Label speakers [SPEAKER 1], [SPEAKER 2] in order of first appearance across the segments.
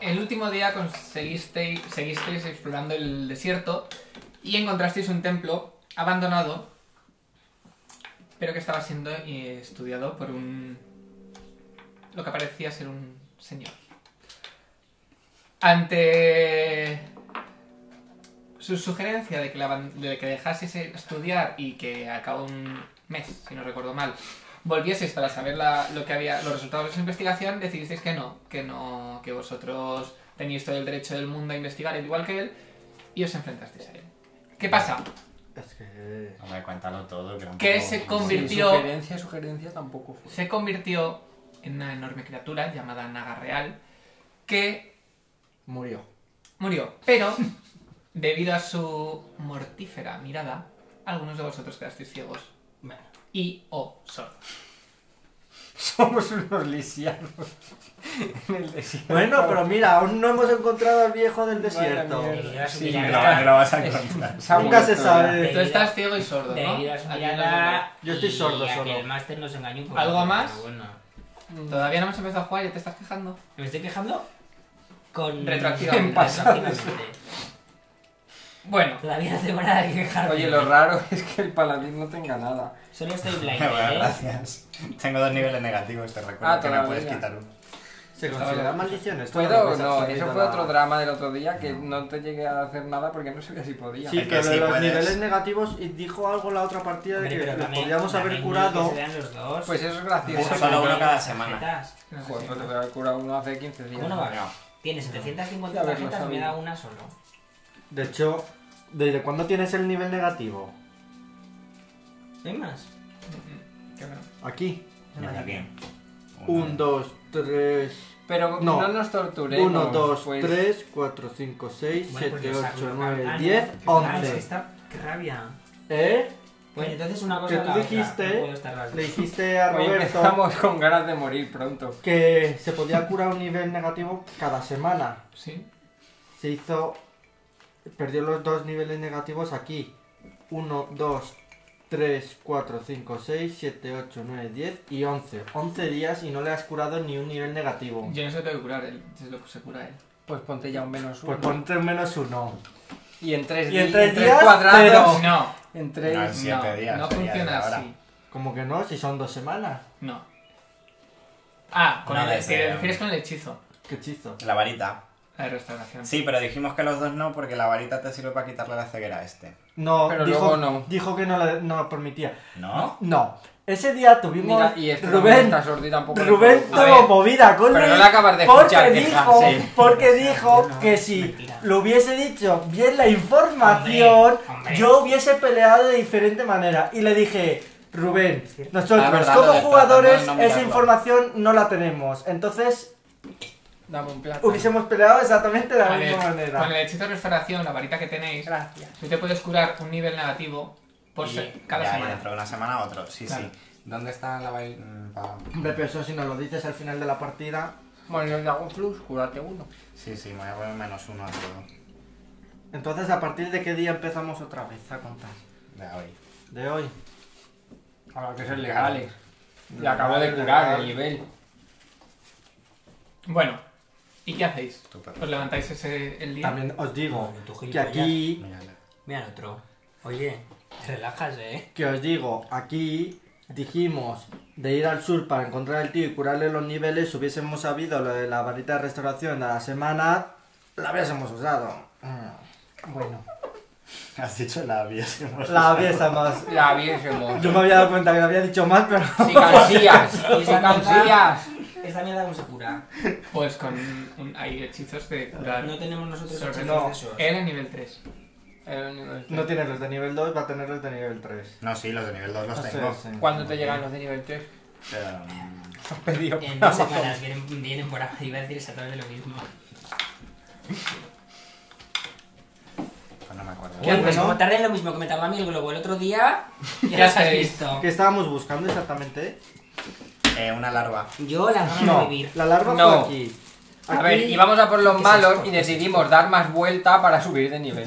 [SPEAKER 1] El último día conseguisteis, seguisteis explorando el desierto y encontrasteis un templo abandonado, pero que estaba siendo eh, estudiado por un. lo que parecía ser un señor. Ante su sugerencia de que, la aban- de que dejaseis estudiar y que al cabo de un mes, si no recuerdo mal, volvieseis para saber la- lo que había, los resultados de su investigación, decidisteis que no, que no, que vosotros teníais todo el derecho del mundo a investigar al igual que él y os enfrentasteis a él. ¿Qué pasa?
[SPEAKER 2] Es que.
[SPEAKER 3] Hombre, cuéntalo todo. Que era un
[SPEAKER 1] Que
[SPEAKER 3] poco-
[SPEAKER 1] se
[SPEAKER 2] sin
[SPEAKER 1] Convirtió-
[SPEAKER 2] sugerencia, sugerencia tampoco fue.
[SPEAKER 1] Se convirtió en una enorme criatura llamada Naga Real que
[SPEAKER 2] Murió.
[SPEAKER 1] Murió, pero debido a su mortífera mirada, algunos de vosotros quedasteis ciegos
[SPEAKER 2] Bueno.
[SPEAKER 1] y oh, o sordos.
[SPEAKER 3] Somos unos lisianos. en el desierto.
[SPEAKER 2] Bueno, pero mira, aún no hemos encontrado al viejo del desierto.
[SPEAKER 4] desierto.
[SPEAKER 3] Sí, no, no lo vas a encontrar.
[SPEAKER 2] Nunca se sabe.
[SPEAKER 1] Tú estás ciego y sordo, ¿no?
[SPEAKER 4] Debido a su
[SPEAKER 1] Alguien
[SPEAKER 4] mirada
[SPEAKER 2] Yo estoy
[SPEAKER 4] y
[SPEAKER 2] sordo
[SPEAKER 4] a que
[SPEAKER 2] solo.
[SPEAKER 4] el máster nos engañó. un
[SPEAKER 1] ¿Algo
[SPEAKER 4] poquito,
[SPEAKER 1] más?
[SPEAKER 4] pero Bueno,
[SPEAKER 1] nos-
[SPEAKER 5] Mm.
[SPEAKER 1] Todavía no hemos empezado a jugar y te estás quejando.
[SPEAKER 4] me estoy quejando con...
[SPEAKER 1] Retroactivamente.
[SPEAKER 4] En pasado. Retroactivamente.
[SPEAKER 1] Bueno,
[SPEAKER 4] Todavía no tengo nada que quejarme.
[SPEAKER 5] Oye, lo raro es que el paladín no tenga nada.
[SPEAKER 4] Solo estoy blind,
[SPEAKER 3] Bueno,
[SPEAKER 4] ¿eh?
[SPEAKER 3] gracias. Tengo dos niveles negativos, te recuerdo
[SPEAKER 5] Ah,
[SPEAKER 3] que me
[SPEAKER 5] todavía.
[SPEAKER 3] puedes quitar uno.
[SPEAKER 2] ¿Se considera maldición esto?
[SPEAKER 5] ¿Puedo o
[SPEAKER 2] Pues
[SPEAKER 5] no?
[SPEAKER 2] absolutamente
[SPEAKER 5] Eso fue otro
[SPEAKER 2] nada.
[SPEAKER 5] drama del otro día que no te llegué a hacer nada porque no sabía si podía.
[SPEAKER 2] Sí,
[SPEAKER 3] Es que
[SPEAKER 2] pero
[SPEAKER 3] sí
[SPEAKER 2] los
[SPEAKER 3] puedes.
[SPEAKER 2] niveles negativos y dijo algo la otra partida de
[SPEAKER 4] Hombre,
[SPEAKER 2] que
[SPEAKER 4] pero
[SPEAKER 2] nos
[SPEAKER 4] también-
[SPEAKER 2] podíamos haber
[SPEAKER 4] también
[SPEAKER 2] curado.
[SPEAKER 4] que se vean los dos.
[SPEAKER 5] Pues eso es gracioso.
[SPEAKER 3] Eso solo uno cada
[SPEAKER 4] Las
[SPEAKER 3] semana.
[SPEAKER 4] tarjetas.
[SPEAKER 1] no sé
[SPEAKER 5] Joder,
[SPEAKER 1] si-
[SPEAKER 5] pues te voy a curar uno hace 15 días.
[SPEAKER 4] ¿Cómo no va?
[SPEAKER 3] No.
[SPEAKER 4] Tiene 750
[SPEAKER 5] Ya verlo,
[SPEAKER 4] tarjetas y me
[SPEAKER 5] sabido.
[SPEAKER 4] da una solo.
[SPEAKER 2] De hecho, ¿desde cuándo tienes el nivel negativo?
[SPEAKER 4] ¿No hay más?
[SPEAKER 1] Mm, mm, qué bueno.
[SPEAKER 2] Aquí.
[SPEAKER 3] Mira, aquí.
[SPEAKER 2] Un, dos, tres.
[SPEAKER 5] Pero
[SPEAKER 2] No.
[SPEAKER 5] no, nos torturemos.
[SPEAKER 2] 1, 2,
[SPEAKER 5] pues.
[SPEAKER 2] 3, 4, 5, 6,
[SPEAKER 4] Bueno,
[SPEAKER 2] 7,
[SPEAKER 4] pues lo
[SPEAKER 2] 8,
[SPEAKER 4] saco.
[SPEAKER 2] 9,
[SPEAKER 4] Ah,
[SPEAKER 2] 10,
[SPEAKER 4] no. Ah, es que
[SPEAKER 2] 11.
[SPEAKER 4] está... ¡Qué rabia!
[SPEAKER 2] ¿Eh?
[SPEAKER 4] Bueno, entonces una cosa
[SPEAKER 2] Que
[SPEAKER 4] a la
[SPEAKER 2] tú
[SPEAKER 4] otra.
[SPEAKER 2] dijiste,
[SPEAKER 4] No puedo estar las dos.
[SPEAKER 2] Le dijiste a
[SPEAKER 5] Hoy
[SPEAKER 2] Roberto
[SPEAKER 5] empezamos con ganas de morir pronto.
[SPEAKER 2] que se podía curar un nivel negativo cada semana.
[SPEAKER 1] Sí.
[SPEAKER 2] Se hizo. Perdió los dos niveles negativos aquí: 1, 2, 3, 4, 5, 6, 7, 8, 9, 10 y 11. 11 días y no le has curado ni un nivel negativo.
[SPEAKER 1] Yo no sé tengo que curar él, es lo que se cura él.
[SPEAKER 5] Pues ponte ya un menos uno.
[SPEAKER 2] Pues ponte un menos uno.
[SPEAKER 5] Y en tres,
[SPEAKER 2] Y en
[SPEAKER 5] di-
[SPEAKER 2] tres días,
[SPEAKER 6] Oh.
[SPEAKER 5] cuadrados.
[SPEAKER 1] No,
[SPEAKER 5] En
[SPEAKER 3] No,
[SPEAKER 5] tres.
[SPEAKER 3] en siete
[SPEAKER 1] no,
[SPEAKER 3] días.
[SPEAKER 1] no
[SPEAKER 3] sería
[SPEAKER 1] funciona
[SPEAKER 3] desde ahora.
[SPEAKER 1] así.
[SPEAKER 2] Como que no, si son dos semanas.
[SPEAKER 1] No. Ah, con
[SPEAKER 3] No,
[SPEAKER 1] el,
[SPEAKER 3] desde-
[SPEAKER 1] te refieres con el hechizo,
[SPEAKER 2] Qué hechizo.
[SPEAKER 3] La varita.
[SPEAKER 1] la de restauración.
[SPEAKER 3] Sí, pero dijimos que los dos no, porque la varita te sirve para quitarle la ceguera a este.
[SPEAKER 2] No,
[SPEAKER 5] Pero
[SPEAKER 2] dijo,
[SPEAKER 5] luego no.
[SPEAKER 2] dijo que no la- no lo permitía.
[SPEAKER 3] ¿No?
[SPEAKER 2] No, ese día tuvimos
[SPEAKER 5] Mira, y este
[SPEAKER 2] Rubén,
[SPEAKER 5] no está sordo y tampoco le
[SPEAKER 2] Rubén
[SPEAKER 5] importa.
[SPEAKER 1] A
[SPEAKER 2] tuvo
[SPEAKER 1] ver,
[SPEAKER 2] movida con
[SPEAKER 5] pero no
[SPEAKER 2] Luis
[SPEAKER 5] la acabas de
[SPEAKER 2] porque
[SPEAKER 5] escuchar, deja,
[SPEAKER 2] dijo,
[SPEAKER 5] sí.
[SPEAKER 2] porque
[SPEAKER 4] No,
[SPEAKER 2] dijo
[SPEAKER 4] no,
[SPEAKER 2] que
[SPEAKER 4] es
[SPEAKER 2] si
[SPEAKER 4] mentira.
[SPEAKER 2] lo hubiese dicho bien la información,
[SPEAKER 4] Hombre, hombre.
[SPEAKER 2] yo hubiese peleado de diferente manera. Y le dije, Rubén,
[SPEAKER 4] cierto.
[SPEAKER 2] nosotros
[SPEAKER 5] La Ah, verdad,
[SPEAKER 2] como
[SPEAKER 5] lo del
[SPEAKER 2] jugadores
[SPEAKER 5] tratado de no
[SPEAKER 2] esa
[SPEAKER 5] mirarlo.
[SPEAKER 2] información no la tenemos. Entonces
[SPEAKER 5] Dame un plato.
[SPEAKER 2] hubiésemos peleado exactamente de la
[SPEAKER 1] Con el-
[SPEAKER 2] misma manera.
[SPEAKER 1] con el hechizo de restauración, la varita que tenéis,
[SPEAKER 5] Gracias.
[SPEAKER 1] Tú te puedes curar un nivel negativo por
[SPEAKER 3] Y
[SPEAKER 1] Pues se- cada
[SPEAKER 3] ya, y
[SPEAKER 1] semana.
[SPEAKER 3] dentro de una semana a otro. Sí,
[SPEAKER 1] Claro.
[SPEAKER 3] sí. ¿Dónde está la Mm, varita?
[SPEAKER 2] Hombre, pero eso si nos lo dices al final de la partida,
[SPEAKER 5] Bueno, le hago un flux, júrate uno.
[SPEAKER 3] Sí, sí, me voy a poner menos uno a todo.
[SPEAKER 2] Entonces, ¿a partir de qué día empezamos otra vez a contar?
[SPEAKER 3] De hoy.
[SPEAKER 2] De hoy.
[SPEAKER 5] Ahora que ser legales. Le acabo de curar el nivel.
[SPEAKER 1] Bueno, ¿y qué hacéis?
[SPEAKER 3] Estupendo.
[SPEAKER 1] ¿Os levantáis ese, el día?
[SPEAKER 2] También os digo
[SPEAKER 4] Tú,
[SPEAKER 2] que
[SPEAKER 4] gilipollas.
[SPEAKER 2] aquí,
[SPEAKER 3] Mira, ya.
[SPEAKER 4] Mira el otro. Oye, te relajas, ¿eh?
[SPEAKER 2] que os digo, aquí dijimos de ir al sur para encontrar al tío y curarle los niveles, si hubiésemos sabido lo de la varita de restauración a la semana, la hubiésemos usado. Mm, Bueno,
[SPEAKER 3] Has dicho la viésemos.
[SPEAKER 2] la hubiésemos.
[SPEAKER 5] La viésemos.
[SPEAKER 2] Yo me había dado cuenta que no había dicho más, pero...
[SPEAKER 5] Si cansías, si cansías.
[SPEAKER 4] Esta mierda no se cura.
[SPEAKER 1] Pues con un- hay hechizos de curar.
[SPEAKER 4] No tenemos nosotros
[SPEAKER 1] Sobre
[SPEAKER 4] hechizos
[SPEAKER 2] todo
[SPEAKER 4] de esos.
[SPEAKER 1] Él en nivel 3.
[SPEAKER 5] El nivel
[SPEAKER 2] No
[SPEAKER 5] tres.
[SPEAKER 2] tiene los de nivel 2, va a tener los de nivel 3.
[SPEAKER 3] No, sí, los de nivel 2 los tengo.
[SPEAKER 5] ¿Cuándo te llegan los de nivel 3?
[SPEAKER 3] Pero, mm,
[SPEAKER 5] Los pedido.
[SPEAKER 4] En dos semanas vienen, vienen por ahí. Iba a decir exactamente lo mismo.
[SPEAKER 3] pues no me acuerdo.
[SPEAKER 2] ¿Qué?
[SPEAKER 4] Bueno, pues
[SPEAKER 2] bueno.
[SPEAKER 4] como tardé lo mismo que me tardó a mí el globo el otro día, ya
[SPEAKER 1] Ya
[SPEAKER 4] las has
[SPEAKER 1] sabéis.
[SPEAKER 4] visto.
[SPEAKER 2] ¿Qué estábamos buscando exactamente?
[SPEAKER 3] Eh, una larva.
[SPEAKER 4] Yo las ganas de
[SPEAKER 2] No,
[SPEAKER 4] vivir.
[SPEAKER 2] la larva
[SPEAKER 5] No.
[SPEAKER 2] fue aquí.
[SPEAKER 5] A ver,
[SPEAKER 2] Aquí-
[SPEAKER 5] íbamos a por los
[SPEAKER 4] ¿Qué es esto?
[SPEAKER 5] malos y decidimos dar más vuelta para subir de nivel.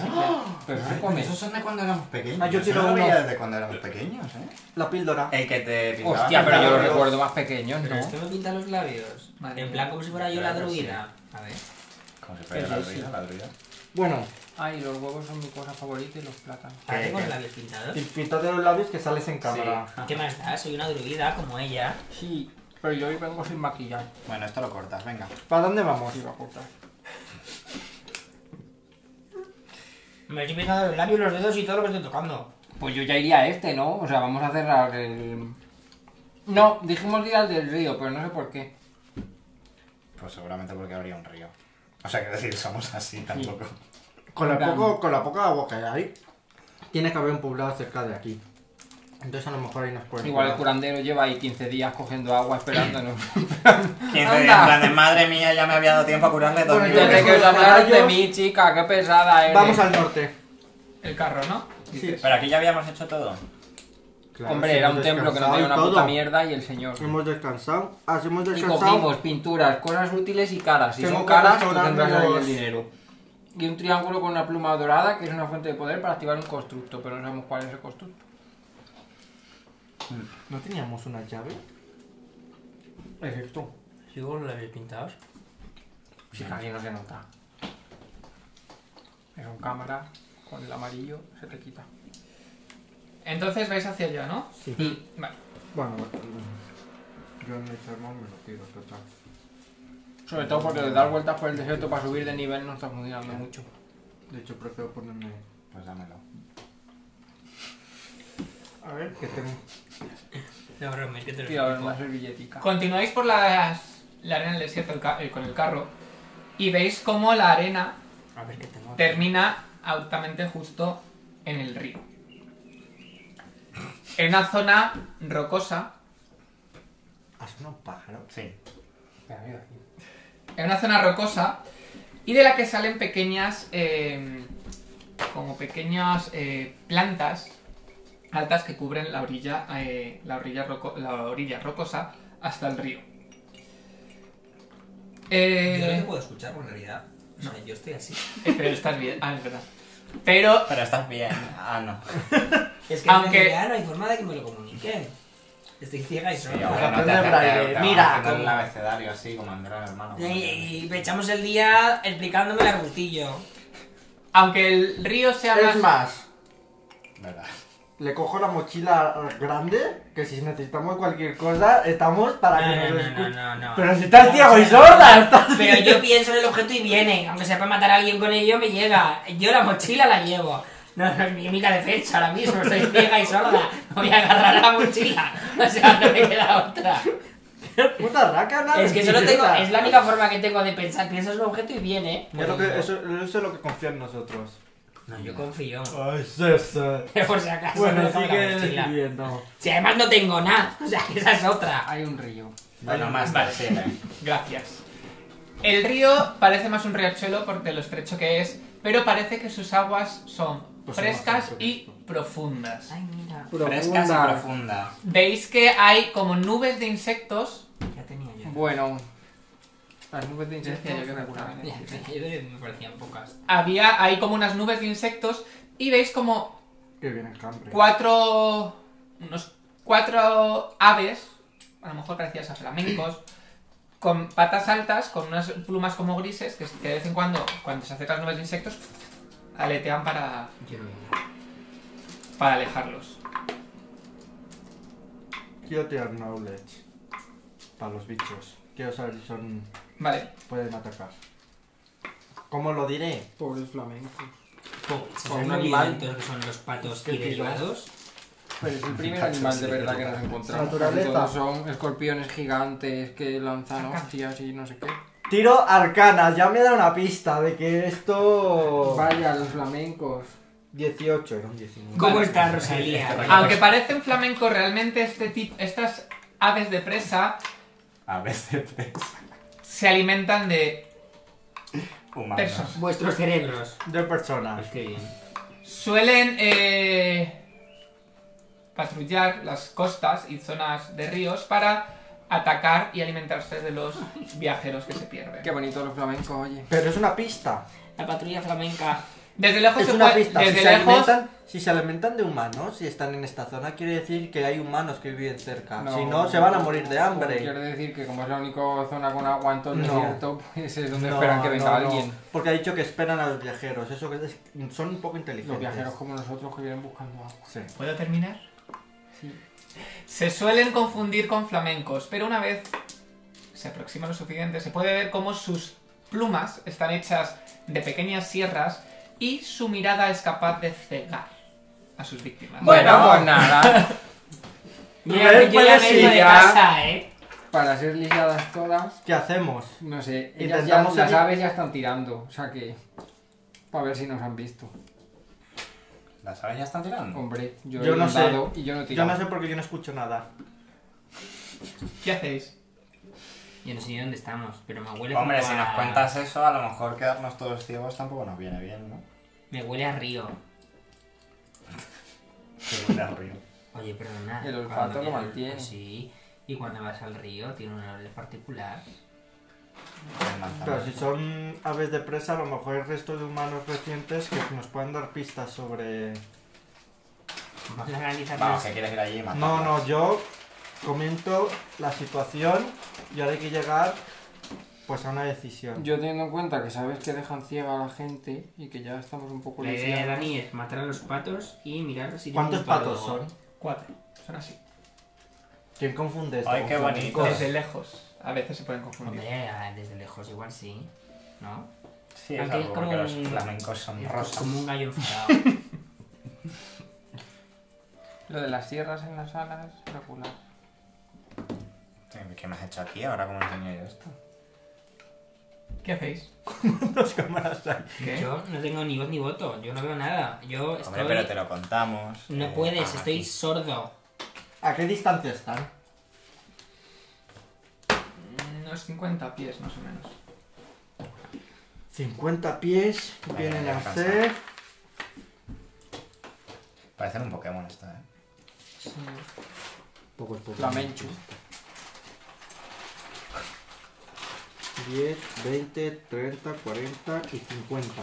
[SPEAKER 5] Pero ¡Ah! eso comes.
[SPEAKER 3] son de cuando éramos pequeños.
[SPEAKER 2] Ah, yo
[SPEAKER 3] Eso
[SPEAKER 2] quiero
[SPEAKER 3] lo veía
[SPEAKER 2] uno.
[SPEAKER 3] desde cuando éramos pequeños, ¿eh?
[SPEAKER 2] La píldora.
[SPEAKER 3] El que te pintaba.
[SPEAKER 5] Hostia, pero yo lo
[SPEAKER 2] Dios.
[SPEAKER 5] recuerdo más pequeño,
[SPEAKER 4] Pero
[SPEAKER 5] ¿no?
[SPEAKER 4] esto me pinta los labios.
[SPEAKER 1] Madre
[SPEAKER 4] en
[SPEAKER 1] mía.
[SPEAKER 4] plan como si fuera yo la
[SPEAKER 3] Claro, sí.
[SPEAKER 4] druida. A ver.
[SPEAKER 3] Como si fuera
[SPEAKER 5] Es
[SPEAKER 3] la
[SPEAKER 5] ese.
[SPEAKER 3] druida, la druida.
[SPEAKER 2] Bueno,
[SPEAKER 5] Ay, los huevos son mi cosa favorita y los plátanos.
[SPEAKER 4] Ahora
[SPEAKER 3] ¿Qué,
[SPEAKER 4] tengo los
[SPEAKER 3] qué?
[SPEAKER 4] labios pintados.
[SPEAKER 2] y píntate los labios que sales en cámara.
[SPEAKER 4] ¿Qué más da? Soy una druida como ella.
[SPEAKER 5] Sí, pero yo hoy vengo sin maquillar.
[SPEAKER 3] Bueno, esto lo cortas, venga.
[SPEAKER 2] ¿Para dónde vamos?
[SPEAKER 5] Así va a cortar.
[SPEAKER 4] Me estoy pintando los labios, los dedos y todo lo que estoy tocando.
[SPEAKER 6] Pues yo ya iría a este, ¿no? O sea, vamos a cerrar el... No, dijimos ir al del río, pero no sé por qué.
[SPEAKER 3] Pues seguramente porque habría un río. O sea, quiero decir, somos así tampoco.
[SPEAKER 2] Con la,
[SPEAKER 5] En plan-
[SPEAKER 2] poco, con la poca agua que hay, tiene que haber un poblado cerca de aquí. Entonces a lo mejor ahí nos pueden...
[SPEAKER 6] Igual el
[SPEAKER 2] curar.
[SPEAKER 6] curandero lleva ahí 15 días cogiendo agua esperándonos.
[SPEAKER 3] 15 días, en plan de madre mía, ya me había dado tiempo a curarle dos
[SPEAKER 2] Bueno,
[SPEAKER 6] Desde
[SPEAKER 3] niveles.
[SPEAKER 6] que os hablaron de mí, chica, qué pesada eres.
[SPEAKER 2] Vamos al norte.
[SPEAKER 1] El carro, ¿no?
[SPEAKER 2] Sí.
[SPEAKER 3] Pero aquí ya habíamos hecho todo.
[SPEAKER 2] Claro,
[SPEAKER 6] Hombre,
[SPEAKER 2] si
[SPEAKER 6] era
[SPEAKER 2] hemos
[SPEAKER 6] un templo que no
[SPEAKER 2] descansado
[SPEAKER 6] tenía
[SPEAKER 2] y
[SPEAKER 6] una
[SPEAKER 2] todo.
[SPEAKER 6] puta mierda y el señor.
[SPEAKER 2] Hemos descansado. Ah, sí, hemos
[SPEAKER 6] Y
[SPEAKER 2] descansado.
[SPEAKER 6] cogimos pinturas, cosas útiles y caras. Si
[SPEAKER 2] Tengo
[SPEAKER 6] son
[SPEAKER 2] que
[SPEAKER 6] caras, tú
[SPEAKER 2] restaurar
[SPEAKER 6] tendrás ahí
[SPEAKER 2] los-
[SPEAKER 6] el dinero. Y un triángulo con una pluma dorada que es una fuente de poder para activar un constructo, pero no sabemos cuál es el constructo.
[SPEAKER 2] ¿No teníamos una llave?
[SPEAKER 5] Es esto.
[SPEAKER 4] ¿Sigo con los labios pintados?
[SPEAKER 6] Si casi no se nota.
[SPEAKER 5] Es un cámara con el amarillo, se te quita.
[SPEAKER 1] Entonces vais hacia allá, ¿no? Mm.
[SPEAKER 6] Sí.
[SPEAKER 1] Vale.
[SPEAKER 2] Bueno, yo en el sermón me lo tiro, total.
[SPEAKER 6] Sobre todo porque dar vueltas por el desierto para subir de nivel no está funcionando mucho.
[SPEAKER 2] De hecho, prefiero ponerme...
[SPEAKER 3] Pues dámelo.
[SPEAKER 2] A ver, que tengo...
[SPEAKER 4] No, broma, es que te lo
[SPEAKER 6] Tío, a ver,
[SPEAKER 4] explico.
[SPEAKER 6] una servilletica.
[SPEAKER 1] Continuáis por las- la arena del desierto el ca- eh, con el carro y veis cómo la arena
[SPEAKER 4] A ver qué tengo.
[SPEAKER 1] termina absolutamente justo en el río. En una zona rocosa
[SPEAKER 2] ¿Has sonado un pájaro?
[SPEAKER 3] Sí.
[SPEAKER 5] Mira, mira, aquí.
[SPEAKER 1] en una zona rocosa y de la que salen pequeñas, eh, como pequeñas eh, plantas altas que cubren la orilla, eh, la, orilla roco- la orilla rocosa hasta el río. Eh,
[SPEAKER 4] Yo no te puedo escuchar, porque en realidad. O sea, yo estoy así.
[SPEAKER 1] eh, pero estás bien, ah, es verdad. Pero
[SPEAKER 3] Pero estás bien. Ah, no.
[SPEAKER 4] Es que
[SPEAKER 1] Aunque-
[SPEAKER 4] en realidad no hay forma de que me lo comuniquen. Estoy ciega y
[SPEAKER 3] Sí,
[SPEAKER 4] sola.
[SPEAKER 3] ahora no te
[SPEAKER 2] aprende
[SPEAKER 3] hace-
[SPEAKER 2] braille.
[SPEAKER 3] te- te
[SPEAKER 2] Mira,
[SPEAKER 3] vamos haciendo
[SPEAKER 2] como-
[SPEAKER 3] el abecedario así, como Andrés, hermano.
[SPEAKER 4] Y, y echamos el día explicándome el arbustillo.
[SPEAKER 1] aunque el río sea
[SPEAKER 2] Es más,
[SPEAKER 3] Verdad.
[SPEAKER 2] le cojo la mochila grande, que si necesitamos cualquier cosa, estamos para que
[SPEAKER 4] No,
[SPEAKER 2] nos
[SPEAKER 4] no,
[SPEAKER 2] escuchen.
[SPEAKER 4] no, no, no.
[SPEAKER 2] Pero si estás ciego y sorda, estás...
[SPEAKER 4] Pero yo pienso en el objeto y viene. Aunque sepa matar a alguien con ello, me llega. Yo la mochila la llevo. No, no es mi única defensa ahora mismo. Estoy ciega y sorda. Voy a agarrar la mochila. O sea, no me queda otra.
[SPEAKER 2] Puta rácana.
[SPEAKER 4] Es que solo
[SPEAKER 2] mentirosa.
[SPEAKER 4] tengo. Es la única forma que tengo de pensar. Pienso en el objeto y viene.
[SPEAKER 2] Es lo que, eso, eso es lo que confía en nosotros.
[SPEAKER 4] No, yo confío.
[SPEAKER 2] es eso.
[SPEAKER 4] Por si acaso.
[SPEAKER 2] Bueno,
[SPEAKER 4] me dejo la
[SPEAKER 2] sigue
[SPEAKER 4] mochila.
[SPEAKER 2] escribiendo.
[SPEAKER 4] Si además no tengo nada. O sea, que esa es otra.
[SPEAKER 6] Hay un río.
[SPEAKER 3] Bueno, más
[SPEAKER 1] Vale.
[SPEAKER 3] tarde.
[SPEAKER 1] Gracias. El río parece más un riachuelo por de lo estrecho que es, pero parece que sus aguas son
[SPEAKER 2] Pues son más
[SPEAKER 1] frescas
[SPEAKER 2] frescas.
[SPEAKER 1] y profundas.
[SPEAKER 4] Ay, mira.
[SPEAKER 3] Frescas y profundas.
[SPEAKER 1] Veis que hay como nubes de insectos.
[SPEAKER 4] Ya tenía yo.
[SPEAKER 6] Bueno. Las nubes de insectos
[SPEAKER 1] Decía yo que me
[SPEAKER 6] alguna vez.
[SPEAKER 4] Ya, ya me parecían pocas.
[SPEAKER 1] Había, hay como unas nubes de insectos y veis como
[SPEAKER 2] Que viene enjambre.
[SPEAKER 1] cuatro, unos cuatro aves, a lo mejor parecidas a flamencos, con patas altas, con unas plumas como grises que, que de vez en cuando, cuando se acercan las nubes de insectos, aletean para,
[SPEAKER 4] Yo no
[SPEAKER 1] para alejarlos.
[SPEAKER 2] Quiero tirar knowledge. Para los bichos. Quiero saber si son.
[SPEAKER 1] Vale.
[SPEAKER 2] pueden atacar. ¿Cómo lo diré?
[SPEAKER 5] Pobres flamencos.
[SPEAKER 4] ¿Son
[SPEAKER 6] Con
[SPEAKER 4] un
[SPEAKER 6] un animal.
[SPEAKER 4] animal que son los patos y
[SPEAKER 2] ¿Qué
[SPEAKER 4] derivados?
[SPEAKER 6] Pero es el primer animal de verdad que nos encontramos.
[SPEAKER 2] Naturaleza.
[SPEAKER 6] Todos son escorpiones gigantes que lanzan hostias y no sé qué.
[SPEAKER 2] Tiro arcanas, ya me da una pista de que esto.
[SPEAKER 6] Vaya, los flamencos.
[SPEAKER 2] 18, eran 19.
[SPEAKER 4] ¿Cómo
[SPEAKER 1] Vale.
[SPEAKER 4] está Rosalía?
[SPEAKER 1] Aunque parecen flamencos, realmente este tip- estas aves de presa
[SPEAKER 3] A veces
[SPEAKER 1] se alimentan de
[SPEAKER 3] humanos.
[SPEAKER 1] personas.
[SPEAKER 4] Vuestros cerebros.
[SPEAKER 2] De personas.
[SPEAKER 4] Qué bien.
[SPEAKER 1] Suelen eh, patrullar las costas y zonas de ríos para atacar y alimentarse de los viajeros que se pierden.
[SPEAKER 6] Qué bonito los flamencos, oye.
[SPEAKER 2] Pero es una pista.
[SPEAKER 4] La patrulla flamenca.
[SPEAKER 1] Desde lejos
[SPEAKER 2] Es
[SPEAKER 1] se
[SPEAKER 2] una
[SPEAKER 1] puede-
[SPEAKER 2] pista.
[SPEAKER 1] Desde
[SPEAKER 2] si, se
[SPEAKER 1] lejos.
[SPEAKER 2] alimentan, si se alimentan de humanos, si están en esta zona, quiere decir que hay humanos que viven cerca. si no, se van a morir de hambre.
[SPEAKER 6] Quiero decir que como es la única zona con agua en todo el
[SPEAKER 2] No.
[SPEAKER 6] desierto, pues es donde
[SPEAKER 2] No,
[SPEAKER 6] esperan que venga
[SPEAKER 2] no, no,
[SPEAKER 6] alguien.
[SPEAKER 2] Porque ha dicho que esperan a los viajeros. Eso que es- son un poco inteligentes.
[SPEAKER 6] Los viajeros como nosotros que vienen buscando agua.
[SPEAKER 2] Sí.
[SPEAKER 1] ¿Puedo terminar?
[SPEAKER 6] Sí.
[SPEAKER 1] Se suelen confundir con flamencos, pero una vez se aproxima lo suficiente, se puede ver cómo sus plumas están hechas de pequeñas sierras y su mirada es capaz de cegar a sus víctimas.
[SPEAKER 6] Bueno, pues nada.
[SPEAKER 4] Yo ya, yo ya
[SPEAKER 3] pues,
[SPEAKER 2] puedes
[SPEAKER 4] vengo
[SPEAKER 2] ir
[SPEAKER 4] de
[SPEAKER 2] pues, ya.
[SPEAKER 4] casa, ¿eh?
[SPEAKER 6] Para ser lisadas todas,
[SPEAKER 2] ¿Qué hacemos?
[SPEAKER 6] no sé. Ellas ya,
[SPEAKER 2] Intentamos
[SPEAKER 6] las
[SPEAKER 2] seguir.
[SPEAKER 6] aves ya están tirando. O sea que. Para ver si nos han visto.
[SPEAKER 3] ¿Las aves ya están tirando?
[SPEAKER 6] Hombre, yo,
[SPEAKER 2] Yo
[SPEAKER 6] he
[SPEAKER 2] no sé.
[SPEAKER 6] dado y yo no he
[SPEAKER 2] Yo
[SPEAKER 6] tirado.
[SPEAKER 2] no sé porque yo no escucho nada.
[SPEAKER 1] ¿Qué hacéis?
[SPEAKER 4] Yo no sé ni dónde estamos, pero me huele
[SPEAKER 3] Hombre,
[SPEAKER 4] como
[SPEAKER 3] si
[SPEAKER 4] a-
[SPEAKER 3] nos cuentas eso, a lo mejor quedarnos todos ciegos tampoco nos viene bien, ¿no?
[SPEAKER 4] Me huele a río.
[SPEAKER 3] Que huele a río.
[SPEAKER 4] Oye, perdona.
[SPEAKER 6] El olfato
[SPEAKER 4] cuando
[SPEAKER 6] lo
[SPEAKER 4] vienes-
[SPEAKER 6] mantiene.
[SPEAKER 4] Sí, y cuando vas al río tiene un olor particular.
[SPEAKER 3] Hay manzanas.
[SPEAKER 2] Pero si son aves de presa, a lo mejor el resto de humanos recientes que nos pueden dar pistas sobre...
[SPEAKER 4] Vamos a analizar
[SPEAKER 3] Vamos,
[SPEAKER 4] las-
[SPEAKER 3] que quieres ir allí y matarlas.
[SPEAKER 2] No, no, yo comento la situación y ahora hay que llegar pues a una decisión.
[SPEAKER 6] Yo teniendo en cuenta que sabes que dejan ciega a la gente y que ya estamos un
[SPEAKER 2] Eh,
[SPEAKER 6] poco
[SPEAKER 4] La idea de
[SPEAKER 6] lisiados.
[SPEAKER 4] Dani es matar a los patos y mirar si tienen
[SPEAKER 2] ¿Cuántos
[SPEAKER 4] un palo.
[SPEAKER 2] patos son?
[SPEAKER 1] Cuatro. Son así.
[SPEAKER 2] ¿Quién confunde esto?
[SPEAKER 3] Ay,
[SPEAKER 2] con
[SPEAKER 3] qué
[SPEAKER 2] flamenco?
[SPEAKER 3] bonito.
[SPEAKER 1] Desde lejos. A veces se pueden confundir.
[SPEAKER 4] Hombre, ah, desde lejos igual sí. ¿No?
[SPEAKER 3] Sí, es
[SPEAKER 4] Aunque
[SPEAKER 3] algo
[SPEAKER 4] es como
[SPEAKER 3] porque los
[SPEAKER 4] un-
[SPEAKER 3] flamencos son
[SPEAKER 4] Es
[SPEAKER 3] rosas.
[SPEAKER 4] Como un gallo enfadado.
[SPEAKER 6] Lo de las sierras en las alas, regular.
[SPEAKER 3] ¿Qué me has hecho aquí? ¿Ahora cómo enseño yo esto?
[SPEAKER 1] ¿Qué hacéis?
[SPEAKER 2] Dos cámaras ahí.
[SPEAKER 6] ¿Eh?
[SPEAKER 1] ¿Qué?
[SPEAKER 4] Yo no tengo ni voz ni voto, yo no veo nada. Yo estoy.
[SPEAKER 3] Hombre, pero te lo contamos.
[SPEAKER 4] No
[SPEAKER 3] eh,
[SPEAKER 4] puedes,
[SPEAKER 3] aquí.
[SPEAKER 4] estoy sordo.
[SPEAKER 2] ¿A qué distancia están?
[SPEAKER 1] Unos 50 pies más o menos.
[SPEAKER 2] 50 pies,
[SPEAKER 3] Venga,
[SPEAKER 2] vienen
[SPEAKER 3] ya
[SPEAKER 2] a
[SPEAKER 3] alcanza.
[SPEAKER 2] ser...
[SPEAKER 3] Parecen un Pokémon esto, ¿eh?
[SPEAKER 2] Pocos, pocos.
[SPEAKER 6] Flamencho.
[SPEAKER 2] 10, 20, 30, 40 y 50.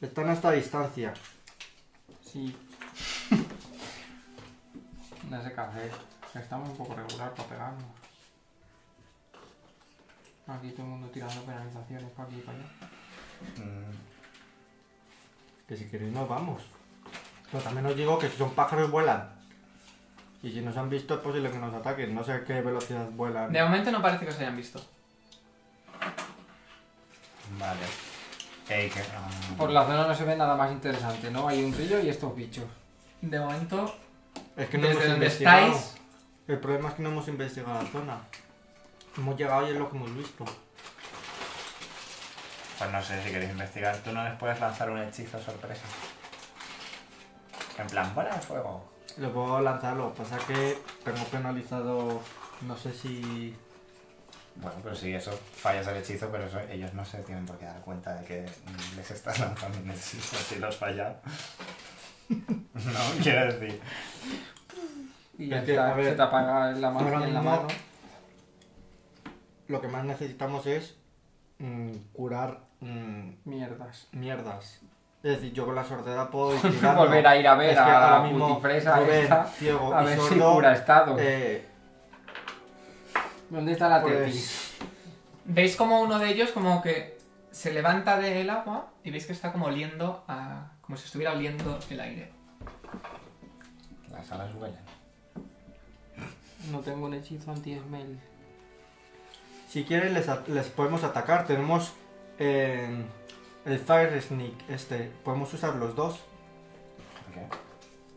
[SPEAKER 2] Están a esta distancia.
[SPEAKER 6] Sí. No ese café. que Estamos un poco regular para pegarnos. Aquí todo el mundo tirando penalizaciones para aquí y para allá.
[SPEAKER 3] Mm,
[SPEAKER 2] Que si queréis nos vamos. Pero también os digo que si son pájaros vuelan. Y si nos han visto es posible que nos ataquen. No sé a qué velocidad vuelan.
[SPEAKER 1] De momento no parece que os hayan visto.
[SPEAKER 3] Vale. Ey, que- ah,
[SPEAKER 6] Por la zona no se ve nada más interesante, ¿no? Hay un río y estos bichos.
[SPEAKER 1] De momento,
[SPEAKER 2] Es que no
[SPEAKER 1] desde
[SPEAKER 2] hemos
[SPEAKER 1] donde
[SPEAKER 2] investigado.
[SPEAKER 1] estáis,
[SPEAKER 2] El problema es que no hemos investigado la zona. Hemos llegado y es lo que hemos visto.
[SPEAKER 3] Pues no sé si queréis investigar. Tú no les puedes lanzar un hechizo sorpresa. En plan, bola de fuego.
[SPEAKER 2] Lo puedo lanzar, lo que pasa es que tengo penalizado. No sé si.
[SPEAKER 3] Bueno, pero si eso fallas el hechizo, pero eso- ellos no se tienen por qué dar cuenta de que mm, les estás lanzando un hechizo si lo has fallado. no, quiero decir.
[SPEAKER 6] Y ya
[SPEAKER 2] Es que, a
[SPEAKER 6] está,
[SPEAKER 2] ver,
[SPEAKER 6] se te apaga la mano
[SPEAKER 2] ahora
[SPEAKER 6] en la
[SPEAKER 2] mismo-
[SPEAKER 6] mano.
[SPEAKER 2] Lo que más necesitamos es. mm, curar. mm,
[SPEAKER 6] Mierdas.
[SPEAKER 2] mierdas. Es decir, yo con la sordera puedo ir tirando.
[SPEAKER 6] Volver a ir a ver
[SPEAKER 2] Es que
[SPEAKER 6] a
[SPEAKER 2] ahora
[SPEAKER 6] la
[SPEAKER 2] mismo
[SPEAKER 6] putifresa
[SPEAKER 2] Rubén,
[SPEAKER 6] esta,
[SPEAKER 2] ciego
[SPEAKER 6] A
[SPEAKER 2] y
[SPEAKER 6] ver si
[SPEAKER 2] sordo,
[SPEAKER 6] cura estado.
[SPEAKER 2] eh,
[SPEAKER 6] ¿Dónde está la
[SPEAKER 2] pues,
[SPEAKER 6] tetis?
[SPEAKER 1] veis como uno de ellos como que se levanta del agua y veis que está como oliendo a... como si estuviera oliendo el aire.
[SPEAKER 3] Las alas huelen.
[SPEAKER 6] No tengo un hechizo anti-smell.
[SPEAKER 2] si quieres les, a- les podemos atacar. Tenemos eh, el Fire Sneak este. Podemos usar los dos.
[SPEAKER 3] Ok.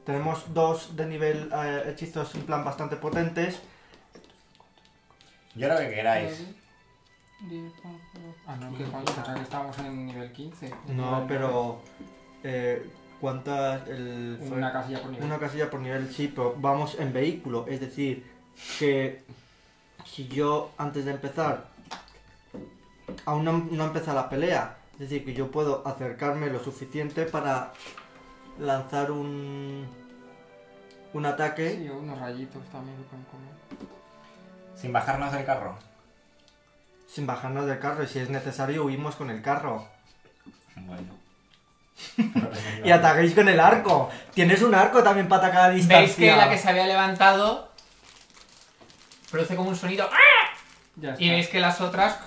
[SPEAKER 2] Tenemos dos de nivel eh, hechizos en plan bastante potentes.
[SPEAKER 3] Yo lo que queráis.
[SPEAKER 6] Ah, no, que cuando o sea, que estábamos en nivel 15.
[SPEAKER 2] No,
[SPEAKER 6] Nivel-
[SPEAKER 2] pero eh, ¿cuántas? El
[SPEAKER 6] Una casilla por nivel.
[SPEAKER 2] Una casilla por nivel sí, pero vamos en vehículo. Es decir, que si yo antes de empezar, aún no, no ha empezado la pelea, es decir, que yo puedo acercarme lo suficiente para lanzar un, un ataque.
[SPEAKER 6] Sí, unos rayitos también que pueden comer.
[SPEAKER 3] Sin bajarnos del carro.
[SPEAKER 2] Sin bajarnos del carro y si es necesario huimos con el carro.
[SPEAKER 3] Bueno.
[SPEAKER 2] Y ataquéis con el arco. Tienes un arco también para atacar a distancia.
[SPEAKER 1] Veis que la que se había levantado produce como un sonido ¡ah!
[SPEAKER 5] Ya está.
[SPEAKER 1] y veis que las otras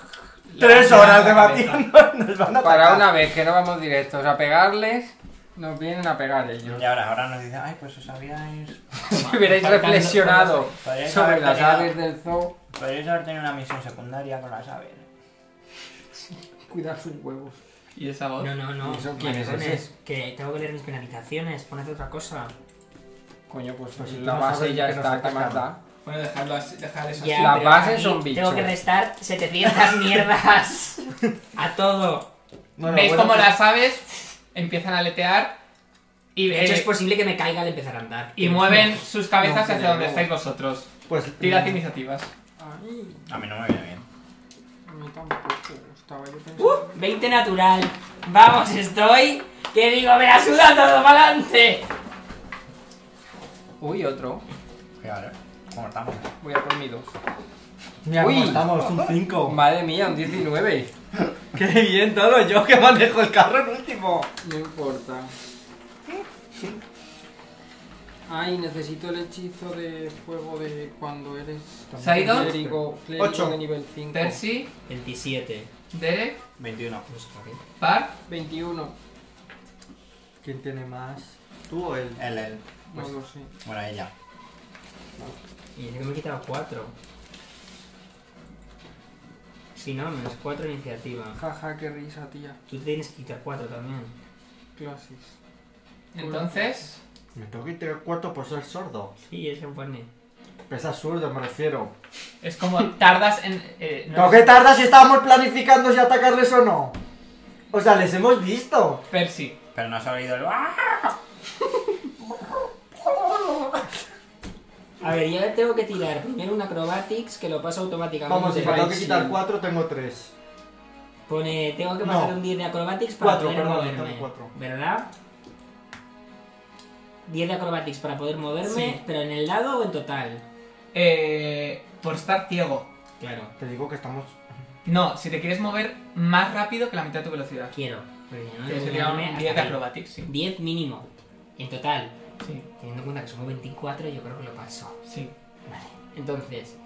[SPEAKER 2] Tres
[SPEAKER 1] levantan
[SPEAKER 2] horas
[SPEAKER 1] la cabeza.
[SPEAKER 2] debatiendo. Nos van a
[SPEAKER 6] Para
[SPEAKER 2] atacar.
[SPEAKER 6] una vez que no vamos directos a pegarles, nos vienen a pegar ellos.
[SPEAKER 3] Y ahora, ahora nos dicen, ay, pues os habíais.
[SPEAKER 6] Si hubierais
[SPEAKER 3] Faltando-
[SPEAKER 6] reflexionado
[SPEAKER 3] Podríais
[SPEAKER 6] sobre
[SPEAKER 2] Eh,
[SPEAKER 3] haber
[SPEAKER 6] las
[SPEAKER 3] tenido-
[SPEAKER 6] aves del zoo,
[SPEAKER 3] Podríais haber tenido una misión secundaria con las aves.
[SPEAKER 6] cuidar sus huevos.
[SPEAKER 1] y esa voz
[SPEAKER 4] No, no, no.
[SPEAKER 6] ¿Y eso quién es
[SPEAKER 4] Maricones,
[SPEAKER 6] ese?
[SPEAKER 4] Que tengo que leer mis penalizaciones, poned otra cosa.
[SPEAKER 6] Coño, pues,
[SPEAKER 2] Pues si
[SPEAKER 6] la
[SPEAKER 2] tú no
[SPEAKER 6] base
[SPEAKER 2] sabes
[SPEAKER 6] ya
[SPEAKER 2] que nos
[SPEAKER 6] está, ¿qué más
[SPEAKER 2] atacan.
[SPEAKER 6] da?
[SPEAKER 1] bueno dejadlo así, dejad eso
[SPEAKER 4] Ya,
[SPEAKER 1] así.
[SPEAKER 6] Las
[SPEAKER 4] pero
[SPEAKER 6] bases
[SPEAKER 4] aquí
[SPEAKER 6] son bichos.
[SPEAKER 4] Tengo que restar 700 mierdas a todo.
[SPEAKER 2] Bueno,
[SPEAKER 1] veis
[SPEAKER 2] bueno,
[SPEAKER 1] como
[SPEAKER 2] pues-
[SPEAKER 1] las aves empiezan a aletear y,
[SPEAKER 4] De hecho,
[SPEAKER 1] eh,
[SPEAKER 4] es posible que me caiga al empezar a andar.
[SPEAKER 1] y mueven sus
[SPEAKER 6] No,
[SPEAKER 1] cabezas
[SPEAKER 6] que
[SPEAKER 1] hacia
[SPEAKER 6] no.
[SPEAKER 1] donde estáis vosotros
[SPEAKER 2] Pues
[SPEAKER 1] tirad iniciativas
[SPEAKER 6] Ay,
[SPEAKER 3] A mí no me viene bien.
[SPEAKER 6] a mí tampoco. Estaba yo pensando.
[SPEAKER 4] 20 natural. Vamos, estoy. Que digo, me la suda todo para adelante.
[SPEAKER 6] Uh. Uy, otro.
[SPEAKER 3] Claro, ¿cómo estamos?
[SPEAKER 6] Voy a por mi dos.
[SPEAKER 2] Mira, cómo
[SPEAKER 6] Uy.
[SPEAKER 2] estamos, un 5.
[SPEAKER 6] Madre mía, un 19.
[SPEAKER 2] Qué bien todo, yo que manejo el carro en último.
[SPEAKER 6] No importa. Ay, necesito el hechizo de fuego de cuando eres.
[SPEAKER 1] ¿Se ha ido?
[SPEAKER 6] Clérigo, clérigo
[SPEAKER 2] Ocho.
[SPEAKER 6] de nivel 5.
[SPEAKER 1] Percy
[SPEAKER 4] 27.
[SPEAKER 1] Derek
[SPEAKER 3] 21.
[SPEAKER 4] Pues,
[SPEAKER 1] Par
[SPEAKER 6] 21.
[SPEAKER 2] ¿Quién tiene más? ¿Tú o él?
[SPEAKER 3] Él, él.
[SPEAKER 6] No lo sé.
[SPEAKER 3] Bueno, ella.
[SPEAKER 4] Y yo me he quitado 4. Si no, menos 4 iniciativa.
[SPEAKER 6] Jaja, qué risa, tía.
[SPEAKER 4] Tú te tienes que quitar 4 también.
[SPEAKER 6] Clases.
[SPEAKER 1] entonces
[SPEAKER 2] Me tengo que tirar cuarto por ser sordo.
[SPEAKER 4] Sí, es un pone.
[SPEAKER 2] Es absurdo, me refiero.
[SPEAKER 1] es como tardas en eh, no-
[SPEAKER 2] ¿Pero qué tarda si estábamos planificando si atacarles o no? O sea, les hemos visto.
[SPEAKER 1] Percy
[SPEAKER 3] Pero no has oído el. ¡Ah!
[SPEAKER 4] A ver, yo tengo que tirar primero un acrobatics que lo paso automáticamente.
[SPEAKER 2] Vamos, si me tengo que
[SPEAKER 6] sí.
[SPEAKER 2] quitar cuatro, tengo tres.
[SPEAKER 4] Pone, tengo que
[SPEAKER 2] No.
[SPEAKER 4] pasar un 10 de acrobatics para
[SPEAKER 2] Cuatro,
[SPEAKER 4] poder
[SPEAKER 2] perdón,
[SPEAKER 4] moverme.
[SPEAKER 2] tengo cuatro.
[SPEAKER 4] ¿Verdad? 10 de acrobatics para poder moverme,
[SPEAKER 1] Sí.
[SPEAKER 4] pero en el lado o en total.
[SPEAKER 1] eh, por estar ciego
[SPEAKER 4] Claro,
[SPEAKER 2] Te digo que estamos.
[SPEAKER 1] no si te quieres mover más rápido que la mitad de tu velocidad
[SPEAKER 4] quiero. pero si no,
[SPEAKER 1] Tienes que
[SPEAKER 4] tengo
[SPEAKER 1] tirar
[SPEAKER 4] moverme
[SPEAKER 1] un
[SPEAKER 4] hasta
[SPEAKER 1] 10 de
[SPEAKER 4] ahí.
[SPEAKER 1] acrobatics sí
[SPEAKER 4] 10 mínimo. En total.
[SPEAKER 1] sí
[SPEAKER 4] Teniendo en cuenta que somos 24, yo creo que lo paso.
[SPEAKER 1] sí
[SPEAKER 4] Vale. Entonces,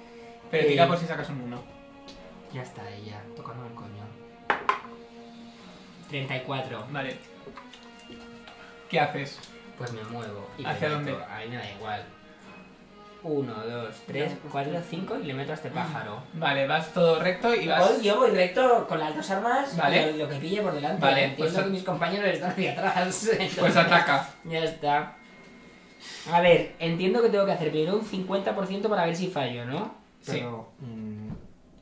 [SPEAKER 1] pero
[SPEAKER 4] Eh.
[SPEAKER 1] tira por si sacas un 1
[SPEAKER 4] ya está ella, tocando el coño. 34.
[SPEAKER 1] Vale. ¿Qué haces?
[SPEAKER 4] Pues me muevo. Y le
[SPEAKER 1] ¿Hacia
[SPEAKER 4] meto.
[SPEAKER 1] dónde?
[SPEAKER 4] A mí me da igual. 1, 2, 3, 4, 5 y le meto a este pájaro.
[SPEAKER 1] Vale, vas todo recto y vas.
[SPEAKER 4] Voy- yo voy recto con las dos armas,
[SPEAKER 1] Vale.
[SPEAKER 4] y lo, lo que pille por delante.
[SPEAKER 1] Vale,
[SPEAKER 4] Entiendo
[SPEAKER 1] pues-
[SPEAKER 4] que mis compañeros están hacia atrás.
[SPEAKER 1] Pues ataca.
[SPEAKER 4] Ya está. A ver, entiendo que tengo que hacer primero un 50% para ver si fallo, ¿no?
[SPEAKER 1] Sí.
[SPEAKER 2] Pero. mm,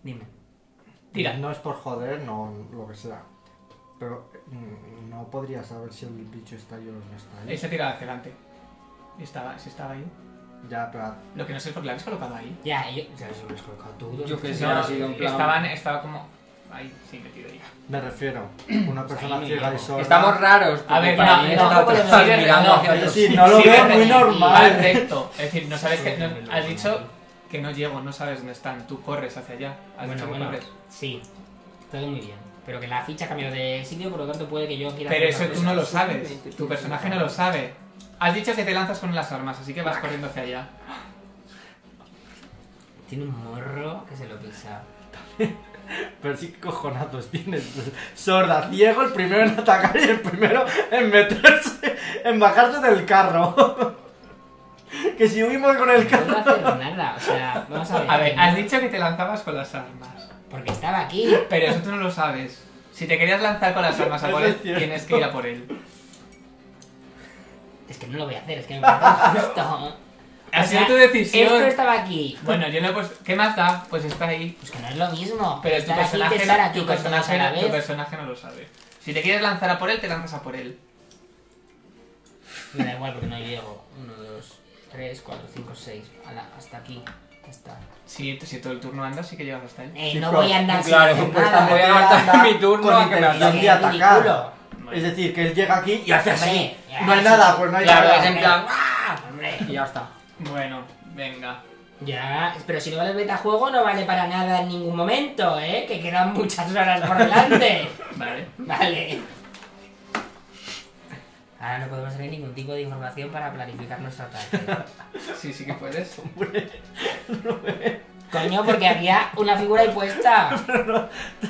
[SPEAKER 4] Dime.
[SPEAKER 1] Tira.
[SPEAKER 2] No es por joder, no lo que sea. Pero mm, no podría saber si el bicho está ahí o no está ahí.
[SPEAKER 1] Él se tira hacia adelante. Y Estaba, si estaba ahí.
[SPEAKER 2] Ya, pero.
[SPEAKER 1] Lo que no sé es por qué la habéis colocado ahí.
[SPEAKER 4] Ya, yo. O sea, eso lo has colocado tú.
[SPEAKER 6] Yo qué
[SPEAKER 4] no
[SPEAKER 6] sé,
[SPEAKER 4] sé.
[SPEAKER 6] ahora ha sido en plan-
[SPEAKER 1] estaban, estaba como. Ahí, sí, metido ahí.
[SPEAKER 2] Me refiero. Una persona
[SPEAKER 4] me
[SPEAKER 2] ciega y
[SPEAKER 4] llevo.
[SPEAKER 2] sorda.
[SPEAKER 6] Estamos raros. porque
[SPEAKER 1] A ver,
[SPEAKER 6] Pues
[SPEAKER 1] no,
[SPEAKER 6] para mí
[SPEAKER 1] no,
[SPEAKER 6] está-
[SPEAKER 1] no,
[SPEAKER 6] estás
[SPEAKER 1] no,
[SPEAKER 6] mirando
[SPEAKER 1] no,
[SPEAKER 6] hacia
[SPEAKER 1] es
[SPEAKER 6] otro
[SPEAKER 2] Sí,
[SPEAKER 6] sitio.
[SPEAKER 2] no lo
[SPEAKER 1] Sí,
[SPEAKER 2] veo
[SPEAKER 1] re-
[SPEAKER 2] muy
[SPEAKER 1] Vas
[SPEAKER 2] normal.
[SPEAKER 1] recto. Es decir, no sabes que. no- has dicho que no llego, no sabes dónde están. Tú corres hacia allá. Has
[SPEAKER 4] Bueno,
[SPEAKER 1] dicho que
[SPEAKER 4] bueno,
[SPEAKER 1] corres.
[SPEAKER 4] sí. Todo muy bien. Pero que la ficha ha cambiado de sitio, por lo tanto puede que yo quiera.
[SPEAKER 1] Pero
[SPEAKER 4] hacer
[SPEAKER 1] eso
[SPEAKER 4] otra
[SPEAKER 1] tú
[SPEAKER 4] cosa.
[SPEAKER 1] no lo sabes. Tu personaje no lo sabe. Has dicho que te lanzas con las armas, así que vas corriendo hacia allá.
[SPEAKER 4] Tiene un morro que se lo pisa.
[SPEAKER 2] Pero sí, ¿qué cojonatos tienes. Sorda, ciego, el primero en atacar y el primero en meterse, en bajarse del carro. que si huimos con el
[SPEAKER 4] No puedo
[SPEAKER 2] carro.
[SPEAKER 4] hacer nada, o sea, vamos a ver.
[SPEAKER 1] A ver, has dicho que te lanzabas con las armas.
[SPEAKER 4] Porque estaba aquí.
[SPEAKER 1] Pero eso tú no lo sabes. Si te querías lanzar con las armas a por
[SPEAKER 2] Eso
[SPEAKER 1] él,
[SPEAKER 2] es cierto.
[SPEAKER 1] tienes que ir a por él.
[SPEAKER 4] Es que no lo voy a hacer, es que me parece justo.
[SPEAKER 1] Ha
[SPEAKER 4] O
[SPEAKER 1] sido
[SPEAKER 4] sea,
[SPEAKER 1] tu decisión.
[SPEAKER 4] Esto estaba aquí.
[SPEAKER 1] Bueno, yo no he puesto... ¿Qué más da? Pues está ahí.
[SPEAKER 4] Pues que no es lo mismo.
[SPEAKER 1] Pero tu
[SPEAKER 4] estar aquí,
[SPEAKER 1] personaje,
[SPEAKER 4] estar aquí pues,
[SPEAKER 1] tu,
[SPEAKER 4] con todos a
[SPEAKER 1] personaje,
[SPEAKER 4] la
[SPEAKER 1] tu
[SPEAKER 4] vez.
[SPEAKER 1] personaje no lo sabe. Si te quieres lanzar a por él, te lanzas a por él.
[SPEAKER 4] Me da igual porque no llego. 1, 2, 3, 4, 5, 6. Hasta aquí. Ya está.
[SPEAKER 1] Si, si todo el turno andas, sí que llegas hasta él.
[SPEAKER 4] Eh,
[SPEAKER 2] Sí,
[SPEAKER 4] no
[SPEAKER 2] claro,
[SPEAKER 4] voy a andar sin
[SPEAKER 6] claro,
[SPEAKER 4] hacer
[SPEAKER 6] pues
[SPEAKER 4] nada.
[SPEAKER 6] tampoco voy a gastar mi turno
[SPEAKER 2] con
[SPEAKER 6] a que me
[SPEAKER 2] intención
[SPEAKER 4] ataque.
[SPEAKER 2] de atacar.
[SPEAKER 1] Bueno.
[SPEAKER 2] Es decir, que él llega aquí y hace así.
[SPEAKER 4] Hombre, ya,
[SPEAKER 2] No hay
[SPEAKER 4] sí.
[SPEAKER 2] nada, pues no hay
[SPEAKER 6] Claro,
[SPEAKER 2] nada.
[SPEAKER 6] es en plan.
[SPEAKER 4] ¡Ah! Hombre.
[SPEAKER 6] Y ya está.
[SPEAKER 1] Bueno, venga.
[SPEAKER 4] Ya, pero si no vale el betajuego, no vale para nada en ningún momento, ¿eh? Que quedan muchas horas por delante.
[SPEAKER 1] Vale.
[SPEAKER 4] vale. Ahora no podemos tener ningún tipo de información para planificar nuestro ataque.
[SPEAKER 1] Sí, sí que puedes.
[SPEAKER 4] Coño, porque había una figura impuesta.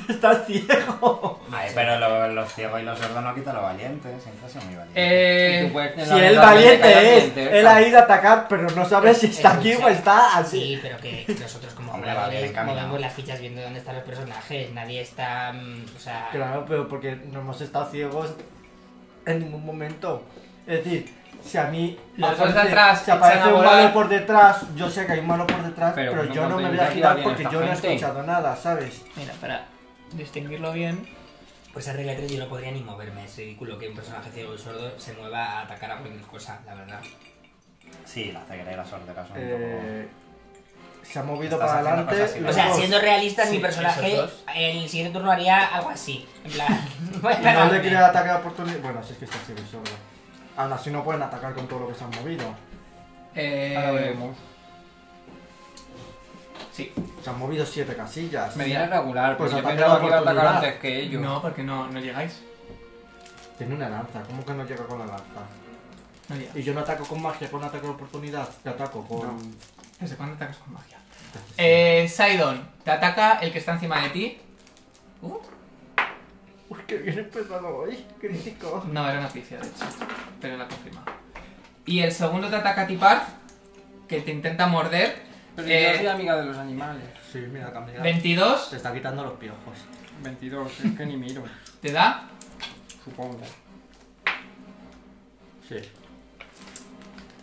[SPEAKER 2] Estás ciego.
[SPEAKER 3] Ay, Eh, pero lo- los ciegos y los sordos no quitan los valientes, siempre son muy valientes.
[SPEAKER 6] Y
[SPEAKER 1] Eh,
[SPEAKER 6] tú puedes tener
[SPEAKER 2] Si
[SPEAKER 6] la
[SPEAKER 2] él
[SPEAKER 6] ventaja de que
[SPEAKER 2] valiente
[SPEAKER 6] hayas
[SPEAKER 2] es,
[SPEAKER 6] cerca.
[SPEAKER 2] él ha ido a atacar, pero no sabe si está aquí o
[SPEAKER 4] Escucha.
[SPEAKER 2] está así.
[SPEAKER 4] Sí, pero que nosotros como
[SPEAKER 3] Hombre, va bien
[SPEAKER 4] jugadores
[SPEAKER 3] encaminado.
[SPEAKER 4] movemos las fichas viendo dónde están los personajes. Nadie está... mm, O sea...
[SPEAKER 2] Claro, pero porque no hemos estado ciegos en ningún momento. Es decir, si a mí
[SPEAKER 1] Los dos de atrás
[SPEAKER 2] si aparece
[SPEAKER 1] echan a
[SPEAKER 2] un
[SPEAKER 1] volar.
[SPEAKER 2] malo por detrás, yo sé que hay un malo por detrás,
[SPEAKER 6] Pero
[SPEAKER 2] pero,
[SPEAKER 6] no
[SPEAKER 2] yo no
[SPEAKER 6] me
[SPEAKER 2] me voy
[SPEAKER 6] pregunta
[SPEAKER 2] a
[SPEAKER 6] que
[SPEAKER 2] girar
[SPEAKER 6] alguien
[SPEAKER 2] porque
[SPEAKER 6] esta
[SPEAKER 2] yo no he
[SPEAKER 6] gente.
[SPEAKER 2] escuchado nada, ¿sabes?
[SPEAKER 1] mira, para distinguirlo bien.
[SPEAKER 4] Pues a regla 3 yo no podría ni moverme. Es ridículo que un personaje ciego y sordo se mueva a atacar a cualquier cosa, la verdad.
[SPEAKER 3] Sí, la ceguera y la sordera son un
[SPEAKER 2] Eh, se ha movido
[SPEAKER 3] Estás
[SPEAKER 2] para
[SPEAKER 3] haciendo
[SPEAKER 2] adelante.
[SPEAKER 3] cosas así,
[SPEAKER 4] O
[SPEAKER 2] los
[SPEAKER 4] sea,
[SPEAKER 2] dos.
[SPEAKER 4] siendo realistas, mi
[SPEAKER 1] Sí,
[SPEAKER 4] personaje
[SPEAKER 1] esos dos.
[SPEAKER 4] en el siguiente turno haría algo así. En plan... voy a
[SPEAKER 2] Y no le
[SPEAKER 4] pegarme.
[SPEAKER 2] quieren atacar oportunidad. Bueno, si es que está ciego y sordo. Aún así no pueden atacar con todo lo que se han movido.
[SPEAKER 6] Ahora
[SPEAKER 1] Eh,
[SPEAKER 6] veremos.
[SPEAKER 1] sí,
[SPEAKER 2] Se han movido siete casillas.
[SPEAKER 6] Medida regular,
[SPEAKER 2] Pues
[SPEAKER 6] pues yo
[SPEAKER 2] ataque
[SPEAKER 6] pensaba
[SPEAKER 2] de
[SPEAKER 6] que iba a atacar
[SPEAKER 2] oportunidad.
[SPEAKER 6] antes que ellos.
[SPEAKER 1] no, porque no, no llegáis.
[SPEAKER 2] Tiene una lanza, ¿cómo que no llega con la lanza?
[SPEAKER 1] No llegáis.
[SPEAKER 2] Y yo no ataco con magia, con ataque de oportunidad, te ataco con.
[SPEAKER 1] ¿Desde cuándo atacas con magia? Eh, Sidon, te ataca el que está encima de ti. Uh,
[SPEAKER 2] Uy, que bien empezado hoy, crítico.
[SPEAKER 1] no, era noticia, de hecho, pero la confirma. Y el segundo te ataca a ti, Parth, que te intenta morder.
[SPEAKER 6] Pero
[SPEAKER 1] Eh,
[SPEAKER 6] yo soy amiga de los animales.
[SPEAKER 2] Sí, mira, cambia.
[SPEAKER 1] 22,
[SPEAKER 2] Se está quitando los piojos.
[SPEAKER 5] 22, es que ni miro,
[SPEAKER 1] te da
[SPEAKER 5] supongo.
[SPEAKER 2] Sí,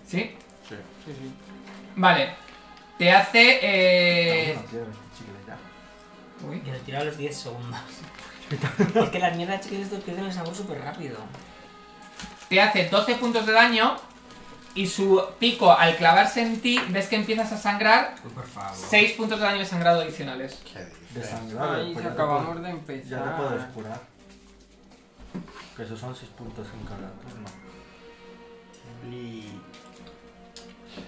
[SPEAKER 1] ¿Sí?
[SPEAKER 2] sí.
[SPEAKER 5] Sí, sí.
[SPEAKER 1] Vale. Te hace. Eh...
[SPEAKER 2] No quiero este chicle ya.
[SPEAKER 1] Uy.
[SPEAKER 4] Yo lo tiro a los 10 segundos. es que las mierdas chicas estos pierden el sabor súper rápido.
[SPEAKER 1] Te hace 12 puntos de daño. Y su pico, al clavarse en ti, ves que empiezas a sangrar.
[SPEAKER 4] Uy, por favor.
[SPEAKER 1] 6 puntos de daño de sangrado adicionales.
[SPEAKER 3] poco- ¿Qué dices?
[SPEAKER 2] Desangrado.
[SPEAKER 6] Ay,
[SPEAKER 2] pues
[SPEAKER 6] si
[SPEAKER 2] ya te
[SPEAKER 6] acabamos
[SPEAKER 2] puedo-
[SPEAKER 6] de empezar.
[SPEAKER 2] Ya te puedes curar. Que esos son 6 puntos en cada turno.
[SPEAKER 3] Y-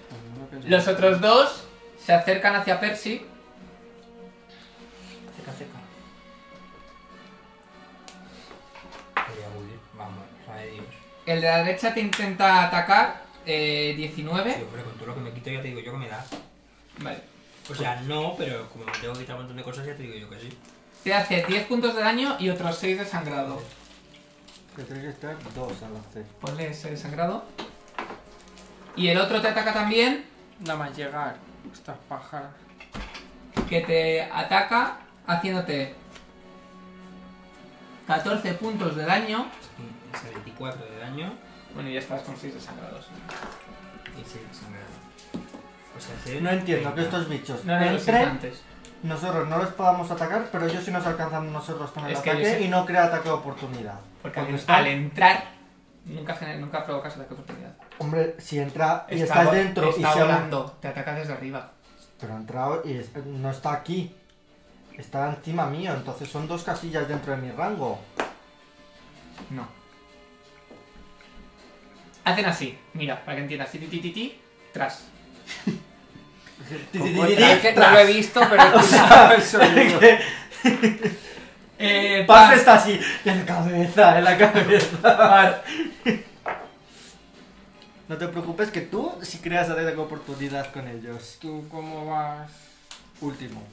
[SPEAKER 5] Pues No pensé-
[SPEAKER 1] Los otros dos se acercan hacia Percy.
[SPEAKER 4] Cerca, cerca. Podría huir, vamos, sabe Dios.
[SPEAKER 1] El de la derecha te intenta atacar. Eh,
[SPEAKER 4] Sí,
[SPEAKER 1] 19.
[SPEAKER 4] hombre, con todo lo que me quito ya te digo yo que me da.
[SPEAKER 1] Vale.
[SPEAKER 4] O sea, no, pero como me tengo que quitar un montón de cosas ya te digo yo que sí.
[SPEAKER 1] Te hace 10 puntos de daño y otros 6 de sangrado.
[SPEAKER 2] Que tienes que estar 2 al hacer.
[SPEAKER 1] Ponle ese de sangrado. Y el otro te ataca también.
[SPEAKER 5] Nada más llegar, estas pájaras.
[SPEAKER 1] que te ataca haciéndote 14 puntos de daño.
[SPEAKER 4] Mm, Es el 24 de daño
[SPEAKER 1] Bueno, y ya estás con 6 desangrados.
[SPEAKER 4] y 6 de sangrado. O sea,
[SPEAKER 2] No entiendo que estos bichos
[SPEAKER 1] No, no, no, sí,
[SPEAKER 2] entren,
[SPEAKER 1] antes.
[SPEAKER 2] nosotros no los podamos atacar, pero ellos sí nos alcanzan nosotros con el
[SPEAKER 1] Es que yo
[SPEAKER 2] ataque
[SPEAKER 1] sé-
[SPEAKER 2] y no crea ataque de oportunidad.
[SPEAKER 1] Porque al,
[SPEAKER 2] está-
[SPEAKER 1] al entrar nunca, gener- nunca provocas ataque de oportunidad.
[SPEAKER 2] Hombre, si entra y
[SPEAKER 1] Está
[SPEAKER 2] estás
[SPEAKER 1] vo-
[SPEAKER 2] dentro y se
[SPEAKER 1] está
[SPEAKER 2] abre-
[SPEAKER 1] volando, te ataca desde arriba.
[SPEAKER 2] Pero ha entrado y es- no está aquí. Está encima mío, entonces son dos casillas dentro de mi rango.
[SPEAKER 1] No. Hacen así, mira, para que entiendas. Ti, ti, ti, ti, ti, tras.
[SPEAKER 6] Es que no lo he visto, pero he escuchado el sonido.
[SPEAKER 1] Eh,
[SPEAKER 2] Paz
[SPEAKER 1] Paz.
[SPEAKER 2] está así, en la cabeza, en la cabeza. No te preocupes que tú si creas ataque de oportunidad con ellos.
[SPEAKER 5] ¿Tú cómo vas
[SPEAKER 2] Último.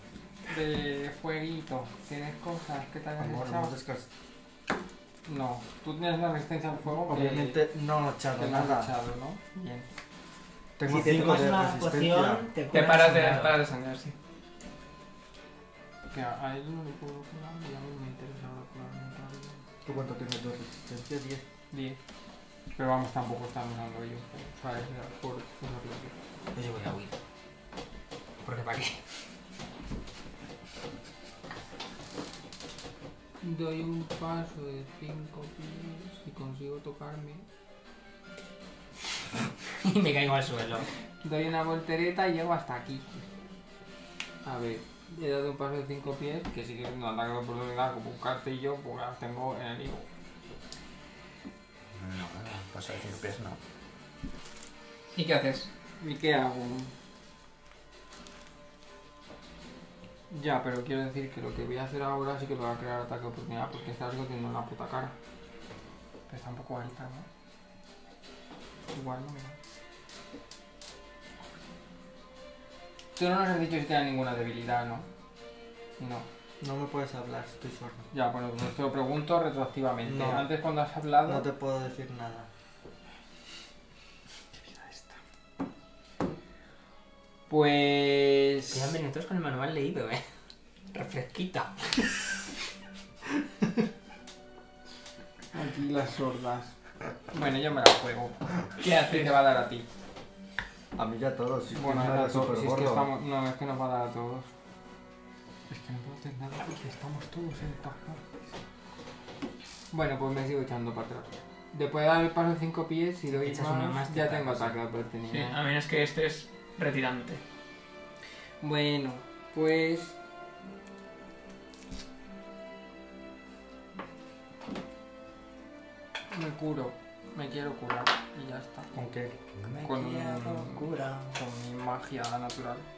[SPEAKER 5] de fueguito? ¿Tienes cosas que te hayan
[SPEAKER 2] Amor,
[SPEAKER 5] echado?
[SPEAKER 2] hemos descans-
[SPEAKER 5] No, tú tienes la resistencia al fuego que-
[SPEAKER 2] Obviamente no he
[SPEAKER 5] que
[SPEAKER 2] echado
[SPEAKER 5] me has
[SPEAKER 2] nada.
[SPEAKER 5] echado, ¿no? Bien.
[SPEAKER 2] Tengo 5 de resistencia.
[SPEAKER 4] te,
[SPEAKER 1] Te
[SPEAKER 4] curas
[SPEAKER 1] paras de,
[SPEAKER 4] sangrado.
[SPEAKER 1] paras de sangrar, sí.
[SPEAKER 5] Que a a él no le puedo curar, ya no me interesa ahora curarme todavía.
[SPEAKER 2] ¿Tú cuánto tienes de resistencia? 10.
[SPEAKER 5] 10. Pero vamos, tampoco estamos dando yo. ¿Sabes? Por una plata.
[SPEAKER 4] Pues yo voy a huir. Porque para qué.
[SPEAKER 5] Doy un paso de 5 pies y consigo tocarme.
[SPEAKER 4] y me caigo al suelo.
[SPEAKER 5] Doy una voltereta y llego hasta aquí. A ver, he dado un paso de 5 pies, que sigue siendo un ataque de oportunidad como un castillo, porque ahora tengo enemigo.
[SPEAKER 3] No, paso de 5 pies no.
[SPEAKER 1] ¿Y qué haces?
[SPEAKER 5] ¿Y qué hago? Ya, pero quiero decir que lo que voy a hacer ahora sí que lo va a crear ataque de oportunidad porque está algo tiene una puta cara. Pero tampoco ahorita, ¿no? Igual no me da.
[SPEAKER 6] Tú no nos has dicho si tiene ninguna debilidad, ¿no? No.
[SPEAKER 2] No me puedes hablar, estoy sordo.
[SPEAKER 6] Ya, bueno, pues te lo pregunto retroactivamente.
[SPEAKER 2] No.
[SPEAKER 6] Antes cuando has hablado...
[SPEAKER 2] No te puedo decir nada.
[SPEAKER 4] Quedan
[SPEAKER 6] Pues...
[SPEAKER 4] minutos con el manual leído, eh. Refresquita.
[SPEAKER 5] Aquí las sordas.
[SPEAKER 6] Bueno, yo me la juego.
[SPEAKER 1] ¿Qué
[SPEAKER 6] ¿Qué te
[SPEAKER 1] haces?
[SPEAKER 6] va a dar a ti?
[SPEAKER 2] A mí ya todos, sí.
[SPEAKER 5] Bueno,
[SPEAKER 2] me
[SPEAKER 5] era
[SPEAKER 2] da
[SPEAKER 5] todo,
[SPEAKER 2] súper
[SPEAKER 5] si es que
[SPEAKER 2] gordo.
[SPEAKER 5] estamos... No, es que nos va a dar a todos. Es que no puedo hacer nada porque estamos todos en todas partes. Bueno, pues me sigo echando para atrás. Después de dar el paso de 5 pies, si doy
[SPEAKER 4] Echas una
[SPEAKER 5] más,
[SPEAKER 4] más,
[SPEAKER 5] ya
[SPEAKER 4] te
[SPEAKER 5] tengo
[SPEAKER 4] atacas.
[SPEAKER 5] ataque de
[SPEAKER 1] Sí,
[SPEAKER 4] ah.
[SPEAKER 5] oportunidad.
[SPEAKER 1] a menos que estés retirándote.
[SPEAKER 5] Bueno, pues...
[SPEAKER 6] Me curo. Me quiero curar. Y ya está.
[SPEAKER 2] ¿Con qué?
[SPEAKER 6] Con, con mi magia natural.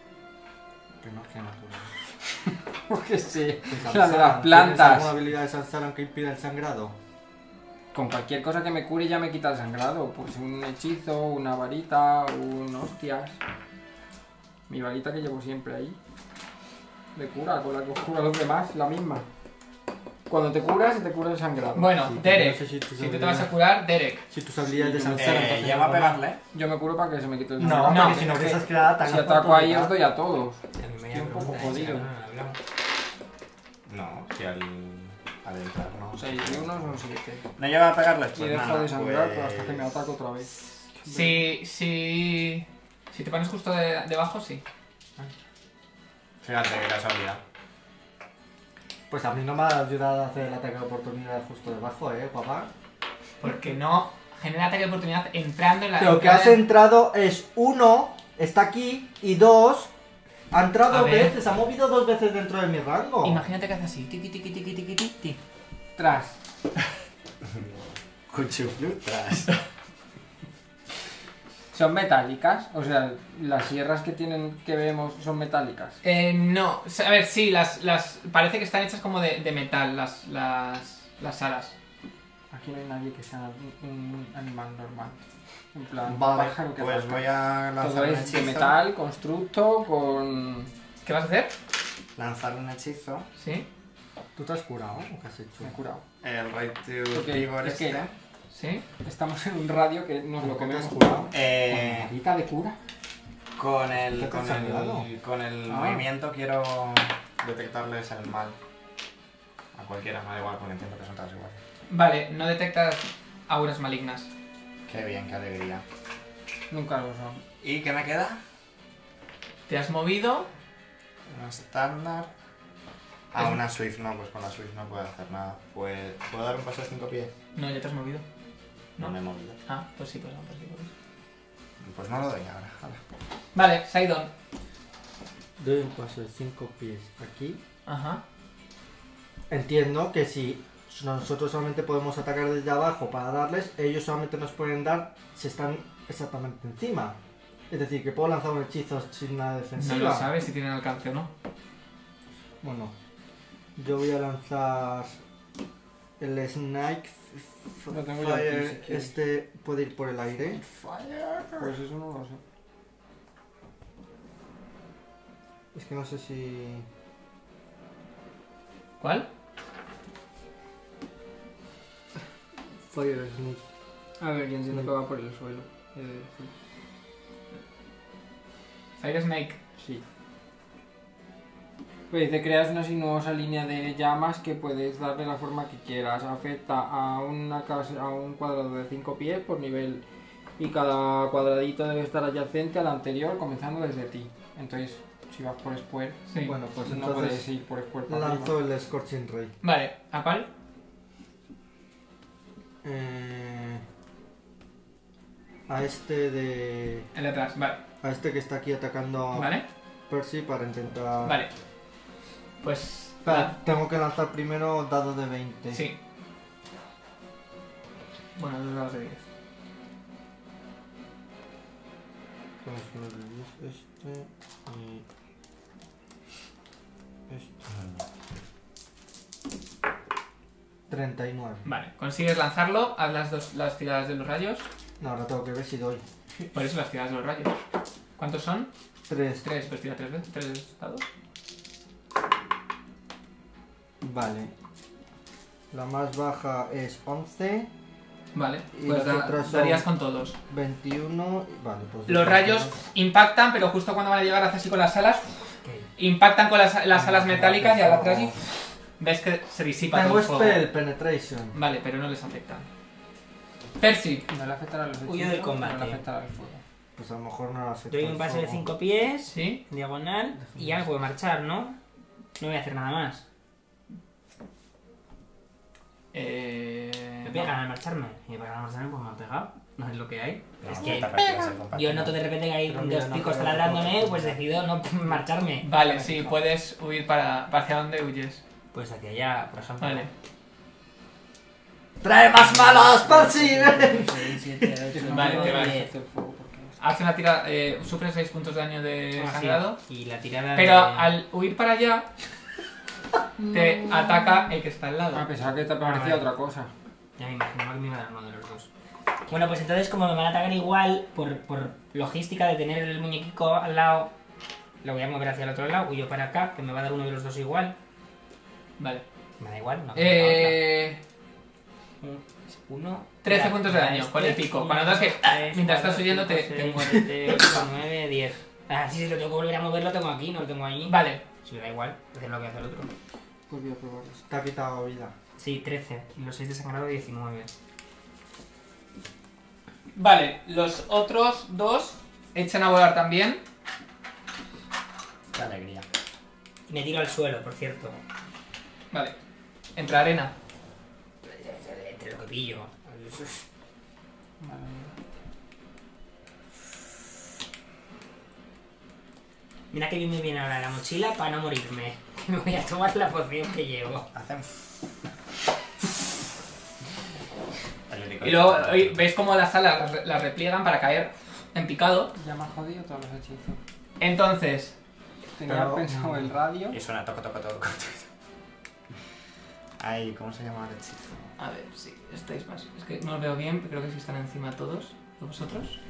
[SPEAKER 2] Que no es que natural.
[SPEAKER 6] Porque sé.
[SPEAKER 2] ¿Tienes
[SPEAKER 6] La de las
[SPEAKER 2] ¿Alguna
[SPEAKER 6] plantas.
[SPEAKER 2] habilidad de Sansaran que impida el sangrado?
[SPEAKER 6] Con cualquier cosa que me cure ya me quita el sangrado. Pues un hechizo, una varita, un hostias. Mi varita que llevo siempre ahí. De cura, con la que os cura a los demás, la misma. Cuando te curas, se te cura el sangrado.
[SPEAKER 1] Bueno,
[SPEAKER 2] Sí,
[SPEAKER 1] Derek,
[SPEAKER 2] no sé si tú
[SPEAKER 1] si tú te
[SPEAKER 2] sabrías.
[SPEAKER 1] vas a curar, Derek.
[SPEAKER 2] Si tus habilidades de
[SPEAKER 6] Sí,
[SPEAKER 2] Sansaran...
[SPEAKER 3] Eh,
[SPEAKER 2] te
[SPEAKER 3] ya va a
[SPEAKER 2] hacen algo
[SPEAKER 3] pegarle.
[SPEAKER 6] Yo me curo para que se me quite el
[SPEAKER 2] mal. No,
[SPEAKER 6] sangrado.
[SPEAKER 1] No,
[SPEAKER 2] porque si no hubieses creado ataque.
[SPEAKER 6] Si ataco ahí, os doy a todos.
[SPEAKER 4] A mí me
[SPEAKER 6] Estoy un
[SPEAKER 4] da
[SPEAKER 6] poco
[SPEAKER 4] vergüenza,
[SPEAKER 6] jodido.
[SPEAKER 4] ya no hablamos.
[SPEAKER 3] No, si al, al entrar no.
[SPEAKER 6] 6 y 1 son 7.
[SPEAKER 3] ¿No lleva a pegarle?
[SPEAKER 6] Y
[SPEAKER 3] Pues
[SPEAKER 6] dejo
[SPEAKER 3] nada,
[SPEAKER 6] de sangrar
[SPEAKER 3] pues-
[SPEAKER 6] hasta que me ataco otra vez.
[SPEAKER 1] Si, si, si te pones justo de- debajo, sí.
[SPEAKER 3] Fíjate, qué casualidad.
[SPEAKER 2] Pues a mí no me ha ayudado a hacer el ataque de oportunidad justo debajo, ¿eh, papá?
[SPEAKER 1] Porque no genera ataque de oportunidad entrando en la...
[SPEAKER 2] Lo que has entrado es uno, está aquí, y dos, ha entrado
[SPEAKER 1] A
[SPEAKER 2] dos
[SPEAKER 1] ver.
[SPEAKER 2] veces, ha movido dos veces dentro de mi rango.
[SPEAKER 1] Imagínate que haces así, tiqui, tiqui, tiqui, tiqui, tiqui, tiqui.
[SPEAKER 6] Tras.
[SPEAKER 3] Cuchuflutras.
[SPEAKER 6] ¿Son metálicas? O sea, las sierras que tienen que vemos son metálicas.
[SPEAKER 1] Eh, no, o sea, a ver, sí, las, las... Parece que están hechas como de, de metal las, las, las alas.
[SPEAKER 6] Aquí no hay nadie que sea un, un animal normal. En plan,
[SPEAKER 2] Vale,
[SPEAKER 6] pájaro que
[SPEAKER 3] Pues
[SPEAKER 6] ataca.
[SPEAKER 3] voy a lanzar
[SPEAKER 6] Todo
[SPEAKER 3] un
[SPEAKER 6] es
[SPEAKER 3] hechizo.
[SPEAKER 6] de metal, constructo, con...
[SPEAKER 1] ¿Qué vas a hacer?
[SPEAKER 3] Lanzar un hechizo.
[SPEAKER 1] Sí,
[SPEAKER 2] ¿Tú te has curado o qué has hecho?
[SPEAKER 6] Me he curado.
[SPEAKER 3] El Right to
[SPEAKER 6] Porque
[SPEAKER 3] Vigor
[SPEAKER 6] es que-
[SPEAKER 3] este.
[SPEAKER 1] sí.
[SPEAKER 6] Estamos en un radio que nos lo
[SPEAKER 2] ¿Con qué te
[SPEAKER 6] comemos.
[SPEAKER 2] has curado?
[SPEAKER 3] Eh,
[SPEAKER 6] Varita de cura.
[SPEAKER 3] con el,
[SPEAKER 2] ¿Qué te
[SPEAKER 3] con
[SPEAKER 2] has ayudado?
[SPEAKER 3] el, con el
[SPEAKER 6] Ah.
[SPEAKER 3] movimiento quiero detectarles el mal. A cualquiera, me da igual, porque entiendo que son todas iguales.
[SPEAKER 1] Vale, no detectas auras malignas.
[SPEAKER 3] Qué bien, qué alegría.
[SPEAKER 6] Nunca lo son.
[SPEAKER 3] ¿Y qué me queda?
[SPEAKER 1] Te has movido,
[SPEAKER 3] Un estándar. Ah, una Swift no, pues con la Swift no puedo hacer nada. Pues, ¿puedo dar un paso de cinco pies?
[SPEAKER 1] No, ya te has movido.
[SPEAKER 3] No,
[SPEAKER 1] No.
[SPEAKER 3] me he movido.
[SPEAKER 1] Ah, pues sí, pues no, pues sí. Pues. sí.
[SPEAKER 3] Pues no lo doy ahora. Ala.
[SPEAKER 1] Vale, Saidon.
[SPEAKER 2] Doy un paso de 5 pies aquí.
[SPEAKER 1] Ajá.
[SPEAKER 2] Entiendo que si nosotros solamente podemos atacar desde abajo para darles, ellos solamente nos pueden dar si están exactamente encima. Es decir, que puedo lanzar un hechizo sin nada
[SPEAKER 1] No
[SPEAKER 2] defensiva.
[SPEAKER 1] lo sabes si tienen alcance o no.
[SPEAKER 2] Bueno, yo voy a lanzar el Snake f-
[SPEAKER 6] Lo tengo yo
[SPEAKER 2] Fire.
[SPEAKER 6] aquí, si quieres.
[SPEAKER 2] este puede ir por el aire.
[SPEAKER 6] Pues eso no lo sé.
[SPEAKER 2] Es que no sé si.
[SPEAKER 1] ¿Cuál?
[SPEAKER 2] Fire Snake.
[SPEAKER 6] A ver, yo entiendo que va por el suelo. Eh,
[SPEAKER 1] Fire Snake.
[SPEAKER 6] Sí. Pues te creas una sinuosa línea de llamas que puedes darle la forma que quieras. Afecta a, una casa, a un cuadrado de 5 pies por nivel. Y cada cuadradito debe estar adyacente al anterior, comenzando desde ti. Entonces, si vas por square,
[SPEAKER 1] Sí.
[SPEAKER 2] Bueno, pues
[SPEAKER 6] no puedes
[SPEAKER 2] entonces
[SPEAKER 6] ir por square para arriba.
[SPEAKER 2] lanzo el Scorching Ray.
[SPEAKER 1] Vale, ¿a cuál?
[SPEAKER 2] Eh, a este de.
[SPEAKER 1] El de atrás, vale.
[SPEAKER 2] A este que está aquí atacando a
[SPEAKER 1] ¿Vale?
[SPEAKER 2] Percy para intentar.
[SPEAKER 1] Vale. Pues.
[SPEAKER 2] Espera, tengo que lanzar primero dado de 20.
[SPEAKER 1] Sí. Bueno, dos dados de 10.
[SPEAKER 2] Pues lo de este y. Este. 39.
[SPEAKER 1] Vale, consigues lanzarlo, haz las dos las tiradas de los rayos.
[SPEAKER 2] No, ahora tengo que ver si doy.
[SPEAKER 1] Por eso las tiradas de los rayos. ¿Cuántos son?
[SPEAKER 2] 3.
[SPEAKER 1] Tres, pues tira tres veces. Tres dados.
[SPEAKER 2] Vale. La más baja es 11,
[SPEAKER 1] Vale,
[SPEAKER 2] Y
[SPEAKER 1] pues
[SPEAKER 2] las
[SPEAKER 1] da-
[SPEAKER 2] otras son-
[SPEAKER 1] darías con todos.
[SPEAKER 2] 21. y- Vale, pues.
[SPEAKER 1] Los rayos impactan, pero justo cuando van a llegar, hace así con las alas. Impactan con las, las alas metálicas y al atrás y. Ves que se disipa todo
[SPEAKER 2] Tengo
[SPEAKER 1] el fuego.
[SPEAKER 2] spell penetration.
[SPEAKER 1] Vale, pero no les afecta. Percy,
[SPEAKER 6] No le afectará a los hechizos.
[SPEAKER 4] Huyo del combate.
[SPEAKER 6] No le afectará el fuego.
[SPEAKER 2] Pues a lo mejor no hace.
[SPEAKER 4] Doy un pase de 5 pies,
[SPEAKER 1] ¿sí?
[SPEAKER 4] diagonal, y ya me puedo marchar, ¿no? No voy a hacer nada más.
[SPEAKER 1] Eh.
[SPEAKER 4] Me
[SPEAKER 1] no.
[SPEAKER 4] pegan al marcharme. Y me pegan al marcharme, pues me han pegado. No es lo que hay.
[SPEAKER 3] No,
[SPEAKER 4] es
[SPEAKER 3] no
[SPEAKER 4] que
[SPEAKER 3] te permites el combate.
[SPEAKER 4] yo noto de repente que hay
[SPEAKER 2] Pero mira,
[SPEAKER 4] dos
[SPEAKER 2] no
[SPEAKER 4] picos
[SPEAKER 2] creo que
[SPEAKER 4] taladrándome,
[SPEAKER 2] todos-
[SPEAKER 4] pues decido no marcharme.
[SPEAKER 1] Vale, sí, puedes huir para. para ¿Hacia dónde huyes?
[SPEAKER 4] Pues hacia allá, por ejemplo. ¡Eh,
[SPEAKER 1] Vale.
[SPEAKER 2] ¡Trae más malas, Parsi!
[SPEAKER 4] Seis, siete, ocho,
[SPEAKER 1] Vale,
[SPEAKER 4] nueve,
[SPEAKER 1] te vas.
[SPEAKER 4] diez.
[SPEAKER 6] Hace el fuego porque no sé.
[SPEAKER 1] Hace una tira. Eh, sufres 6 puntos de daño de
[SPEAKER 4] Ah, sí.
[SPEAKER 1] sangrado.
[SPEAKER 4] Y la tirada
[SPEAKER 1] Pero
[SPEAKER 4] de-
[SPEAKER 1] al huir para allá. te ataca el que está al
[SPEAKER 6] Ah,
[SPEAKER 1] lado.
[SPEAKER 6] pensaba que te
[SPEAKER 4] Vale.
[SPEAKER 6] parecía otra cosa.
[SPEAKER 4] Ya me imaginaba que me iba a dar uno de los dos. Bueno, pues entonces como me van a atacar igual, por, por logística de tener el muñequico al lado, lo voy a mover hacia el otro lado, huyo para acá, que me va a dar uno de los dos igual.
[SPEAKER 1] Vale.
[SPEAKER 4] Me da igual,
[SPEAKER 1] ah,
[SPEAKER 4] no.
[SPEAKER 1] Eh. ah,
[SPEAKER 4] Uno.
[SPEAKER 1] 13
[SPEAKER 4] mira,
[SPEAKER 1] puntos de
[SPEAKER 4] mira,
[SPEAKER 1] daño, con el pico. Cuando notas que, ah,
[SPEAKER 4] tres,
[SPEAKER 1] mientras
[SPEAKER 4] cuatro,
[SPEAKER 1] estás huyendo, te-
[SPEAKER 4] cinco,
[SPEAKER 1] te
[SPEAKER 4] seis,
[SPEAKER 1] mueres.
[SPEAKER 4] siete, ocho, nueve, diez. Ah, sí, sí, lo tengo que volver a mover, lo tengo aquí, no lo tengo ahí.
[SPEAKER 1] Vale.
[SPEAKER 4] Si me da igual, hacer lo que hace el otro.
[SPEAKER 6] Pues voy a probar eso.
[SPEAKER 2] Te ha quitado vida.
[SPEAKER 4] Sí, 13. Y los 6 de sangrado, 19.
[SPEAKER 1] Vale, los otros dos echan a volar también.
[SPEAKER 3] Qué alegría.
[SPEAKER 4] Y me tiro al suelo, por cierto.
[SPEAKER 1] Vale. Entre arena.
[SPEAKER 4] Entre lo que pillo.
[SPEAKER 6] Vale,
[SPEAKER 4] Mira que bien me viene ahora la mochila para no morirme. Que me voy a tomar la poción que llevo.
[SPEAKER 3] Hacen. El único
[SPEAKER 1] Y luego
[SPEAKER 3] que-
[SPEAKER 1] oí- veis cómo las alas las- las repliegan para caer en picado.
[SPEAKER 6] ya me ha jodido todos los hechizos.
[SPEAKER 1] Entonces,
[SPEAKER 6] Tenía
[SPEAKER 2] Pero-
[SPEAKER 6] pensado el radio.
[SPEAKER 3] Y suena toco, toco, toco. Ay, ¿cómo se llama el hechizo?
[SPEAKER 1] a ver si estáis más. Es que no os veo bien, pero creo que sí están encima todos. ¿De vosotros?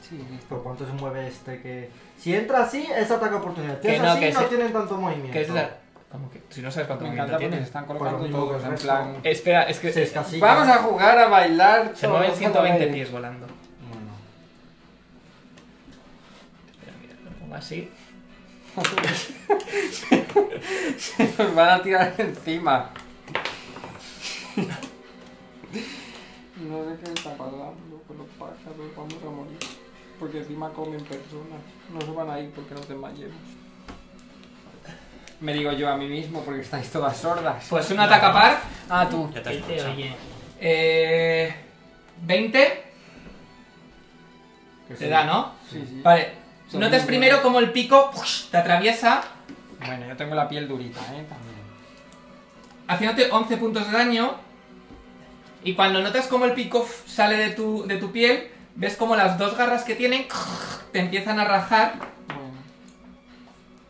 [SPEAKER 6] Sí, listo.
[SPEAKER 2] ¿Por cuánto se mueve este que.? Si entra así, es ataque oportunidad. Si
[SPEAKER 1] Que
[SPEAKER 2] es
[SPEAKER 1] no,
[SPEAKER 2] así,
[SPEAKER 1] que
[SPEAKER 2] no
[SPEAKER 1] se-
[SPEAKER 2] tienen tanto movimiento.
[SPEAKER 1] Que es la... ¿Cómo que? Si no sabes cuánto
[SPEAKER 6] Me
[SPEAKER 1] movimiento
[SPEAKER 6] encanta porque se
[SPEAKER 1] tienes.
[SPEAKER 6] están
[SPEAKER 2] Por lo
[SPEAKER 6] colocando
[SPEAKER 2] mismo
[SPEAKER 6] todos
[SPEAKER 2] que
[SPEAKER 6] en
[SPEAKER 2] el
[SPEAKER 6] plan.
[SPEAKER 2] resto.
[SPEAKER 1] Espera, es que.
[SPEAKER 2] Sí, es casi.
[SPEAKER 6] Vamos a jugar a bailar.
[SPEAKER 1] Se
[SPEAKER 6] todos
[SPEAKER 1] mueven
[SPEAKER 6] juntos,
[SPEAKER 1] 120
[SPEAKER 6] ¿vale?
[SPEAKER 1] pies volando.
[SPEAKER 2] Bueno,
[SPEAKER 1] Espera, mira, lo pongo así.
[SPEAKER 6] Nos van a tirar encima. No sé qué está pasando con los pájaros, vamos a morir. Porque encima comen personas. No se van a ir porque nos desmayemos. Me digo yo a mí mismo porque estáis todas sordas.
[SPEAKER 1] Pues un ataque a par.
[SPEAKER 6] Ah, tú.
[SPEAKER 3] Yo te
[SPEAKER 4] Él te
[SPEAKER 3] escucho.
[SPEAKER 4] Este, oye.
[SPEAKER 1] Eh, 20.
[SPEAKER 2] que
[SPEAKER 1] Te
[SPEAKER 2] sí.
[SPEAKER 1] da, ¿no?
[SPEAKER 6] Sí, sí.
[SPEAKER 1] Vale.
[SPEAKER 6] Sí,
[SPEAKER 1] Notas
[SPEAKER 6] sí.
[SPEAKER 1] primero como el pico te atraviesa,
[SPEAKER 6] Bueno, yo tengo la piel durita, ¿eh? También.
[SPEAKER 1] haciéndote 11 puntos de daño. Y cuando notas como el pico sale de tu, de tu piel, ves como las dos garras que tienen te empiezan a rajar.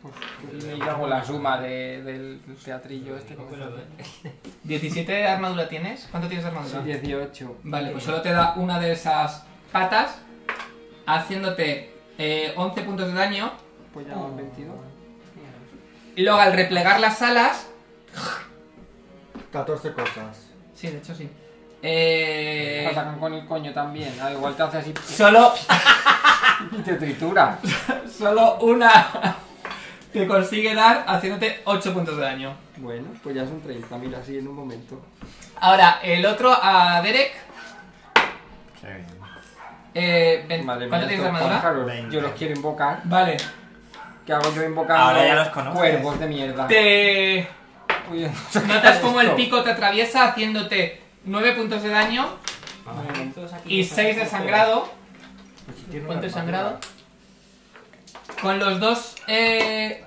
[SPEAKER 6] Bueno. Pues yo hago la suma de- del teatrillo este. que me
[SPEAKER 4] Pero,
[SPEAKER 6] sale.
[SPEAKER 4] eh,
[SPEAKER 1] 17 de armadura tienes. ¿Cuánto tienes de
[SPEAKER 6] Sí,
[SPEAKER 1] armadura?
[SPEAKER 6] 18.
[SPEAKER 1] Vale, pues solo te da una de esas patas, haciéndote eh, 11 puntos de daño.
[SPEAKER 6] Pues ya van 22.
[SPEAKER 1] Y luego al replegar las alas,
[SPEAKER 2] 14 cosas.
[SPEAKER 1] Sí, de hecho sí.
[SPEAKER 6] Te
[SPEAKER 1] Eh,
[SPEAKER 6] atacan con el coño también. Ah, igual te hace así
[SPEAKER 1] solo,
[SPEAKER 6] y te tritura.
[SPEAKER 1] solo una te consigue dar haciéndote 8 puntos de daño.
[SPEAKER 6] Bueno, pues ya son 30, mira, así en un momento.
[SPEAKER 1] Ahora, el otro a Derek.
[SPEAKER 3] Qué bien.
[SPEAKER 1] Eh, ven- ¿Cuánto tienes de
[SPEAKER 6] estos
[SPEAKER 1] armadura?
[SPEAKER 6] pájaros,
[SPEAKER 3] Veinte.
[SPEAKER 6] yo los quiero invocar.
[SPEAKER 1] Vale.
[SPEAKER 6] ¿Qué hago yo invocando?
[SPEAKER 3] Ahora ya los conoces.
[SPEAKER 6] Cuervos de mierda.
[SPEAKER 1] Te
[SPEAKER 6] Uy,
[SPEAKER 1] notas como el
[SPEAKER 6] esto.
[SPEAKER 1] pico te atraviesa haciéndote 9 puntos de daño
[SPEAKER 4] vamos, todos aquí,
[SPEAKER 1] y
[SPEAKER 4] todos
[SPEAKER 1] 6 de
[SPEAKER 4] aquí,
[SPEAKER 1] sangrado.
[SPEAKER 2] Pues si tiene una
[SPEAKER 1] ¿Cuánto de
[SPEAKER 2] armadura.
[SPEAKER 1] sangrado? Con los dos... Eh,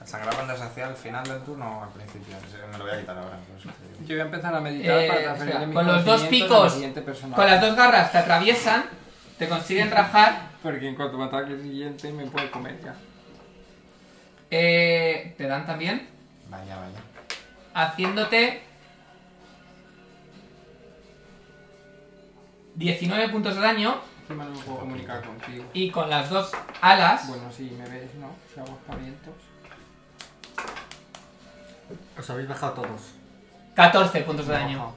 [SPEAKER 3] ¿El sangrado cuando se hacía al final del turno o al principio? No sé, Me lo voy a quitar ahora. pues, te digo.
[SPEAKER 6] Yo voy a empezar a meditar
[SPEAKER 1] Eh,
[SPEAKER 6] para
[SPEAKER 1] espera,
[SPEAKER 6] transferirle mis
[SPEAKER 1] con los dos
[SPEAKER 6] conocimientos
[SPEAKER 1] picos,
[SPEAKER 6] a la siguiente persona.
[SPEAKER 1] con las dos garras te atraviesan, te consiguen rajar
[SPEAKER 6] Porque en cuanto me ataque el siguiente me puede comer ya.
[SPEAKER 1] Eh, te dan también,
[SPEAKER 3] Vaya, vaya.
[SPEAKER 1] haciéndote 19 puntos de daño
[SPEAKER 6] Encima no me puedo comunicar contigo.
[SPEAKER 1] y con las dos alas.
[SPEAKER 6] Bueno, si me ves, ¿no? Si hago espavientos.
[SPEAKER 2] Os habéis bajado todos.
[SPEAKER 1] 14 puntos de daño.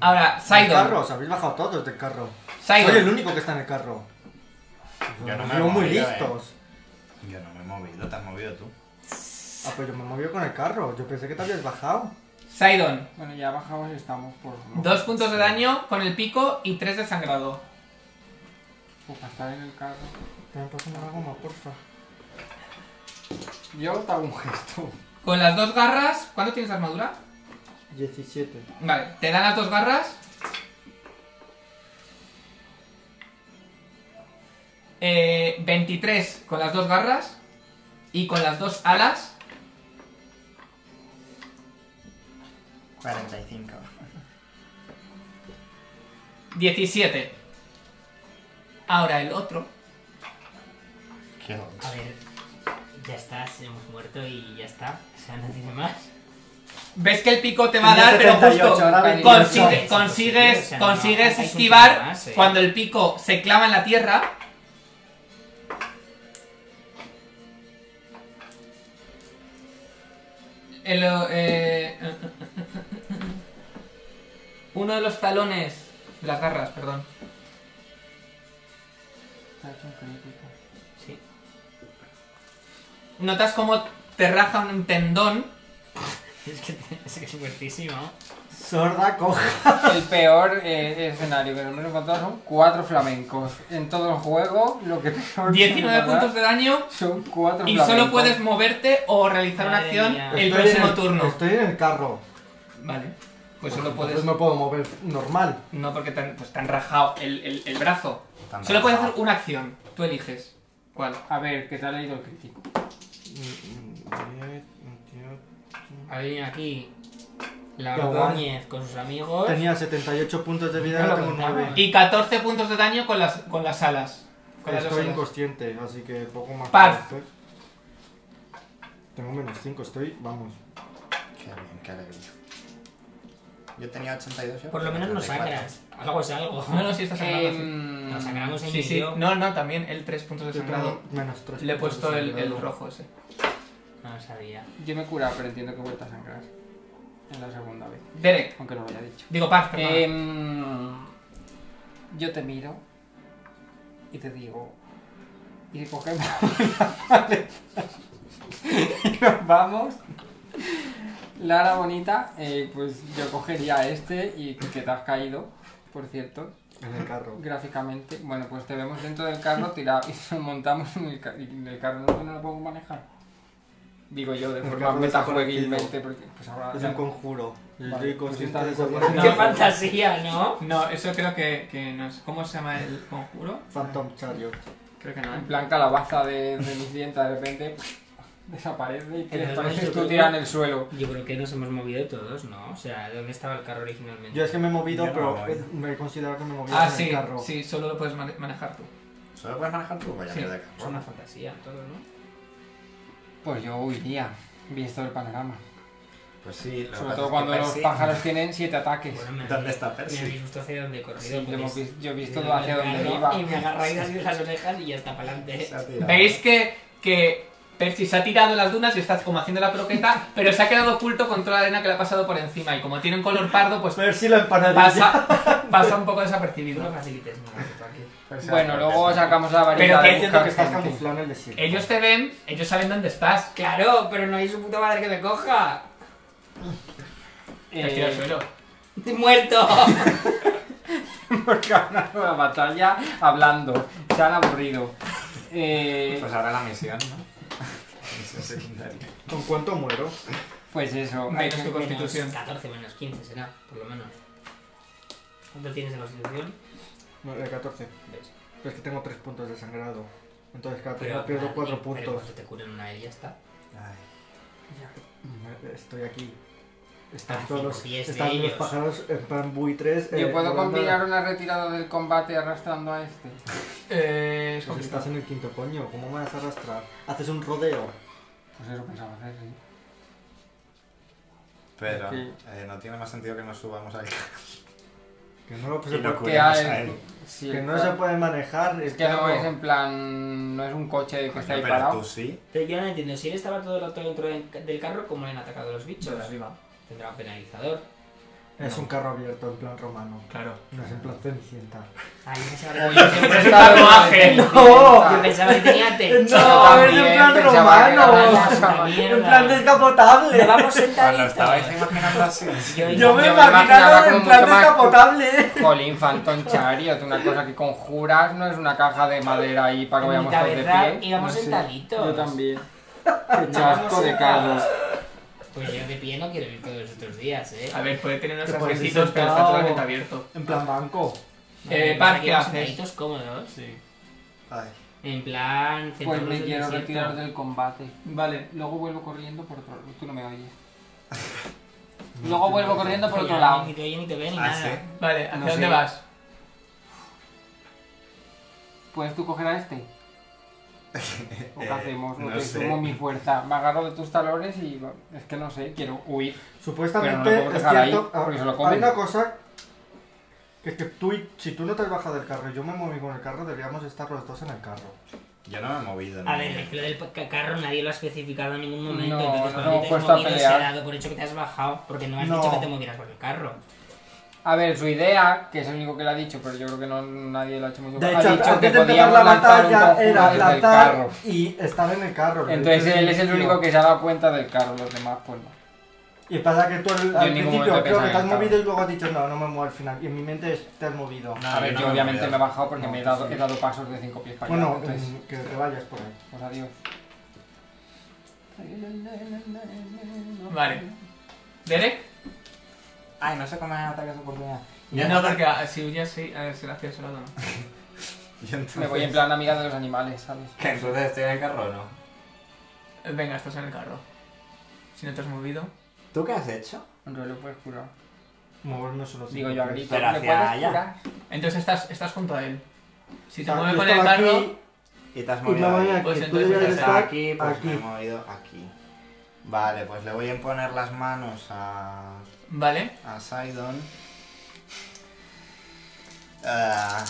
[SPEAKER 1] Ahora,
[SPEAKER 2] ¿Del carro?
[SPEAKER 1] Sidon.
[SPEAKER 2] Os habéis bajado todos del carro.
[SPEAKER 1] Sidon.
[SPEAKER 2] Soy el único que está en el carro.
[SPEAKER 3] Yo no
[SPEAKER 2] Os
[SPEAKER 3] me
[SPEAKER 2] veo
[SPEAKER 3] he
[SPEAKER 2] muy
[SPEAKER 3] movido, eh.
[SPEAKER 2] listos.
[SPEAKER 3] Yo no me he movido, te has movido tú.
[SPEAKER 2] Ah, pues yo me moví con el carro. Yo pensé que te habías bajado.
[SPEAKER 1] Sidon.
[SPEAKER 6] Bueno, ya bajamos y estamos por...
[SPEAKER 1] Dos puntos de daño con el pico y tres de sangrado.
[SPEAKER 6] Pues para estar en el carro.
[SPEAKER 2] Te me pasa una goma, porfa.
[SPEAKER 6] Yo te hago un gesto.
[SPEAKER 1] Con las dos garras. ¿Cuánto tienes de armadura?
[SPEAKER 2] 17.
[SPEAKER 1] Vale, te dan las dos garras. Eh, 23 con las dos garras. Y con las dos alas.
[SPEAKER 3] 45.
[SPEAKER 1] 17. Ahora el otro.
[SPEAKER 3] Qué
[SPEAKER 4] A ver, ya está, se hemos muerto y ya está. O sea, no tiene más.
[SPEAKER 1] Ves que el pico te va a
[SPEAKER 3] Tenía
[SPEAKER 1] dar, pero
[SPEAKER 3] 78,
[SPEAKER 1] justo
[SPEAKER 3] ahora
[SPEAKER 1] consigue-
[SPEAKER 3] 28.
[SPEAKER 1] consigues,
[SPEAKER 4] O sea,
[SPEAKER 1] consigues,
[SPEAKER 4] no, hay un
[SPEAKER 1] esquivar
[SPEAKER 4] poco más, eh.
[SPEAKER 1] cuando el pico se clava en la tierra. El, eh, uno de los talones, de las garras, perdón,
[SPEAKER 6] Te ha hecho un crítico.
[SPEAKER 4] Sí.
[SPEAKER 1] notas como te raja un tendón.
[SPEAKER 4] Es que, es que es fuertísimo.
[SPEAKER 2] Sorda, coja.
[SPEAKER 6] El peor eh, escenario que nos hemos encontrado son cuatro flamencos. En todo el juego, lo que peor...
[SPEAKER 1] 19 puntos de daño
[SPEAKER 6] Son cuatro
[SPEAKER 1] y
[SPEAKER 6] flamencos.
[SPEAKER 1] solo puedes moverte o realizar una
[SPEAKER 4] Madre
[SPEAKER 1] acción
[SPEAKER 4] mía.
[SPEAKER 1] el
[SPEAKER 2] Estoy en
[SPEAKER 1] próximo turno.
[SPEAKER 2] Estoy en el carro.
[SPEAKER 1] Vale. Pues
[SPEAKER 2] Pues
[SPEAKER 1] solo
[SPEAKER 2] entonces
[SPEAKER 1] puedes.
[SPEAKER 2] me puedo mover normal.
[SPEAKER 1] No, porque te han, pues te han rajado el, el- el brazo.
[SPEAKER 3] Te han
[SPEAKER 1] Solo puedes
[SPEAKER 3] rajado.
[SPEAKER 1] hacer una acción. Tú eliges. ¿Cuál?
[SPEAKER 6] A ver, ¿qué te ha leído el crítico?
[SPEAKER 2] Mm,
[SPEAKER 4] Alguien aquí. La
[SPEAKER 2] Qué guay.
[SPEAKER 4] Ordóñez con sus amigos.
[SPEAKER 2] Tenía 78 puntos de vida
[SPEAKER 4] No
[SPEAKER 2] y
[SPEAKER 4] lo
[SPEAKER 2] ahora tengo
[SPEAKER 4] contaba.
[SPEAKER 2] 9.
[SPEAKER 1] Y 14 puntos de daño con las, con las alas. Con las dos
[SPEAKER 2] Estoy
[SPEAKER 1] alas.
[SPEAKER 2] inconsciente, así que poco más.
[SPEAKER 1] Paz.
[SPEAKER 2] puedo hacer. Tengo menos 5, estoy, vamos.
[SPEAKER 3] Qué bien, qué alegría. Yo tenía 82 yo.
[SPEAKER 4] Por lo menos no
[SPEAKER 3] 84.
[SPEAKER 4] sangras. Algo es algo. Eh,
[SPEAKER 1] No, no, sí está sangrado. sí.
[SPEAKER 6] Em,
[SPEAKER 4] Nos sangramos en
[SPEAKER 1] Sí, sí.
[SPEAKER 4] yo.
[SPEAKER 1] No, no, también él 3 puntos de
[SPEAKER 2] Yo
[SPEAKER 1] sangrado.
[SPEAKER 2] tengo menos 3.
[SPEAKER 1] Le he puesto el, el rojo ese.
[SPEAKER 4] No lo sabía.
[SPEAKER 6] Yo me he curado, pero entiendo que he vuelto a sangrar. En la segunda vez,
[SPEAKER 1] Derek.
[SPEAKER 6] aunque no lo haya dicho.
[SPEAKER 1] Digo, paz, perdón.
[SPEAKER 6] Em, yo te miro y te digo. Y cogemos las maletas y nos vamos. Lara bonita, eh, pues yo cogería este y que te has caído, por cierto,
[SPEAKER 2] En el carro.
[SPEAKER 6] gráficamente. Bueno, pues te vemos dentro del carro tirado y nos montamos en el, ca- y en el carro. No, no lo podemos manejar. Digo yo, de
[SPEAKER 2] El
[SPEAKER 6] forma
[SPEAKER 2] carro
[SPEAKER 6] metajueguilmente, porque pues ahora.
[SPEAKER 2] Es un conjuro. Yo
[SPEAKER 6] Vale,
[SPEAKER 2] estoy consciente
[SPEAKER 6] pues
[SPEAKER 2] de
[SPEAKER 6] está
[SPEAKER 2] esa
[SPEAKER 6] bien.
[SPEAKER 2] parte.
[SPEAKER 4] ¡Qué fantasía, no!
[SPEAKER 1] No, eso creo que, que no es. ¿Cómo se llama el conjuro?
[SPEAKER 2] Phantom Chariot.
[SPEAKER 1] Creo que no. ¿eh?
[SPEAKER 6] En plan calabaza de, de mis dientes, de repente pues, desaparece y te
[SPEAKER 4] En el
[SPEAKER 6] desapareces
[SPEAKER 4] momento
[SPEAKER 6] tú
[SPEAKER 4] que-
[SPEAKER 6] tirada en el suelo.
[SPEAKER 4] Yo creo que nos hemos movido todos, ¿no? O sea, ¿dónde estaba el carro originalmente?
[SPEAKER 2] Yo es que me he movido,
[SPEAKER 3] Yo no
[SPEAKER 2] pero
[SPEAKER 3] me he movido.
[SPEAKER 2] me he considerado que me he movido
[SPEAKER 1] Ah,
[SPEAKER 2] en el
[SPEAKER 1] sí,
[SPEAKER 2] carro.
[SPEAKER 1] sí, solo lo puedes mane- manejar tú.
[SPEAKER 3] ¿Solo puedes manejar tú? Vaya
[SPEAKER 1] Sí.
[SPEAKER 3] mierda de
[SPEAKER 4] Es
[SPEAKER 3] carro.
[SPEAKER 4] una fantasía, todo, ¿no?
[SPEAKER 6] Pues yo huiría, visto el panorama.
[SPEAKER 3] Pues sí, lo que
[SPEAKER 6] Sobre
[SPEAKER 3] pasa
[SPEAKER 6] todo
[SPEAKER 3] es
[SPEAKER 6] cuando
[SPEAKER 3] que
[SPEAKER 6] los
[SPEAKER 3] Percy-
[SPEAKER 6] pájaros tienen siete ataques.
[SPEAKER 4] Bueno, pues, me
[SPEAKER 3] ¿Dónde está
[SPEAKER 4] me
[SPEAKER 3] Percy?
[SPEAKER 4] habéis visto hacia dónde he
[SPEAKER 6] Sí,
[SPEAKER 4] corrido.
[SPEAKER 6] lo hemos
[SPEAKER 4] porque es-
[SPEAKER 6] vis- yo he visto
[SPEAKER 4] me
[SPEAKER 6] todo hacia
[SPEAKER 4] doy el
[SPEAKER 6] dónde
[SPEAKER 4] carro
[SPEAKER 6] iba.
[SPEAKER 4] Y me agarráis así de las orejas y ya está para adelante.
[SPEAKER 3] Se ha tirado.
[SPEAKER 1] Veis que, que Percy se ha tirado en las dunas y está como haciendo la croqueta, pero se ha quedado oculto con toda la arena que le ha pasado por encima. Y como tiene un color pardo, pues
[SPEAKER 2] A ver si lo empanadilla.
[SPEAKER 1] pasa, pasa un poco
[SPEAKER 4] No
[SPEAKER 1] desapercibido.
[SPEAKER 4] lo facilites nada, tú aquí.
[SPEAKER 3] Percy
[SPEAKER 6] Bueno,
[SPEAKER 3] hace
[SPEAKER 6] luego
[SPEAKER 3] protesta.
[SPEAKER 6] sacamos la varita
[SPEAKER 1] Pero
[SPEAKER 6] de
[SPEAKER 1] que
[SPEAKER 2] Entiendo que
[SPEAKER 6] buscar
[SPEAKER 2] estás
[SPEAKER 6] gente.
[SPEAKER 2] camuflado en el desierto.
[SPEAKER 1] Ellos te ven, ellos saben dónde estás.
[SPEAKER 4] Claro, pero no hay su puta madre que me coja.
[SPEAKER 6] Eh,
[SPEAKER 1] Te has tirado al suelo.
[SPEAKER 4] Estoy muerto.
[SPEAKER 6] Porque a una nueva batalla hablando. Se han aburrido. Eh,
[SPEAKER 3] Pues ahora la misión, ¿no? misión secundaria.
[SPEAKER 2] ¿Con cuánto muero?
[SPEAKER 6] pues eso. hay
[SPEAKER 1] Menos
[SPEAKER 6] que-
[SPEAKER 1] tu constitución.
[SPEAKER 4] Menos 14 menos 15 será, por lo menos. ¿Cuánto tienes de constitución?
[SPEAKER 2] No, eh, 14.
[SPEAKER 4] ¿Ves?
[SPEAKER 2] Pero es que tengo 3 puntos de sangrado. Entonces, cada
[SPEAKER 4] Pero,
[SPEAKER 2] turno pierdo 4
[SPEAKER 4] pero
[SPEAKER 2] puntos.
[SPEAKER 4] cuando te curan una vez ya está.
[SPEAKER 3] Ay,
[SPEAKER 2] Estoy aquí. Están
[SPEAKER 4] Ah,
[SPEAKER 2] todos
[SPEAKER 4] cinco
[SPEAKER 2] los,
[SPEAKER 4] pies de
[SPEAKER 2] están los
[SPEAKER 4] ellos.
[SPEAKER 2] pájaros en plan buitres. eh,
[SPEAKER 6] Yo puedo
[SPEAKER 2] volando-
[SPEAKER 6] combinar una retirada del combate arrastrando a este.
[SPEAKER 1] Eh, es
[SPEAKER 2] Pues
[SPEAKER 1] complicado.
[SPEAKER 2] estás en el quinto coño, ¿cómo me vas a arrastrar? Haces un rodeo.
[SPEAKER 6] Pues eso pensaba hacer, sí.
[SPEAKER 3] Pero
[SPEAKER 6] Sí.
[SPEAKER 3] eh, no tiene más sentido que nos subamos al carro.
[SPEAKER 2] Que no lo
[SPEAKER 3] Y
[SPEAKER 2] se
[SPEAKER 3] lo
[SPEAKER 2] puede-
[SPEAKER 3] curamos
[SPEAKER 6] hay-
[SPEAKER 3] a él.
[SPEAKER 6] Sí,
[SPEAKER 2] que no
[SPEAKER 6] claro.
[SPEAKER 2] se puede manejar.
[SPEAKER 6] Es que no es en plan. No es un coche que
[SPEAKER 3] Coño,
[SPEAKER 6] está ahí
[SPEAKER 3] pero tú
[SPEAKER 6] parado.
[SPEAKER 3] sí.
[SPEAKER 4] Pero yo no entiendo, si él estaba todo el rato dentro de- del carro, ¿cómo le han atacado los bichos?
[SPEAKER 1] Desde arriba.
[SPEAKER 4] Tendrá un penalizador.
[SPEAKER 2] Es
[SPEAKER 1] No.
[SPEAKER 2] un carro abierto en plan romano.
[SPEAKER 1] Claro.
[SPEAKER 2] No es en plan cenicienta.
[SPEAKER 4] Ay, yo pensaba
[SPEAKER 6] Oye,
[SPEAKER 4] que- yo
[SPEAKER 6] siempre
[SPEAKER 1] un
[SPEAKER 6] está
[SPEAKER 1] carruaje.
[SPEAKER 6] bien,
[SPEAKER 2] No.
[SPEAKER 6] está-
[SPEAKER 4] pensaba que tenía techo.
[SPEAKER 2] No, es
[SPEAKER 6] también
[SPEAKER 2] en plan
[SPEAKER 6] pensaba que era
[SPEAKER 2] romano.
[SPEAKER 6] más-
[SPEAKER 4] Es una mierda.
[SPEAKER 2] En plan descapotable.
[SPEAKER 4] Nos vamos
[SPEAKER 3] Cuando
[SPEAKER 4] sentaditos.
[SPEAKER 3] estabais imaginando así.
[SPEAKER 2] Yo me
[SPEAKER 6] Yo me imaginaba
[SPEAKER 2] imaginaba
[SPEAKER 6] como
[SPEAKER 2] en plan
[SPEAKER 6] mucho más-
[SPEAKER 2] descapotable.
[SPEAKER 6] Colin Phantom Chariot, una cosa que conjuras, no es una caja de madera ahí para que
[SPEAKER 4] En
[SPEAKER 6] vayamos
[SPEAKER 4] mitad
[SPEAKER 6] todos
[SPEAKER 4] de
[SPEAKER 6] de
[SPEAKER 4] verdad,
[SPEAKER 6] pie.
[SPEAKER 4] íbamos
[SPEAKER 6] No sé,
[SPEAKER 4] sentaditos.
[SPEAKER 6] Yo también. Qué chasco de carros.
[SPEAKER 4] Pues yo de pie no quiero ir todos estos días, eh.
[SPEAKER 1] A ver, puede tener unos
[SPEAKER 2] Te puedes ir
[SPEAKER 1] asistitos, pero está
[SPEAKER 2] sentado.
[SPEAKER 1] totalmente abierto.
[SPEAKER 2] En plan banco.
[SPEAKER 1] Eh,
[SPEAKER 4] Nos
[SPEAKER 1] Park, ¿qué
[SPEAKER 4] quedamos
[SPEAKER 1] haces?
[SPEAKER 4] sentaditos cómodos.
[SPEAKER 1] Sí.
[SPEAKER 3] Ay.
[SPEAKER 4] En plan,
[SPEAKER 6] Pues
[SPEAKER 4] centauros
[SPEAKER 6] me
[SPEAKER 4] del
[SPEAKER 6] quiero
[SPEAKER 4] desierto.
[SPEAKER 6] retirar del combate.
[SPEAKER 1] Vale.
[SPEAKER 6] Luego vuelvo corriendo por otro lado. Tú no me oyes. Luego vuelvo corriendo por otro lado.
[SPEAKER 4] Ni te oye ni te ve ni
[SPEAKER 3] Ah,
[SPEAKER 4] nada.
[SPEAKER 3] sí.
[SPEAKER 1] Vale, ¿hacia
[SPEAKER 6] No
[SPEAKER 1] dónde
[SPEAKER 6] sé.
[SPEAKER 1] vas?
[SPEAKER 6] ¿Puedes tú coger a este? ¿O qué
[SPEAKER 3] Eh,
[SPEAKER 6] hacemos? No
[SPEAKER 3] no
[SPEAKER 6] te
[SPEAKER 3] sé.
[SPEAKER 6] sumo mi fuerza. Me agarro de tus talones y es que no sé, quiero huir.
[SPEAKER 2] Supuestamente
[SPEAKER 6] Pero no lo podemos
[SPEAKER 2] es
[SPEAKER 6] dejar ahí,
[SPEAKER 2] cierto. ah,
[SPEAKER 6] porque se lo comen.
[SPEAKER 2] hay una cosa que es que tú y- si tú no te has bajado del carro y yo me moví con el carro, deberíamos estar los dos en el carro.
[SPEAKER 3] Yo no me he movido.
[SPEAKER 4] A
[SPEAKER 3] no.
[SPEAKER 4] ver, es que lo del ca- carro nadie lo ha especificado en ningún momento.
[SPEAKER 6] No, pues nos
[SPEAKER 4] entonces, cuando
[SPEAKER 6] hemos
[SPEAKER 4] te has
[SPEAKER 6] puesto a
[SPEAKER 4] movido, se
[SPEAKER 6] pelear.
[SPEAKER 4] ha dado por hecho que te has bajado, porque no has
[SPEAKER 2] No.
[SPEAKER 4] dicho que te movieras por el carro.
[SPEAKER 6] A ver, su idea, que es el único que la ha dicho, pero yo creo que no, nadie lo ha hecho mucho
[SPEAKER 2] De
[SPEAKER 6] ha
[SPEAKER 2] hecho,
[SPEAKER 6] dicho que
[SPEAKER 2] antes de empezar
[SPEAKER 6] podíamos
[SPEAKER 2] la
[SPEAKER 6] lanzar un
[SPEAKER 2] batalla
[SPEAKER 6] conjuro
[SPEAKER 2] era
[SPEAKER 6] desde el
[SPEAKER 2] lanzar
[SPEAKER 6] carro.
[SPEAKER 2] y estar en el carro. De
[SPEAKER 6] Entonces
[SPEAKER 2] hecho,
[SPEAKER 6] él es el
[SPEAKER 2] inicio.
[SPEAKER 6] único que se ha dado cuenta del carro, los demás pues no.
[SPEAKER 2] Y pasa que tú al, al
[SPEAKER 6] en
[SPEAKER 2] principio
[SPEAKER 6] ningún momento
[SPEAKER 2] creo que te
[SPEAKER 6] pensaba
[SPEAKER 2] has
[SPEAKER 6] en el
[SPEAKER 2] movido y luego has dicho no, no me muevo al final. Y en mi mente es, te has movido.
[SPEAKER 3] No,
[SPEAKER 6] A ver,
[SPEAKER 3] no me
[SPEAKER 6] yo
[SPEAKER 3] he
[SPEAKER 6] obviamente me he
[SPEAKER 3] movido.
[SPEAKER 6] bajado porque
[SPEAKER 2] No,
[SPEAKER 6] me he dado,
[SPEAKER 2] sí.
[SPEAKER 6] he dado pasos de 5 pies para allá.
[SPEAKER 2] Bueno,
[SPEAKER 6] Entonces,
[SPEAKER 2] mm, que te vayas por ahí.
[SPEAKER 6] pues adiós.
[SPEAKER 1] Vale. ¿Derek?
[SPEAKER 3] Ay, no sé cómo es ataques de oportunidad.
[SPEAKER 1] Ya no, porque ah, si huyes, sí, a ver, se la hacía solo. ¿no?
[SPEAKER 3] Yo entonces...
[SPEAKER 6] Me voy en plan amiga de los animales, ¿sabes?
[SPEAKER 3] ¿Que entonces estoy en el carro o no?
[SPEAKER 1] Eh, Venga, estás en el carro. Si no te has movido.
[SPEAKER 3] ¿Tú qué has hecho?
[SPEAKER 6] Un reloj puedes curar.
[SPEAKER 2] Moverme solo
[SPEAKER 6] Digo
[SPEAKER 2] cinco
[SPEAKER 6] yo a
[SPEAKER 2] pies.
[SPEAKER 6] grito.
[SPEAKER 3] pues, Pero
[SPEAKER 6] ¿Me
[SPEAKER 3] hacia
[SPEAKER 6] puedes
[SPEAKER 3] allá.
[SPEAKER 6] curar?
[SPEAKER 1] Entonces estás, estás junto a él. Si te
[SPEAKER 2] O sea,
[SPEAKER 1] mueves
[SPEAKER 2] Ah, yo
[SPEAKER 1] con el
[SPEAKER 2] estaba
[SPEAKER 1] carro,
[SPEAKER 2] aquí
[SPEAKER 3] Y te has
[SPEAKER 2] Y me
[SPEAKER 3] movido.
[SPEAKER 2] voy
[SPEAKER 3] ahí.
[SPEAKER 2] aquí.
[SPEAKER 1] Pues
[SPEAKER 2] tú
[SPEAKER 1] entonces
[SPEAKER 2] deberías
[SPEAKER 1] estás
[SPEAKER 2] estar
[SPEAKER 3] Está
[SPEAKER 2] aquí.
[SPEAKER 3] aquí, pues me he movido aquí. Vale, pues le voy a poner las manos a,
[SPEAKER 1] ¿vale?
[SPEAKER 3] a Sidon. Ah,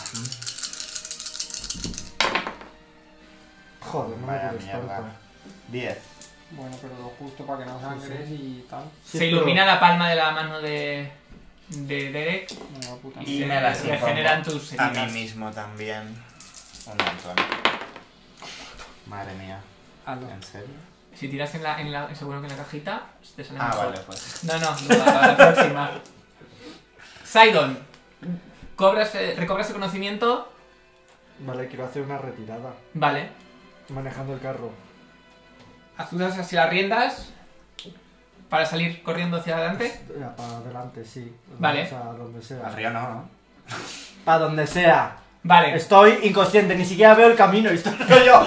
[SPEAKER 2] Joder, no me
[SPEAKER 3] vaya
[SPEAKER 2] digas tanto.
[SPEAKER 3] mierda. 10.
[SPEAKER 6] Bueno, pero lo justo para que no sangres y tal.
[SPEAKER 2] Sí,
[SPEAKER 1] se
[SPEAKER 2] pero-
[SPEAKER 1] ilumina la palma de la mano de, de Derek
[SPEAKER 6] No, puta
[SPEAKER 1] y,
[SPEAKER 3] Y
[SPEAKER 1] se
[SPEAKER 3] me las
[SPEAKER 1] regeneran
[SPEAKER 3] impongo.
[SPEAKER 1] tus
[SPEAKER 3] A mí
[SPEAKER 1] heridas.
[SPEAKER 3] mismo también. Un montón. Madre mía.
[SPEAKER 6] Hazlo.
[SPEAKER 3] ¿En serio?
[SPEAKER 1] Si tiras en la, en la, seguro que en la cajita, te sale
[SPEAKER 3] Ah,
[SPEAKER 1] mejor.
[SPEAKER 3] vale, pues.
[SPEAKER 1] No, no, no, para la próxima. Sidon, cobras, eh, recobras el conocimiento.
[SPEAKER 2] Vale, quiero hacer una retirada.
[SPEAKER 1] Vale.
[SPEAKER 2] Manejando el carro.
[SPEAKER 1] Azuzas hacia las riendas para salir corriendo hacia adelante.
[SPEAKER 2] Eh, Para adelante, sí.
[SPEAKER 1] Vale.
[SPEAKER 2] O sea, a donde sea.
[SPEAKER 3] Al río no, ¿no?
[SPEAKER 2] Para donde sea.
[SPEAKER 1] Vale.
[SPEAKER 2] Estoy inconsciente, ni siquiera veo el camino. Y estoy yo.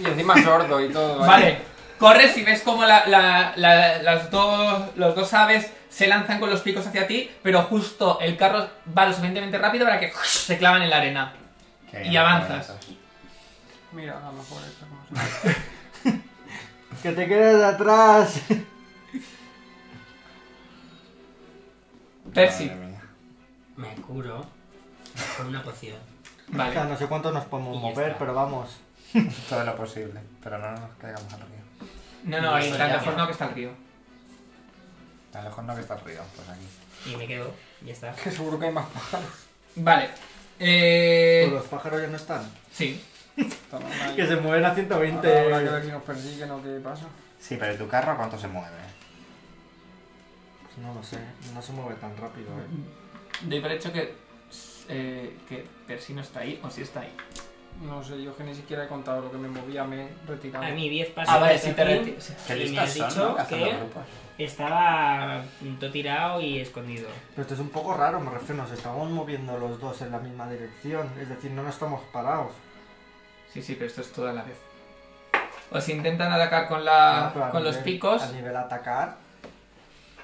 [SPEAKER 6] Y encima sordo y todo. ¿vale?
[SPEAKER 1] Vale, corres y ves como la- la- la- las dos, los dos aves se lanzan con los picos hacia ti, pero justo el carro va lo suficientemente rápido para que se clavan en la arena.
[SPEAKER 3] Que
[SPEAKER 1] Y
[SPEAKER 3] hay unos
[SPEAKER 1] avanzas.
[SPEAKER 3] cuadritos.
[SPEAKER 6] Mira, a lo mejor esto no sé.
[SPEAKER 2] Que te quedes atrás.
[SPEAKER 1] Percy,
[SPEAKER 3] Madre mía.
[SPEAKER 4] Me curo con una poción.
[SPEAKER 2] O sea,
[SPEAKER 1] vale.
[SPEAKER 2] no sé cuánto nos podemos
[SPEAKER 4] Y ya
[SPEAKER 2] mover,
[SPEAKER 4] está.
[SPEAKER 2] pero vamos.
[SPEAKER 1] Eh.
[SPEAKER 3] Todo lo posible, pero no nos caigamos al río.
[SPEAKER 1] No, no,
[SPEAKER 4] Eso
[SPEAKER 1] en tan
[SPEAKER 4] ya
[SPEAKER 1] lejos
[SPEAKER 4] no.
[SPEAKER 1] no que está el río.
[SPEAKER 3] Tan lejos no que está el río, pues aquí.
[SPEAKER 4] Y me quedo, ya está.
[SPEAKER 6] Que seguro que hay más pájaros.
[SPEAKER 1] Vale.
[SPEAKER 2] Pues
[SPEAKER 1] Eh,
[SPEAKER 2] los pájaros ya no están.
[SPEAKER 1] sí.
[SPEAKER 6] Toma, ahí.
[SPEAKER 2] Que se mueven a
[SPEAKER 6] Ahora
[SPEAKER 1] Ah,
[SPEAKER 6] Habrá que
[SPEAKER 2] 120.
[SPEAKER 6] ver si nos persiguen o qué pasa.
[SPEAKER 3] Sí, pero ¿y tu carro cuánto se mueve?
[SPEAKER 2] Pues no lo sé, no se mueve tan rápido, eh.
[SPEAKER 1] Doy por hecho que, eh, que Percy no está ahí o sí está ahí.
[SPEAKER 6] No sé, yo que ni siquiera he contado lo que me movía, me he retirado.
[SPEAKER 4] A mí 10 pasos.
[SPEAKER 1] Ah, vale,
[SPEAKER 4] hasta
[SPEAKER 1] sí te
[SPEAKER 4] aquí,
[SPEAKER 1] retiras.
[SPEAKER 3] Qué
[SPEAKER 4] Y me
[SPEAKER 3] listos
[SPEAKER 4] has
[SPEAKER 3] son,
[SPEAKER 4] dicho
[SPEAKER 3] ¿no? Que hacen
[SPEAKER 4] que-
[SPEAKER 3] los grupos.
[SPEAKER 4] Estaba todo tirado y escondido.
[SPEAKER 2] Pero esto es un poco raro, me refiero, nos estamos moviendo los dos en la misma dirección, es decir, no nos estamos parados.
[SPEAKER 1] Sí, sí, pero esto es toda la vez. Os intentan atacar con,
[SPEAKER 2] No,
[SPEAKER 4] Ah,
[SPEAKER 1] la,
[SPEAKER 2] pero a
[SPEAKER 1] Ah, con los
[SPEAKER 4] eh,
[SPEAKER 2] nivel-
[SPEAKER 1] picos.
[SPEAKER 2] A nivel atacar,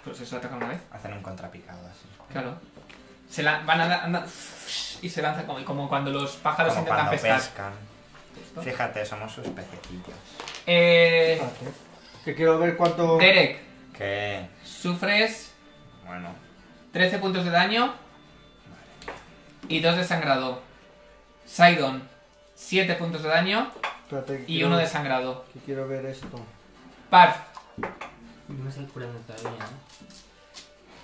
[SPEAKER 1] Pues eso atacan una vez.
[SPEAKER 3] Hacen un contrapicado así.
[SPEAKER 1] Claro. Se la, van a la- anda- y se lanzan como, como cuando los pájaros
[SPEAKER 3] Como
[SPEAKER 1] intentan
[SPEAKER 3] cuando
[SPEAKER 1] pescar.
[SPEAKER 3] pescan. Fíjate, somos sus pececillos.
[SPEAKER 1] Eh,
[SPEAKER 2] espérate, que quiero ver cuánto...
[SPEAKER 1] Derek,
[SPEAKER 3] Que,
[SPEAKER 1] sufres
[SPEAKER 3] bueno,
[SPEAKER 1] 13 puntos de daño y 2 de sangrado. Sidon, 7 puntos de daño
[SPEAKER 2] Espérate, que
[SPEAKER 1] y
[SPEAKER 2] quiero-
[SPEAKER 1] 1 de sangrado.
[SPEAKER 2] Que quiero ver esto.
[SPEAKER 1] Parf,
[SPEAKER 4] No me estoy curando todavía, ¿eh?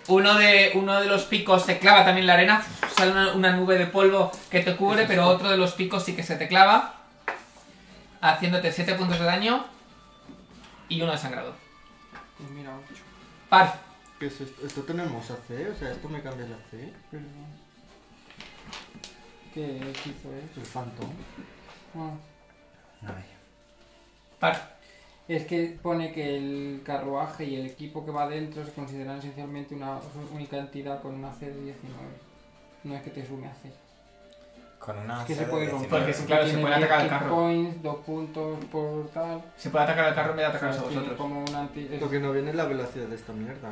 [SPEAKER 1] uno de, uno de los picos se clava también en la arena, sale una, una nube de polvo que te cubre, pero otro de los picos sí que se te clava, haciéndote 7 puntos de daño y 1 de sangrado.
[SPEAKER 6] Pues mira, 8.
[SPEAKER 1] Parf,
[SPEAKER 2] ¿Qué es esto? ¿Esto tenemos AC? O sea, ¿esto me cambia la AC?
[SPEAKER 6] Perdón. ¿Qué hechizo es?
[SPEAKER 2] El Phantom.
[SPEAKER 6] Ah,
[SPEAKER 3] Ay,
[SPEAKER 1] parf.
[SPEAKER 6] Es que pone que el carruaje y el equipo que va dentro se consideran esencialmente una única entidad con una C de 19. No es que te sume a C.
[SPEAKER 3] Con una.
[SPEAKER 6] que se
[SPEAKER 3] CD
[SPEAKER 6] puede
[SPEAKER 3] 19.
[SPEAKER 1] Porque sí, claro, se
[SPEAKER 6] Tiene
[SPEAKER 1] puede atacar al
[SPEAKER 6] 10
[SPEAKER 1] carro.
[SPEAKER 6] points, dos puntos por tal.
[SPEAKER 1] Se puede atacar al carro en vez de atacaros a
[SPEAKER 6] Tiene
[SPEAKER 1] vosotros.
[SPEAKER 6] como un anti... es-
[SPEAKER 2] Lo que no viene es la velocidad de esta mierda.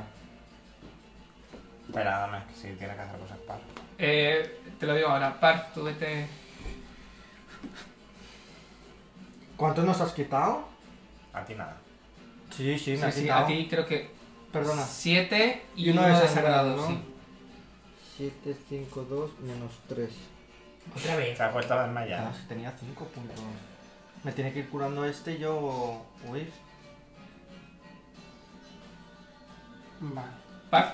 [SPEAKER 3] Pero dame, que si tiene que hacer cosas par.
[SPEAKER 1] Eh, te lo digo ahora, Parf, tú vete.
[SPEAKER 2] ¿Cuánto nos has quitado?
[SPEAKER 3] A ti nada.
[SPEAKER 2] Sí, sí, me
[SPEAKER 1] Sí,
[SPEAKER 2] has
[SPEAKER 1] sí,
[SPEAKER 2] quitado.
[SPEAKER 1] a ti creo que
[SPEAKER 2] Perdona.
[SPEAKER 1] 7 y
[SPEAKER 2] Y uno
[SPEAKER 1] 1 de
[SPEAKER 2] de
[SPEAKER 1] sangrado,
[SPEAKER 2] sangrado, ¿no?
[SPEAKER 1] sí.
[SPEAKER 2] 7, 5, 2, menos 3.
[SPEAKER 4] Otra vez.
[SPEAKER 3] Se ha puesto a
[SPEAKER 6] Ah.
[SPEAKER 3] desmayar.
[SPEAKER 2] tenía 5 puntos. Me tiene que ir curando este y yo huir.
[SPEAKER 6] Vale.
[SPEAKER 1] Parf,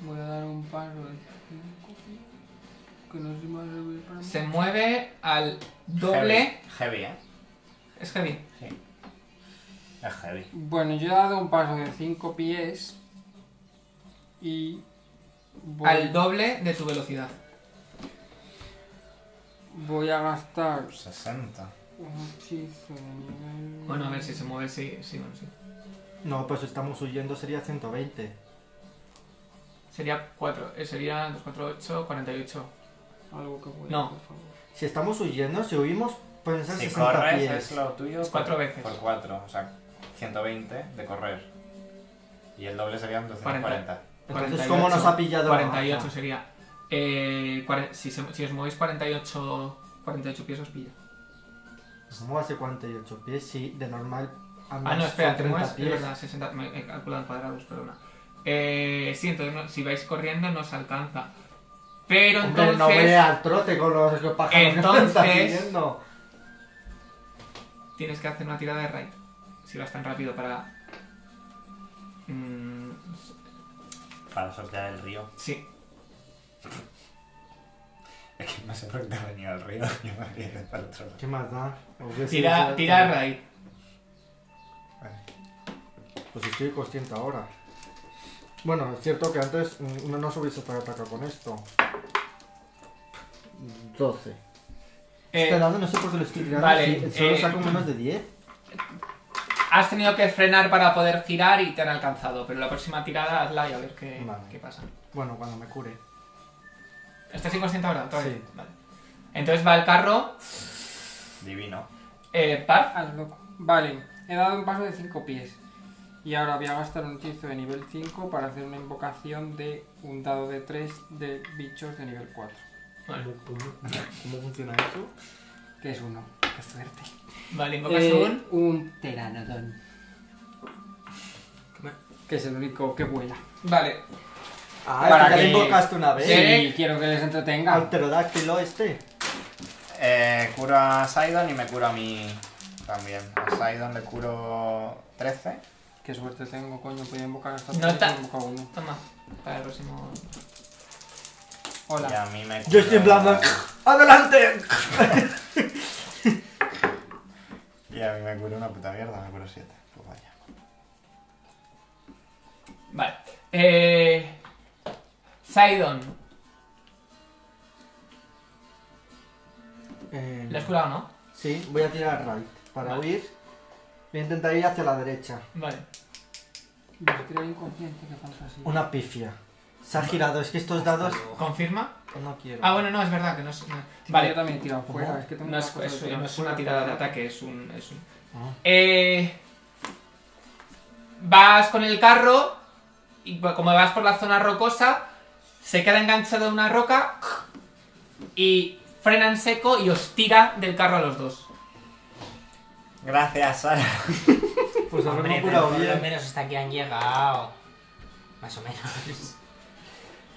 [SPEAKER 6] Voy a dar un paso de 5 que no se me va a servir para
[SPEAKER 1] se mueve al doble.
[SPEAKER 3] Heavy, heavy, ¿eh?
[SPEAKER 1] Es heavy.
[SPEAKER 3] Sí. Es heavy.
[SPEAKER 6] Bueno, yo he dado un paso de 5 pies y voy,
[SPEAKER 1] Al doble de tu velocidad.
[SPEAKER 6] voy a gastar
[SPEAKER 3] 60.
[SPEAKER 6] un hechizo de nivel...
[SPEAKER 1] Bueno, a ver
[SPEAKER 2] Mm.
[SPEAKER 1] si se mueve, sí, sí, bueno, sí.
[SPEAKER 2] No, pues estamos huyendo, sería 120.
[SPEAKER 1] Sería 4, sería 2, 4, 8, 48.
[SPEAKER 6] Algo que pueda,
[SPEAKER 1] No.
[SPEAKER 6] por favor.
[SPEAKER 2] Si estamos huyendo, si huimos, pueden ser
[SPEAKER 3] Si
[SPEAKER 2] 60
[SPEAKER 3] corres,
[SPEAKER 2] pies.
[SPEAKER 3] es lo tuyo. pues
[SPEAKER 1] Es cuatro veces.
[SPEAKER 3] Por 4, o sea, 120 de correr. Y el doble serían 240.
[SPEAKER 2] Entonces, ¿cómo nos
[SPEAKER 1] 48,
[SPEAKER 2] ha pillado?
[SPEAKER 1] 48 sería. Eh, cuare- si, se- si os movéis 48, 48 pies os pilla.
[SPEAKER 2] ¿Cómo hace 48 pies? Sí, de normal. al
[SPEAKER 1] Ah, no,
[SPEAKER 2] menos
[SPEAKER 1] espera,
[SPEAKER 2] son
[SPEAKER 1] te
[SPEAKER 2] 30
[SPEAKER 1] mueves, es
[SPEAKER 2] pies.
[SPEAKER 1] verdad, 60, me he calculado en cuadrados, perdona. Eh, sí, entonces no- si vais corriendo no os alcanza. Pero
[SPEAKER 2] Hombre, no voy
[SPEAKER 1] entonces
[SPEAKER 2] al trote con los, los pájaros que me están
[SPEAKER 1] Entonces-
[SPEAKER 2] viniendo.
[SPEAKER 1] tienes que hacer una tirada de raid. Si vas tan rápido para... Mm,
[SPEAKER 3] Para sortear el río.
[SPEAKER 1] sí,
[SPEAKER 3] Es que no sé por qué te ha venido el río. Yo me habría ido para el otro lado.
[SPEAKER 2] ¿Qué más da? Hubiese
[SPEAKER 1] tira,
[SPEAKER 2] sido-
[SPEAKER 1] tira raid.
[SPEAKER 2] Pues estoy consciente ahora. Bueno, es cierto que antes mm, no nos hubiese podido atacar con esto. 12.
[SPEAKER 1] Eh,
[SPEAKER 2] este dado no sé por qué lo estoy tirando.
[SPEAKER 1] vale,
[SPEAKER 2] sí, solo
[SPEAKER 1] eh,
[SPEAKER 2] saco menos de 10.
[SPEAKER 1] has tenido que frenar para poder girar y te han alcanzado, pero la próxima tirada hazla y a ver qué,
[SPEAKER 2] Vale.
[SPEAKER 1] qué pasa.
[SPEAKER 2] Bueno, cuando me cure.
[SPEAKER 1] ¿Estás inconsciente ahora? otra vez?
[SPEAKER 2] Sí.
[SPEAKER 1] Vale. Entonces va el carro,
[SPEAKER 3] Divino.
[SPEAKER 1] eh, par,
[SPEAKER 6] Al loco. Ah, Vale, he dado un paso de 5 pies. Y ahora voy a gastar un hechizo de nivel 5 para hacer una invocación de un dado de 3 de bichos de nivel 4.
[SPEAKER 1] Vale.
[SPEAKER 2] ¿Cómo, cómo funciona eso?
[SPEAKER 6] Que es uno. Qué suerte.
[SPEAKER 1] vale, invocas
[SPEAKER 6] Eh,
[SPEAKER 1] un...
[SPEAKER 6] un teranodón. Que es el único que vuela.
[SPEAKER 1] Vale,
[SPEAKER 2] Ah,
[SPEAKER 6] Para
[SPEAKER 2] este ya
[SPEAKER 6] que-
[SPEAKER 2] lo invocaste una vez.
[SPEAKER 6] Sí,
[SPEAKER 1] ¿Quiere?
[SPEAKER 6] quiero que les entretenga.
[SPEAKER 2] Al pterodáctilo este.
[SPEAKER 3] Eh, curo a Sidon y me curo a mí también. A Sidon le curo 13.
[SPEAKER 6] Qué suerte tengo, coño. Podía invocar hasta
[SPEAKER 1] No
[SPEAKER 6] tres,
[SPEAKER 1] ta-
[SPEAKER 6] he invocado uno.
[SPEAKER 1] toma, para el próximo...
[SPEAKER 3] Y
[SPEAKER 6] Hola.
[SPEAKER 3] a mí me curo...
[SPEAKER 2] Yo estoy en plan de- ¡Adelante!
[SPEAKER 3] Y a mí me curo una puta mierda, me curo 7. Pues vaya.
[SPEAKER 1] Vale. Eh, Sidon,
[SPEAKER 2] Eh,
[SPEAKER 1] ¿lo has curado, no?
[SPEAKER 2] Sí, voy a tirar right. Para
[SPEAKER 1] Vale.
[SPEAKER 2] huir, voy a intentar ir hacia la derecha.
[SPEAKER 1] Vale.
[SPEAKER 6] Me creo inconsciente, qué fantasía.
[SPEAKER 2] Una pifia. Se ha girado, es que estos dados.
[SPEAKER 1] ¿Confirma?
[SPEAKER 2] No quiero.
[SPEAKER 1] Ah, bueno, no, es verdad que no es... no-
[SPEAKER 6] Vale, yo
[SPEAKER 1] Vale,
[SPEAKER 6] también he tirado
[SPEAKER 2] ¿Cómo?
[SPEAKER 6] fuera. Es que tengo
[SPEAKER 1] no es,
[SPEAKER 6] una cosa
[SPEAKER 1] es-
[SPEAKER 6] de
[SPEAKER 1] no es una tirada de ataque, es un... Es un...
[SPEAKER 2] Ah.
[SPEAKER 1] Eh, vas con el carro y pues, como vas por la zona rocosa, se queda enganchado a una roca y frena en seco y os tira del carro a los dos.
[SPEAKER 3] Gracias, Sara.
[SPEAKER 2] Pues habremos
[SPEAKER 4] Hombre,
[SPEAKER 2] curado
[SPEAKER 4] pero por lo
[SPEAKER 2] bien.
[SPEAKER 4] menos hasta aquí han llegado. Más o menos.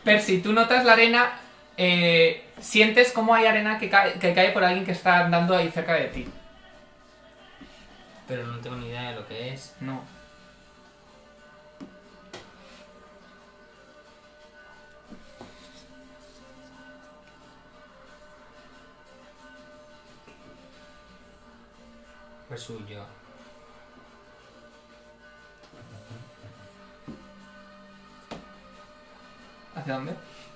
[SPEAKER 1] Percy, tú notas la arena eh, sientes cómo hay arena que cae, que cae por alguien que está andando ahí cerca de ti.
[SPEAKER 4] Pero no tengo ni idea de lo que es.
[SPEAKER 1] No.
[SPEAKER 4] Pues suyo.
[SPEAKER 1] ¿Hacia dónde?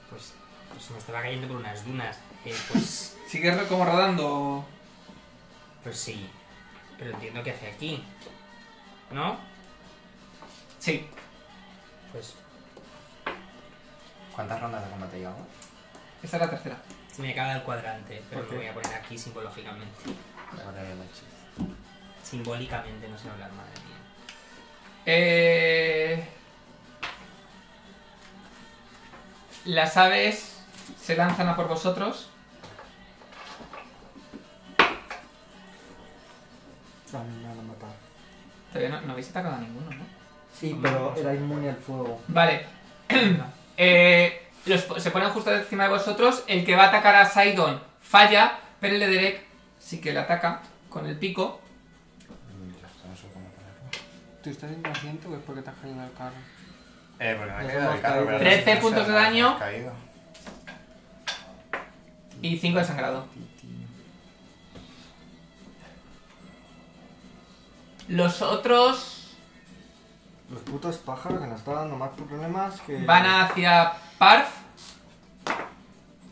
[SPEAKER 4] Pues, pues se me estaba cayendo por unas dunas. Eh, pues,
[SPEAKER 1] ¿Sigues como rodando?
[SPEAKER 4] pues sí. Pero entiendo que hace aquí. ¿No?
[SPEAKER 1] Sí.
[SPEAKER 4] Pues
[SPEAKER 3] ¿Cuántas rondas de combate llevamos?
[SPEAKER 1] Esta es la tercera.
[SPEAKER 4] se me acaba el cuadrante, pero
[SPEAKER 1] ¿Por
[SPEAKER 4] lo
[SPEAKER 1] qué?
[SPEAKER 4] voy a poner aquí simbológicamente.
[SPEAKER 3] Ahora ya lo he hecho.
[SPEAKER 4] Simbólicamente, no sé hablar, madre mía.
[SPEAKER 1] Eh... Las aves se lanzan a por vosotros.
[SPEAKER 6] A mí me van a matar.
[SPEAKER 1] Todavía no, no habéis atacado a ninguno, ¿no?
[SPEAKER 2] Sí, pero era inmune al fuego.
[SPEAKER 1] Vale. Eh, los po- se ponen justo encima de vosotros. El que va a atacar a Sidon falla, pero el de Derek sí que le ataca con el pico.
[SPEAKER 3] Mm, yo esto no sé cómo ponerlo.
[SPEAKER 6] ¿Tú estás inconsciente o es porque te has caído del carro?
[SPEAKER 3] Eh, porque me
[SPEAKER 2] Nos
[SPEAKER 3] ha caído
[SPEAKER 2] hemos
[SPEAKER 3] el carro.
[SPEAKER 2] caído.
[SPEAKER 3] pero no
[SPEAKER 1] 13
[SPEAKER 3] sé, no
[SPEAKER 1] puntos
[SPEAKER 3] sé,
[SPEAKER 1] de daño.
[SPEAKER 3] me ha Caído.
[SPEAKER 1] Y 5 de sangrado. Los otros
[SPEAKER 2] Los putos pájaros que nos están dando más problemas que...
[SPEAKER 1] van hacia Parf.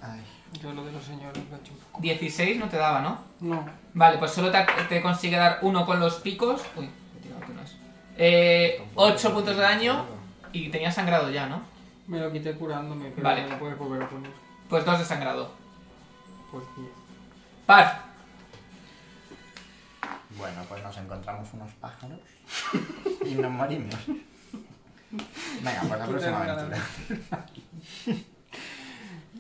[SPEAKER 3] Ay.
[SPEAKER 6] Yo lo de los señores lo he hecho un poco.
[SPEAKER 1] 16 no te daba, ¿no?
[SPEAKER 6] No,
[SPEAKER 1] Vale, pues solo te, te consigue dar uno con los picos. Uy, he tirado que no es. Eh, 8 puntos de daño y tenía sangrado ya, ¿no?
[SPEAKER 6] me lo quité curándome, pero
[SPEAKER 1] Vale.
[SPEAKER 6] me lo puedes volver a poner.
[SPEAKER 1] Pues 2 de sangrado.
[SPEAKER 6] Pues diez.
[SPEAKER 1] Parf,
[SPEAKER 3] Bueno, pues nos encontramos unos pájaros y nos morimos. Venga, pues la
[SPEAKER 6] Tú
[SPEAKER 3] próxima
[SPEAKER 6] te
[SPEAKER 3] aventura.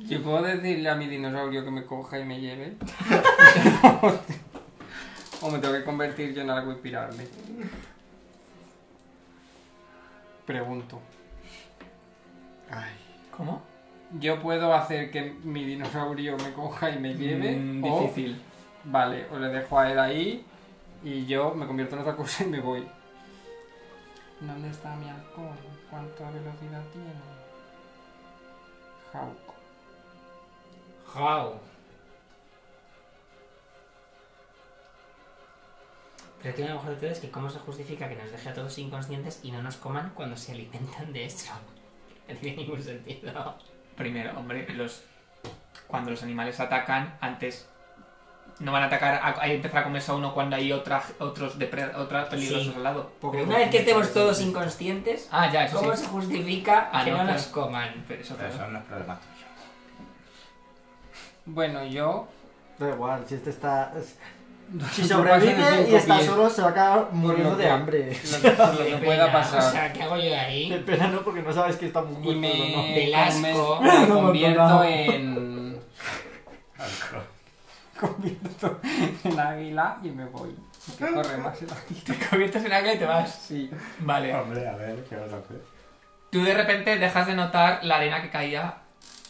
[SPEAKER 6] ¿Yo puedo decirle a mi dinosaurio que me coja y me lleve? o me tengo que convertir yo en algo y pirarme. Pregunto.
[SPEAKER 3] Ay.
[SPEAKER 1] ¿Cómo?
[SPEAKER 6] ¿Yo puedo hacer que mi dinosaurio me coja y me lleve?
[SPEAKER 1] Mm,
[SPEAKER 6] o,
[SPEAKER 1] difícil.
[SPEAKER 6] Vale, o le dejo a él ahí y yo me convierto en otra cosa y me voy. ¿Dónde está mi halcón? ¿Cuánta velocidad tiene? Hawk.
[SPEAKER 4] How? Pero que lo mejor de todo es que cómo se justifica que nos deje a todos inconscientes y no nos coman cuando se alimentan de esto. No tiene ningún sentido.
[SPEAKER 1] Primero, hombre, los cuando los animales atacan, antes no van a atacar a, a empezar a comerse a uno cuando hay otra, otros depre- otra peligrosos
[SPEAKER 4] Sí.
[SPEAKER 1] al lado.
[SPEAKER 4] Pero una vez que estemos todos inconscientes,
[SPEAKER 1] Ah, ya, eso
[SPEAKER 4] ¿cómo
[SPEAKER 1] sí.
[SPEAKER 4] se justifica
[SPEAKER 1] Ah,
[SPEAKER 4] que
[SPEAKER 1] no,
[SPEAKER 4] no
[SPEAKER 1] claro.
[SPEAKER 4] nos coman?
[SPEAKER 1] Pero eso,
[SPEAKER 3] Pero
[SPEAKER 1] claro.
[SPEAKER 3] son los problemas tuyos.
[SPEAKER 6] Bueno, yo.
[SPEAKER 2] Da igual, si este está... Si
[SPEAKER 6] Pasan de
[SPEAKER 2] sobrevive
[SPEAKER 6] cinco
[SPEAKER 2] y está
[SPEAKER 6] pies.
[SPEAKER 2] solo, se va a acabar
[SPEAKER 6] lo
[SPEAKER 2] muriendo de
[SPEAKER 6] que-
[SPEAKER 2] hambre.
[SPEAKER 6] Lo que, por lo
[SPEAKER 4] Qué
[SPEAKER 6] que
[SPEAKER 4] pena,
[SPEAKER 6] pueda
[SPEAKER 4] O
[SPEAKER 6] pasar.
[SPEAKER 4] sea, ¿qué hago yo ahí?
[SPEAKER 2] Espera, no, porque no sabes que está muy
[SPEAKER 6] Y
[SPEAKER 2] muerto,
[SPEAKER 6] me.
[SPEAKER 4] Del asco.
[SPEAKER 6] me- me
[SPEAKER 2] No,
[SPEAKER 6] convierto
[SPEAKER 2] no.
[SPEAKER 6] en. Convierto en águila y me voy. Y que corre más el águila.
[SPEAKER 1] Te conviertes en águila y te vas.
[SPEAKER 6] Sí.
[SPEAKER 1] Vale.
[SPEAKER 3] Hombre, a ver, ¿qué vas a hacer?
[SPEAKER 1] Tú de repente dejas de notar la arena que caía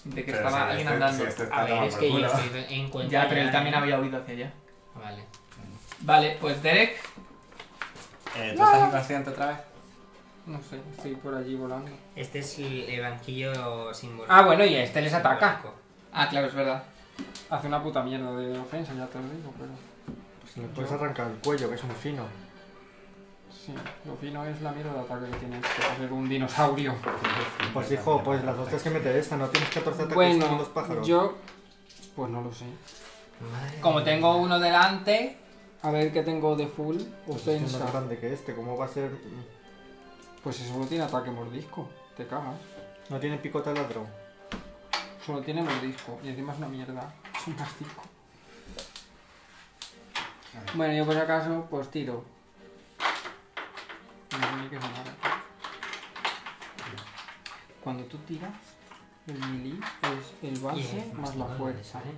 [SPEAKER 1] de que
[SPEAKER 3] Pero
[SPEAKER 1] estaba
[SPEAKER 3] si
[SPEAKER 1] alguien
[SPEAKER 3] este-
[SPEAKER 1] andando.
[SPEAKER 3] si este está
[SPEAKER 4] A ver,
[SPEAKER 3] tomado
[SPEAKER 4] es
[SPEAKER 3] por
[SPEAKER 4] que yo
[SPEAKER 3] culo.
[SPEAKER 4] estoy en cuenta.
[SPEAKER 1] Ya, pero él también había huido hacia allá.
[SPEAKER 4] Vale.
[SPEAKER 1] Vale, pues Derek,
[SPEAKER 3] Eh, ¿Tú estás inconsciente otra vez?
[SPEAKER 6] No sé, estoy por allí volando.
[SPEAKER 4] Este es el el banquillo simbólico.
[SPEAKER 6] Ah, bueno, y a este les ataca.
[SPEAKER 1] ah, claro, es verdad.
[SPEAKER 6] Hace una puta mierda de ofensa, ya te lo digo, pero.
[SPEAKER 2] Pues le puedes arrancar el cuello, que es muy fino.
[SPEAKER 6] Sí, lo fino es la mierda de ataque que tiene que hacer un dinosaurio.
[SPEAKER 2] Pues hijo, pues las hostias que mete esta, no tienes 14 ataques con
[SPEAKER 6] Bueno,
[SPEAKER 2] los pájaros.
[SPEAKER 6] yo. Pues no lo sé.
[SPEAKER 4] Madre
[SPEAKER 7] Como
[SPEAKER 4] mía.
[SPEAKER 7] tengo uno delante,
[SPEAKER 6] A ver qué tengo de full
[SPEAKER 2] Pues este es más
[SPEAKER 6] ofensa.
[SPEAKER 2] grande que este, ¿cómo va a ser? Mm,
[SPEAKER 6] Pues eso solo tiene ataque mordisco. Te cagas.
[SPEAKER 2] No tiene picota el ladrón.
[SPEAKER 6] Solo tiene mordisco. Y encima es una mierda. Es un castigo. Bueno, yo por si acaso, pues tiro. No sé ni qué sonar aquí. Cuando tú tiras, el melee es el
[SPEAKER 4] Y
[SPEAKER 6] base
[SPEAKER 4] es
[SPEAKER 6] Ah,
[SPEAKER 4] ¿eh?
[SPEAKER 6] más la
[SPEAKER 4] todo,
[SPEAKER 6] fuerza.
[SPEAKER 4] ¿vale?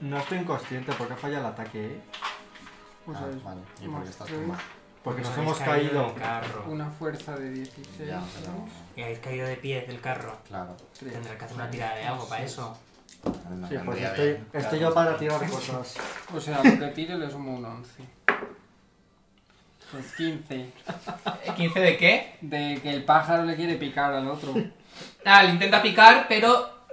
[SPEAKER 2] No estoy inconsciente porque falla el ataque, ¿eh?
[SPEAKER 6] Pues
[SPEAKER 3] Ah,
[SPEAKER 6] es
[SPEAKER 3] vale. ¿Y por qué estás
[SPEAKER 6] tres,
[SPEAKER 3] tumbado?
[SPEAKER 2] Porque
[SPEAKER 5] Os
[SPEAKER 2] nos
[SPEAKER 5] habéis
[SPEAKER 2] hemos caído.
[SPEAKER 5] del carro.
[SPEAKER 6] Una fuerza de 16.
[SPEAKER 3] Ya, pero...
[SPEAKER 4] Y habéis caído de pie del carro.
[SPEAKER 3] Claro.
[SPEAKER 6] tres.
[SPEAKER 4] Tendrás que hacer una tirada de algo para eso.
[SPEAKER 3] no
[SPEAKER 2] Sí, pues
[SPEAKER 3] vendría
[SPEAKER 2] estoy,
[SPEAKER 3] bien.
[SPEAKER 2] estoy
[SPEAKER 3] Claro.
[SPEAKER 2] yo para tirar cosas.
[SPEAKER 6] O sea, lo que tire le sumo un 11. Pues 15.
[SPEAKER 1] ¿15 de qué?
[SPEAKER 6] De que el pájaro le quiere picar al otro.
[SPEAKER 1] Ah, le intenta picar, pero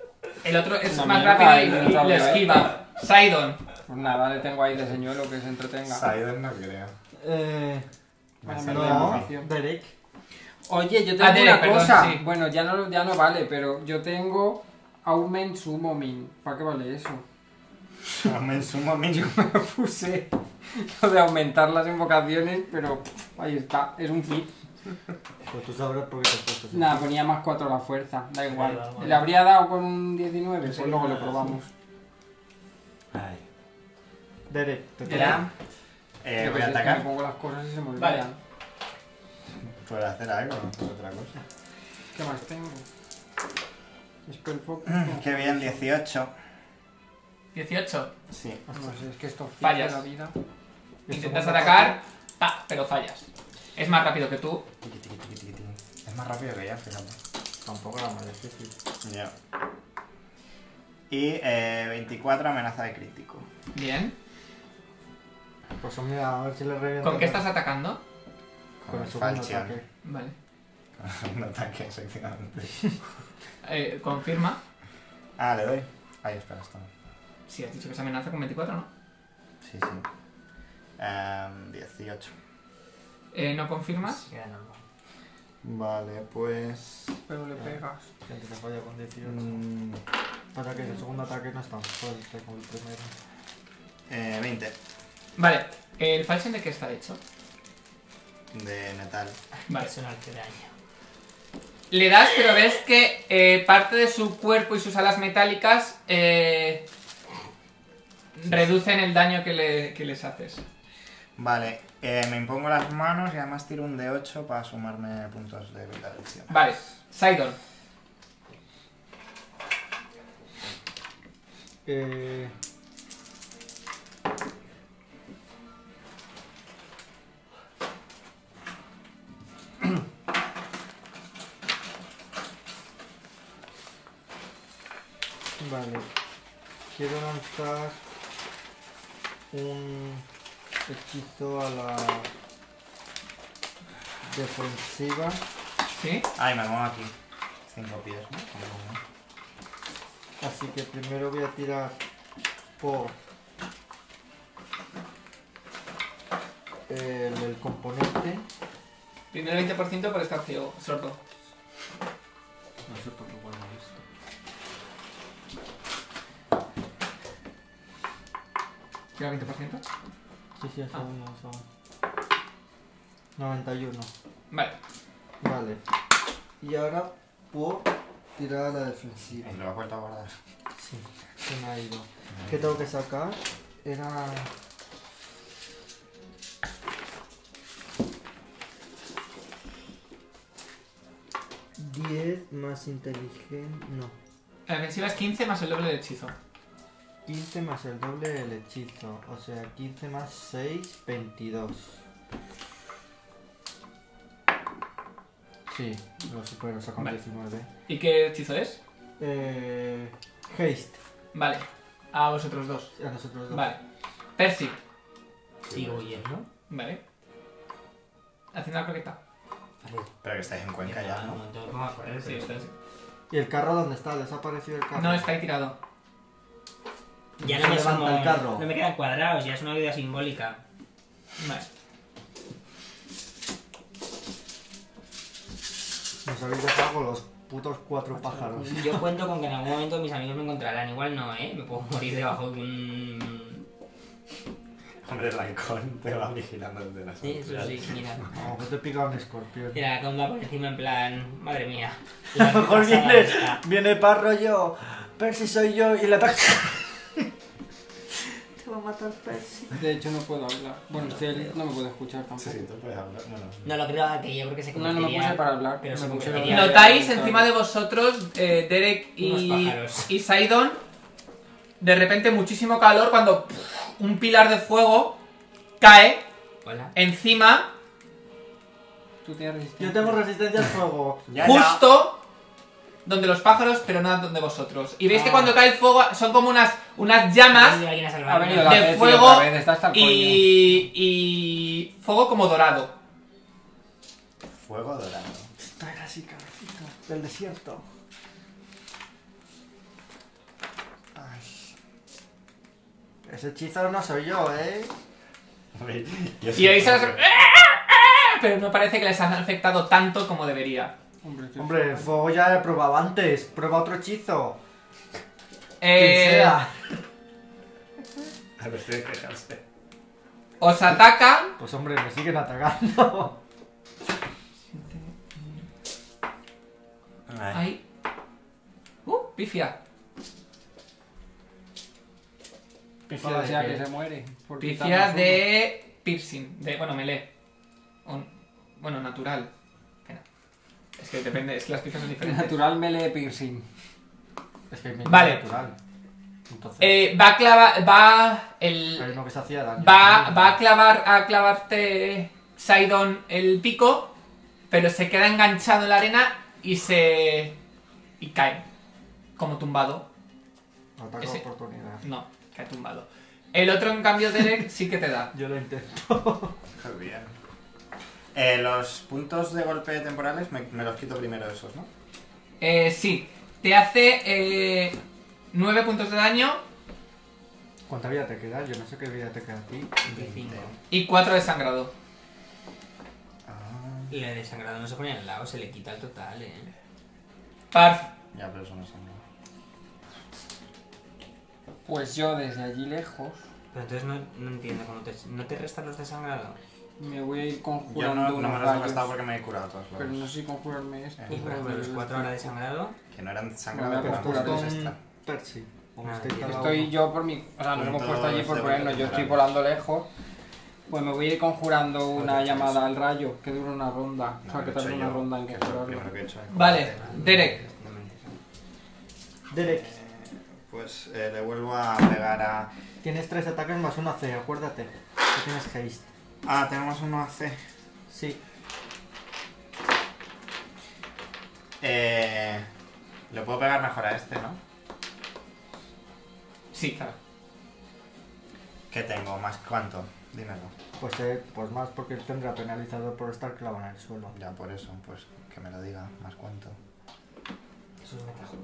[SPEAKER 1] el otro es
[SPEAKER 6] Una
[SPEAKER 1] más
[SPEAKER 6] mierda,
[SPEAKER 1] rápido
[SPEAKER 6] ahí
[SPEAKER 1] y-
[SPEAKER 6] no
[SPEAKER 1] y,
[SPEAKER 6] sabía,
[SPEAKER 1] le
[SPEAKER 6] ¿eh?
[SPEAKER 1] esquiva. Sidon.
[SPEAKER 6] Pues nada, le tengo ahí de señuelo que se entretenga.
[SPEAKER 3] Sidon no creo.
[SPEAKER 2] Eh,
[SPEAKER 3] Me
[SPEAKER 6] Vale,
[SPEAKER 3] sale
[SPEAKER 6] me
[SPEAKER 3] mal.
[SPEAKER 2] no,
[SPEAKER 6] da igual.
[SPEAKER 2] Derek.
[SPEAKER 6] Oye, yo tengo
[SPEAKER 1] Ah, Derek,
[SPEAKER 6] una
[SPEAKER 1] perdón,
[SPEAKER 6] cosa.
[SPEAKER 1] sí.
[SPEAKER 6] Bueno, ya no, ya no vale, pero yo tengo Aumen Sumomin. ¿Para qué vale eso?
[SPEAKER 3] Me ensumo a mí.
[SPEAKER 6] Yo me puse lo de aumentar las invocaciones, pero pff, ahí está, es un fit.
[SPEAKER 2] Pues tú sabrás por qué te has puesto así.
[SPEAKER 6] Nada, ponía más 4 a la fuerza, da
[SPEAKER 4] Da
[SPEAKER 6] igual.
[SPEAKER 4] igual.
[SPEAKER 6] ¿Le habría dado con un 19? Pues
[SPEAKER 4] Sí,
[SPEAKER 6] luego lo
[SPEAKER 4] nada,
[SPEAKER 6] probamos.
[SPEAKER 3] Ay.
[SPEAKER 2] Derek, te toca.
[SPEAKER 1] Era-
[SPEAKER 3] Eh,
[SPEAKER 6] Yo
[SPEAKER 3] voy
[SPEAKER 6] que
[SPEAKER 3] a
[SPEAKER 6] sé, es que
[SPEAKER 3] atacar.
[SPEAKER 6] Me pongo las cosas y se me
[SPEAKER 1] Vale.
[SPEAKER 6] olvidan.
[SPEAKER 3] Por hacer algo, no por otra cosa.
[SPEAKER 6] ¿Qué más tengo? Spellfocus.
[SPEAKER 3] Mm, Qué bien, 18.
[SPEAKER 1] 18.
[SPEAKER 3] Sí.
[SPEAKER 6] No sé, es que esto falla
[SPEAKER 1] Fallas.
[SPEAKER 6] la vida.
[SPEAKER 1] Intentas atacar, pa, pero fallas. Es más rápido que tú.
[SPEAKER 3] Tiqui, tiqui, tiqui, tiqui, tiqui. Es más rápido que ya, fíjate.
[SPEAKER 2] Tampoco era más difícil.
[SPEAKER 3] Ya. Y eh, 24 amenaza de crítico.
[SPEAKER 1] Bien.
[SPEAKER 2] Pues mira, a ver si le reviento.
[SPEAKER 1] ¿Con qué estás atacando?
[SPEAKER 2] Con el segundo
[SPEAKER 3] falchion.
[SPEAKER 2] ataque.
[SPEAKER 1] Vale.
[SPEAKER 3] Con el segundo ataque, efectivamente.
[SPEAKER 1] Eh, confirma.
[SPEAKER 3] Ah, le doy. Ahí, espera, está.
[SPEAKER 1] Sí, has dicho que se amenaza con 24, ¿no?
[SPEAKER 3] Sí, sí. Em, 18.
[SPEAKER 1] Eh, ¿No confirmas?
[SPEAKER 4] Sí, ganamos.
[SPEAKER 3] Vale, pues.
[SPEAKER 6] Pero le pegas.
[SPEAKER 2] Gente que falla con 18.
[SPEAKER 3] mm,
[SPEAKER 2] Ataque, el segundo ataque no es tan fuerte como el primero.
[SPEAKER 3] eh, 20
[SPEAKER 1] Vale. ¿El falsen de qué está hecho?
[SPEAKER 3] de metal.
[SPEAKER 1] Vale.
[SPEAKER 4] Es un arte de año.
[SPEAKER 1] Le das, pero ves que eh, parte de su cuerpo y sus alas metálicas eh, reducen el daño que, le- que les haces.
[SPEAKER 3] Vale, eh, me impongo las manos y además tiro un D8 para sumarme puntos de vitalicia.
[SPEAKER 1] Vale. Sidon.
[SPEAKER 2] Eh. Vale. Quiero lanzar un hechizo a la defensiva.
[SPEAKER 1] ¿Sí?
[SPEAKER 3] Ay, me muevo aquí. 5 pies, ¿no? Como-
[SPEAKER 2] Así que primero voy a tirar por el, el componente.
[SPEAKER 1] Primero el 20% por estar ciego, sordo.
[SPEAKER 2] No sé por qué guardo esto.
[SPEAKER 1] ¿Tira 20%?
[SPEAKER 2] Sí, sí, es
[SPEAKER 1] Ah.
[SPEAKER 2] uno, es uno. 91.
[SPEAKER 1] Vale.
[SPEAKER 2] Vale. Y ahora por tirar a la defensiva.
[SPEAKER 3] Y lo ha vuelto a guardar.
[SPEAKER 2] Sí, se me ha ido. ¿Qué tengo que sacar? Era... Diez más inteligente... No.
[SPEAKER 1] La defensiva es 15 más el doble de hechizo.
[SPEAKER 2] 15 más el doble del hechizo, o sea, 15 más 6, 22. Sí, lo supero, saco un
[SPEAKER 1] Vale.
[SPEAKER 2] 19.
[SPEAKER 1] ¿Y qué hechizo es?
[SPEAKER 2] Eh, haste,
[SPEAKER 1] Vale. A vosotros dos.
[SPEAKER 2] a nosotros dos.
[SPEAKER 1] Vale. Percy.
[SPEAKER 4] Sigo huyendo.
[SPEAKER 1] Vale. Haciendo la croqueta.
[SPEAKER 4] Vale.
[SPEAKER 3] Pero que estáis en Cuenca ya, pues ¿no?
[SPEAKER 4] Entonces, vamos a correr,
[SPEAKER 1] Sí,
[SPEAKER 4] pero-
[SPEAKER 1] está así.
[SPEAKER 2] ¿Y el carro dónde está? ¿Desaparecido el carro?
[SPEAKER 1] No, está ahí tirado.
[SPEAKER 4] Ya
[SPEAKER 2] Se
[SPEAKER 4] no me
[SPEAKER 2] levanta
[SPEAKER 4] sumo-
[SPEAKER 2] el carro.
[SPEAKER 4] No me quedan cuadrados, ya es una vida simbólica.
[SPEAKER 1] Vale.
[SPEAKER 2] Nos habéis dejado con los putos cuatro pájaros.
[SPEAKER 4] Yo cuento con que en algún momento mis amigos me encontrarán. Igual no, ¿eh? Me puedo morir debajo de un...
[SPEAKER 3] Hombre, el halcón te va vigilando desde las
[SPEAKER 4] Sí, eso sí, mira.
[SPEAKER 2] A lo mejor te pica un escorpión.
[SPEAKER 4] Mira, la conda por encima en plan... Madre mía.
[SPEAKER 2] A lo mejor
[SPEAKER 4] Pasada
[SPEAKER 2] viene,
[SPEAKER 4] esta.
[SPEAKER 2] viene par rollo, Percy soy yo y le ataca. Te va a matar Percy.
[SPEAKER 6] De hecho, no puedo hablar. Bueno, usted no me puede escuchar tampoco.
[SPEAKER 3] Sí, sí, tú puedes hablar. Bueno,
[SPEAKER 4] No lo creo que yo creo que se
[SPEAKER 6] No, no me
[SPEAKER 4] convertiría-
[SPEAKER 6] puse para hablar.
[SPEAKER 4] Pero
[SPEAKER 6] me
[SPEAKER 4] se
[SPEAKER 6] puse
[SPEAKER 4] convertiría-
[SPEAKER 6] para-
[SPEAKER 1] Notáis encima de vosotros, eh, Derek
[SPEAKER 4] Unos
[SPEAKER 1] y,
[SPEAKER 4] pájaros.
[SPEAKER 1] y Sidon, de repente muchísimo calor cuando pff, un pilar de fuego cae
[SPEAKER 4] Hola.
[SPEAKER 1] encima
[SPEAKER 6] Tú tienes resistencia.
[SPEAKER 2] Yo tengo resistencia al fuego.
[SPEAKER 3] Ya, ya.
[SPEAKER 1] justo donde los pájaros, pero no donde vosotros. Y veis que
[SPEAKER 4] Ah.
[SPEAKER 1] cuando cae el fuego son como unas, unas llamas
[SPEAKER 4] Ha venido alguien a
[SPEAKER 6] Ha
[SPEAKER 4] salvarme.
[SPEAKER 6] venido la
[SPEAKER 1] De
[SPEAKER 6] Pepsi
[SPEAKER 1] fuego
[SPEAKER 6] otra vez, está hasta el
[SPEAKER 1] y, y fuego como dorado.
[SPEAKER 3] Fuego dorado.
[SPEAKER 2] Está casi calorcito. Del desierto. Ay. Ese hechizo no soy yo, ¿eh?
[SPEAKER 3] Yo
[SPEAKER 1] Y
[SPEAKER 3] soy-
[SPEAKER 1] veis a las... eh! Pero no parece que les han afectado tanto como debería.
[SPEAKER 6] coño. Hombre, qué-
[SPEAKER 2] Hombre, el fuego ya lo he probado antes. Prueba otro hechizo. Quien
[SPEAKER 1] Eh,
[SPEAKER 2] sea.
[SPEAKER 3] A ver si quejarse.
[SPEAKER 1] Eh, os ataca.
[SPEAKER 2] Pues hombre, me siguen atacando.
[SPEAKER 3] Ay.
[SPEAKER 1] Ahí. Uh, pifia.
[SPEAKER 6] Pifia
[SPEAKER 2] Vale,
[SPEAKER 6] de sea
[SPEAKER 2] que-
[SPEAKER 6] que se muere. por
[SPEAKER 1] Pifia
[SPEAKER 6] quitarnos
[SPEAKER 1] de piercing. De, bueno, melee. Un- bueno, natural. Espera. Es que depende, es que las pifias son
[SPEAKER 6] uno.
[SPEAKER 1] diferentes.
[SPEAKER 6] Natural melee piercing.
[SPEAKER 2] es que me
[SPEAKER 1] Vale.
[SPEAKER 2] natural. Entonces,
[SPEAKER 1] Eh, va a clavar... Va el,
[SPEAKER 2] hay uno que se hacía daño.
[SPEAKER 1] Va, va a clavar a clavarte Sidon el pico, pero se queda enganchado en la arena y se. y cae. Como tumbado.
[SPEAKER 2] Ataque
[SPEAKER 1] ese.
[SPEAKER 2] oportunidad.
[SPEAKER 1] No, cae tumbado. El otro, en cambio, Derek, sí que te da.
[SPEAKER 2] Yo lo intento.
[SPEAKER 3] Qué bien. Eh, los puntos de golpe temporales me, me los quito primero esos, ¿no?
[SPEAKER 1] Eh, sí, te hace eh, 9 puntos de daño
[SPEAKER 2] ¿Cuánta vida te queda? Yo no sé qué vida te queda a ti.
[SPEAKER 1] y 4 de sangrado.
[SPEAKER 3] Ah,
[SPEAKER 4] Y la de sangrado no se pone al lado, se le quita el total, eh.
[SPEAKER 1] Parf,
[SPEAKER 3] ya, pero eso no son.
[SPEAKER 6] Pues yo desde allí lejos
[SPEAKER 4] Pero entonces no, no entiendo cómo te. ¿No te restan los de sangrado?
[SPEAKER 6] me voy a ir
[SPEAKER 3] Yo
[SPEAKER 6] conjurando
[SPEAKER 3] no, no
[SPEAKER 6] unos
[SPEAKER 3] me los he
[SPEAKER 6] rayos,
[SPEAKER 3] gastado porque me he curado todos los.
[SPEAKER 6] Pero no sé si conjurarme esto.
[SPEAKER 3] Y,
[SPEAKER 4] Y por ejemplo, los cuatro horas de sangrado.
[SPEAKER 3] Que no eran
[SPEAKER 6] No,
[SPEAKER 3] sangrados,
[SPEAKER 6] me
[SPEAKER 3] pero
[SPEAKER 6] he
[SPEAKER 3] eran
[SPEAKER 6] puesto
[SPEAKER 3] puntos
[SPEAKER 2] un-
[SPEAKER 3] extra.
[SPEAKER 2] Percy. O
[SPEAKER 4] Nada,
[SPEAKER 2] usted
[SPEAKER 4] tío.
[SPEAKER 2] cada
[SPEAKER 6] Estoy
[SPEAKER 2] uno.
[SPEAKER 6] yo por mi... O sea, nos hemos puesto allí por
[SPEAKER 3] Puntos de
[SPEAKER 6] ponernos. Yo estoy volando lejos. Pues me voy a ir conjurando una
[SPEAKER 3] Puntos.
[SPEAKER 6] llamada al rayo que dura una ronda. O
[SPEAKER 3] No,
[SPEAKER 6] sea, que
[SPEAKER 3] lo he
[SPEAKER 6] tarda
[SPEAKER 3] hecho
[SPEAKER 6] una
[SPEAKER 3] yo,
[SPEAKER 6] ronda en
[SPEAKER 3] que es lo
[SPEAKER 6] conjurarlo.
[SPEAKER 3] primero que he hecho en
[SPEAKER 1] Vale,
[SPEAKER 3] combate.
[SPEAKER 1] Derek.
[SPEAKER 3] No me interesa.
[SPEAKER 2] Derek,
[SPEAKER 3] Pues eh, le vuelvo a pegar a.
[SPEAKER 2] tienes tres ataques más una C, acuérdate. Que tienes haste.
[SPEAKER 3] Ah, tenemos uno AC.
[SPEAKER 2] Sí.
[SPEAKER 3] Eh. Lo puedo pegar mejor a este, ¿no?
[SPEAKER 1] sí, claro.
[SPEAKER 3] ¿Qué tengo? ¿Más cuánto? Dímelo.
[SPEAKER 2] Pues, eh, pues más porque él tendrá penalizado por estar clavado en el suelo.
[SPEAKER 3] Ya por eso, pues que me lo diga. ¿Más cuánto?
[SPEAKER 4] Eso es metajuego.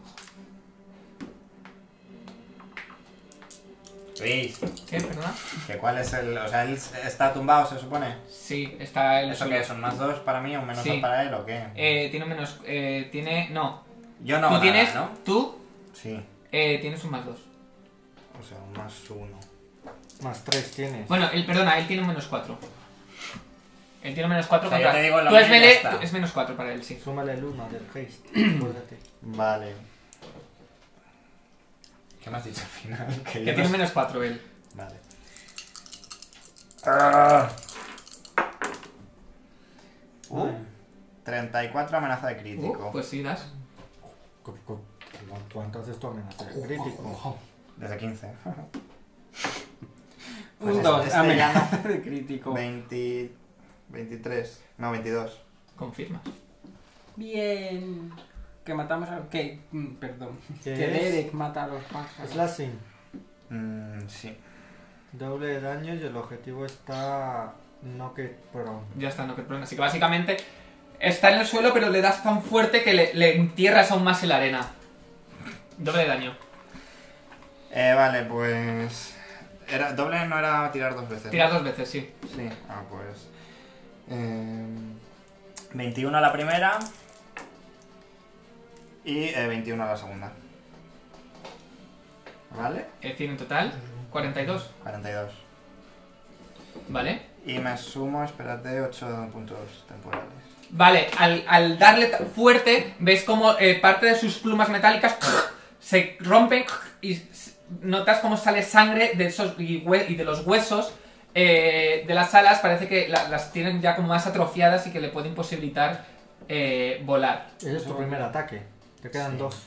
[SPEAKER 3] Luis,
[SPEAKER 1] ¿Qué? ¿Perdona?
[SPEAKER 3] ¿que ¿cuál es el...? O sea, él está tumbado, se supone.
[SPEAKER 1] Sí, está el.
[SPEAKER 3] ¿Eso qué? ¿Son más dos para mí o un menos
[SPEAKER 1] Sí.
[SPEAKER 3] dos para él o qué?
[SPEAKER 1] Eh, tiene un menos. eh, tiene. No.
[SPEAKER 3] Yo no
[SPEAKER 1] tú
[SPEAKER 3] hago nada,
[SPEAKER 1] tienes.
[SPEAKER 3] ¿no?
[SPEAKER 1] Tú
[SPEAKER 3] Sí.
[SPEAKER 1] eh, tienes un más 2.
[SPEAKER 3] O sea, un más uno.
[SPEAKER 2] Más tres tienes.
[SPEAKER 1] Bueno, él, perdona, él tiene un menos 4. Él tiene un menos 4
[SPEAKER 3] O sea, yo
[SPEAKER 1] contra.
[SPEAKER 3] te digo lo
[SPEAKER 1] tú es
[SPEAKER 3] mío y ya
[SPEAKER 1] melee,
[SPEAKER 3] está.
[SPEAKER 1] tú- es menos 4 para él, sí.
[SPEAKER 2] Súmale el uno del haste. acuérdate.
[SPEAKER 3] Vale. ¿Qué me has dicho al final? Que
[SPEAKER 1] Que
[SPEAKER 3] yo
[SPEAKER 1] tiene
[SPEAKER 3] no-
[SPEAKER 1] menos 4 él.
[SPEAKER 3] Vale. Ah. Uh, 34 amenaza de crítico.
[SPEAKER 1] Uh, pues sí, das.
[SPEAKER 2] Cu- cu- cu- ¿Cuánto haces tu amenaza? Crítico.
[SPEAKER 3] Desde 15. Pues
[SPEAKER 6] Un
[SPEAKER 3] este-
[SPEAKER 6] 2.
[SPEAKER 3] este
[SPEAKER 6] amenaza de crítico.
[SPEAKER 3] 20... 23. No, 22.
[SPEAKER 1] Confirma.
[SPEAKER 6] Bien. Que matamos a... Que... mm, Perdón.
[SPEAKER 2] ¿Qué
[SPEAKER 6] Que
[SPEAKER 2] es?
[SPEAKER 6] Derek mata a los pájaros.
[SPEAKER 2] Slashing.
[SPEAKER 3] Mm, sí.
[SPEAKER 2] Doble de daño y el objetivo está. No que. Pero.
[SPEAKER 1] Ya está, no que problema. Así que básicamente está en el suelo, pero le das tan fuerte que le, le entierras aún más en la arena. Doble de daño.
[SPEAKER 3] Eh, vale, pues... Era, doble no era tirar dos veces. ¿no?
[SPEAKER 1] Tiras dos veces, sí.
[SPEAKER 3] Sí. Ah, pues... eh, 21 a la primera. Y eh, 21 a la segunda. ¿Vale?
[SPEAKER 1] Es decir, Eh, en total, 42.
[SPEAKER 3] 42.
[SPEAKER 1] ¿Vale?
[SPEAKER 3] Y me sumo, espérate, 8 puntos temporales.
[SPEAKER 1] Vale, al, al darle ta- fuerte, ves como eh, parte de sus plumas metálicas se rompen y s- notas como sale sangre de esos y, hue- y de los huesos eh, de las alas. Parece que la- las tienen ya como más atrofiadas y que le puede imposibilitar eh, volar.
[SPEAKER 2] Ese es tu primer ataque. Te quedan
[SPEAKER 3] Sí.
[SPEAKER 2] dos.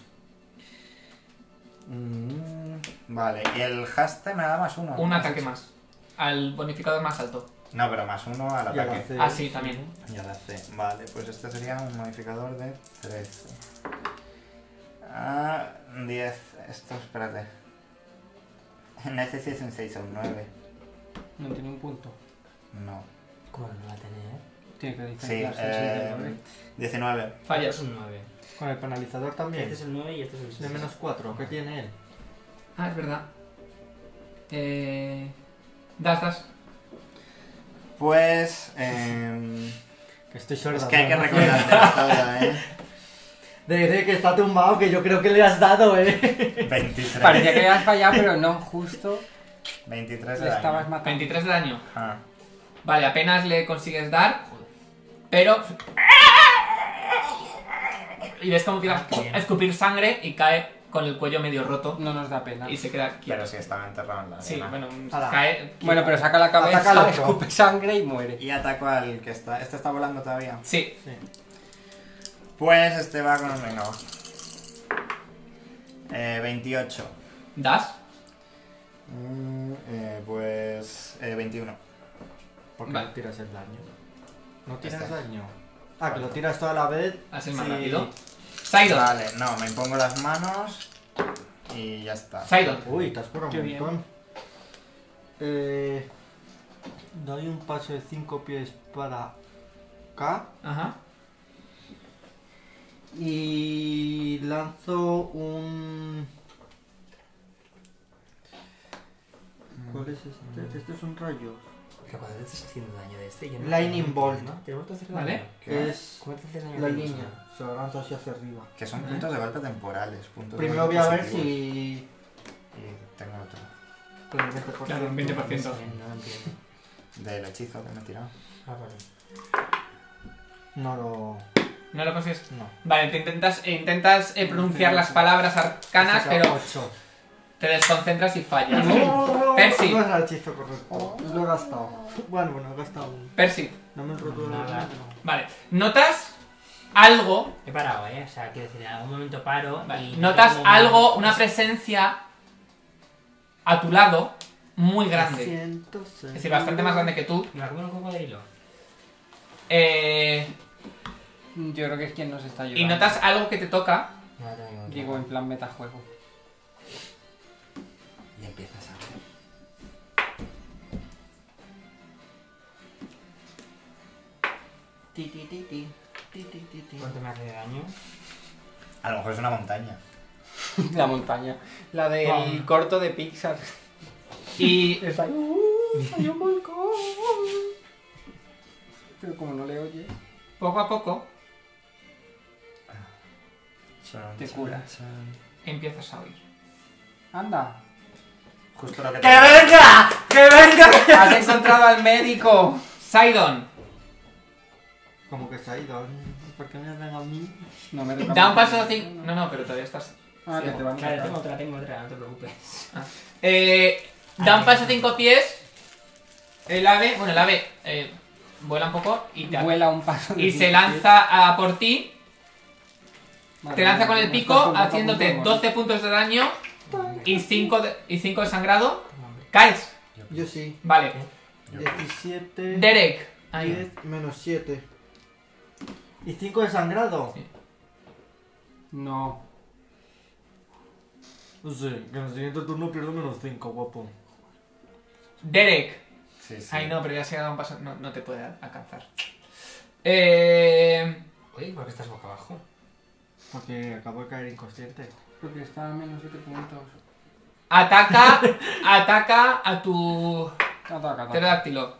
[SPEAKER 3] Mm, Vale, y el haste me da más uno.
[SPEAKER 1] Un ataque más. al bonificador más alto.
[SPEAKER 3] No, pero más uno al
[SPEAKER 2] Y
[SPEAKER 3] ataque.
[SPEAKER 2] avance.
[SPEAKER 1] Ah, sí, también.
[SPEAKER 3] Y a la C. Vale, pues este sería un modificador de 13. Ah, 10. Esto, espérate. No sé si es un 6 o un 9.
[SPEAKER 6] No tiene un punto.
[SPEAKER 3] No.
[SPEAKER 4] ¿Cómo no va a tener?
[SPEAKER 6] Tiene que
[SPEAKER 3] Sí,
[SPEAKER 6] diferenciarse.
[SPEAKER 3] eh, 19.
[SPEAKER 1] Fallas.
[SPEAKER 4] Este Es un 9.
[SPEAKER 2] Con el penalizador también.
[SPEAKER 4] Este es el 9 y este es el 6.
[SPEAKER 2] De menos 4, ¿qué tiene él?
[SPEAKER 1] Ah, es verdad. Eh... Das, das.
[SPEAKER 3] Pues. em,
[SPEAKER 2] Que estoy sordo.
[SPEAKER 3] es que hay que
[SPEAKER 2] ¿no?
[SPEAKER 3] recordarte todo, ¿eh?
[SPEAKER 2] De, de que está tumbado, que yo creo que le has dado, eh.
[SPEAKER 3] 23.
[SPEAKER 6] Parecía que habías fallado, pero no, justo
[SPEAKER 3] 23 de
[SPEAKER 6] le
[SPEAKER 3] daño.
[SPEAKER 6] estabas matando.
[SPEAKER 1] 23 de daño.
[SPEAKER 3] Ah,
[SPEAKER 1] Vale, apenas le consigues dar. Pero. Y ves cómo empieza a escupir sangre y cae con el cuello medio roto
[SPEAKER 6] No nos da pena.
[SPEAKER 1] y se queda
[SPEAKER 3] pero
[SPEAKER 1] quieto.
[SPEAKER 3] sí estaba enterrado en la
[SPEAKER 1] Sí,
[SPEAKER 3] arena.
[SPEAKER 1] bueno,
[SPEAKER 2] Ala.
[SPEAKER 1] cae.
[SPEAKER 6] Bueno, pero saca la cabeza,
[SPEAKER 2] Atácalo.
[SPEAKER 6] escupe sangre y muere.
[SPEAKER 3] Y ataco al que está. Este está volando todavía.
[SPEAKER 1] Sí,
[SPEAKER 3] Pues este va con un menos. Eh, 28.
[SPEAKER 1] das.
[SPEAKER 3] Mm, eh, pues eh, 21.
[SPEAKER 2] Porque
[SPEAKER 1] Vale.
[SPEAKER 2] no tiras el daño. No tiras
[SPEAKER 3] Este.
[SPEAKER 2] daño. Ah, que lo tiras toda la vez.
[SPEAKER 1] Así más
[SPEAKER 2] Sí.
[SPEAKER 1] rápido. Sidon.
[SPEAKER 3] Vale, no, me pongo las manos y ya está.
[SPEAKER 1] Sidon.
[SPEAKER 2] Uy, te has curado
[SPEAKER 6] Qué
[SPEAKER 2] un
[SPEAKER 6] bien.
[SPEAKER 2] montón. Eh, doy un paso de 5 pies para acá.
[SPEAKER 1] Ajá.
[SPEAKER 2] Y lanzo un.
[SPEAKER 3] Mm,
[SPEAKER 2] ¿Cuál es este? Este es un rayo.
[SPEAKER 4] Pero cuando te estás haciendo daño de este, yo
[SPEAKER 2] Lightning Bolt.
[SPEAKER 4] ¿Tenemos que hacer
[SPEAKER 1] Vale.
[SPEAKER 4] daño?
[SPEAKER 3] Que,
[SPEAKER 2] Es
[SPEAKER 4] ¿Cómo te haces daño
[SPEAKER 2] la
[SPEAKER 4] a ti mismo?
[SPEAKER 2] línea. Se lo lanzo así hacia arriba.
[SPEAKER 3] que son puntos de golpe temporales. Puntos de
[SPEAKER 2] Eh. Primero voy
[SPEAKER 3] golpe
[SPEAKER 2] a ver
[SPEAKER 3] positivos.
[SPEAKER 2] si.
[SPEAKER 3] Y tengo otro.
[SPEAKER 2] Con el 20%.
[SPEAKER 1] Claro, un 20%.
[SPEAKER 4] No lo entiendo.
[SPEAKER 3] Del hechizo que me he tirado.
[SPEAKER 4] Ah, vale.
[SPEAKER 2] No lo.
[SPEAKER 1] No lo consigues.
[SPEAKER 2] No.
[SPEAKER 1] Vale, te intentas, eh, intentas eh, pronunciar las palabras arcanas,
[SPEAKER 6] Este
[SPEAKER 2] He sacado
[SPEAKER 1] pero
[SPEAKER 2] ocho.
[SPEAKER 1] te desconcentras y fallas.
[SPEAKER 2] No,
[SPEAKER 1] Percy.
[SPEAKER 2] No es el hechizo correcto. Lo he gastado. Bueno, bueno, he gastado uno.
[SPEAKER 1] Percy.
[SPEAKER 2] No me he roto la
[SPEAKER 4] Nada.
[SPEAKER 2] mano.
[SPEAKER 1] Vale. Notas algo
[SPEAKER 4] He parado, ¿eh? O sea, quiero decir, en algún momento paro.
[SPEAKER 1] Vale,
[SPEAKER 4] y
[SPEAKER 1] Notas
[SPEAKER 4] tengo
[SPEAKER 1] algo, una presencia a tu lado muy grande.
[SPEAKER 2] Siento
[SPEAKER 1] Es decir, bastante más grande que tú.
[SPEAKER 4] Me la como un poco de hilo.
[SPEAKER 1] Eh,
[SPEAKER 6] Yo creo que es quien nos está ayudando.
[SPEAKER 1] y notas algo que te toca.
[SPEAKER 4] No, no, no, no.
[SPEAKER 6] Digo, en plan metajuego.
[SPEAKER 4] Y empiezas a.
[SPEAKER 2] Ti, ti, ti, ti. Ti, ti, ti, ti.
[SPEAKER 4] ¿Cuánto me hace de daño?
[SPEAKER 3] A lo mejor es una montaña.
[SPEAKER 6] La montaña. La del
[SPEAKER 4] Vamos.
[SPEAKER 6] corto de Pixar.
[SPEAKER 1] Y
[SPEAKER 6] Está ahí. ¡Uh! ¡Hay un volcán! Pero como no le oyes,
[SPEAKER 1] poco a poco
[SPEAKER 6] te curas.
[SPEAKER 1] empiezas a oír.
[SPEAKER 6] Anda.
[SPEAKER 3] Justo lo que
[SPEAKER 4] ¡Que venga! ¡Que venga!
[SPEAKER 6] ¡Has encontrado al médico!
[SPEAKER 1] Sidon,
[SPEAKER 2] Como que se ha ido. ¿Por qué me has dado a mí?
[SPEAKER 6] No me
[SPEAKER 1] da un paso de cinco. No, no, pero todavía estás.
[SPEAKER 6] Ah, que te van a
[SPEAKER 4] Claro, tengo
[SPEAKER 6] matar.
[SPEAKER 4] otra, tengo otra, no te preocupes.
[SPEAKER 1] Ah. Eh, da un paso cinco pies. El ave, bueno, el ave eh, vuela un poco y, te-
[SPEAKER 6] Vuela un paso de
[SPEAKER 1] y se
[SPEAKER 6] cinco
[SPEAKER 1] lanza a por ti.
[SPEAKER 6] pies. Madre
[SPEAKER 1] Te lanza
[SPEAKER 6] mía,
[SPEAKER 1] con el
[SPEAKER 6] nos
[SPEAKER 1] pico
[SPEAKER 6] estamos
[SPEAKER 1] haciéndote
[SPEAKER 6] apuntando.
[SPEAKER 1] 12 puntos de daño y 5 de, y cinco de sangrado.
[SPEAKER 4] Tengo hambre.
[SPEAKER 1] Caes.
[SPEAKER 2] Yo sí.
[SPEAKER 1] Vale.
[SPEAKER 2] 17.
[SPEAKER 1] Derek. Ahí.
[SPEAKER 2] 10 menos 7. Y 5 de sangrado.
[SPEAKER 1] Sí.
[SPEAKER 6] No.
[SPEAKER 2] Sí, que en el siguiente turno pierdo menos 5, guapo.
[SPEAKER 1] Derek.
[SPEAKER 3] Sí, sí.
[SPEAKER 1] Ay, no, pero ya se ha dado un paso. No, no te puede alcanzar. Eh,
[SPEAKER 4] Uy, ¿por qué estás boca abajo?
[SPEAKER 2] Porque acabo de caer inconsciente.
[SPEAKER 6] Porque está a menos 7 puntos.
[SPEAKER 1] ataca. ataca a tu
[SPEAKER 6] Ataca, ataca.
[SPEAKER 1] pterodáctilo.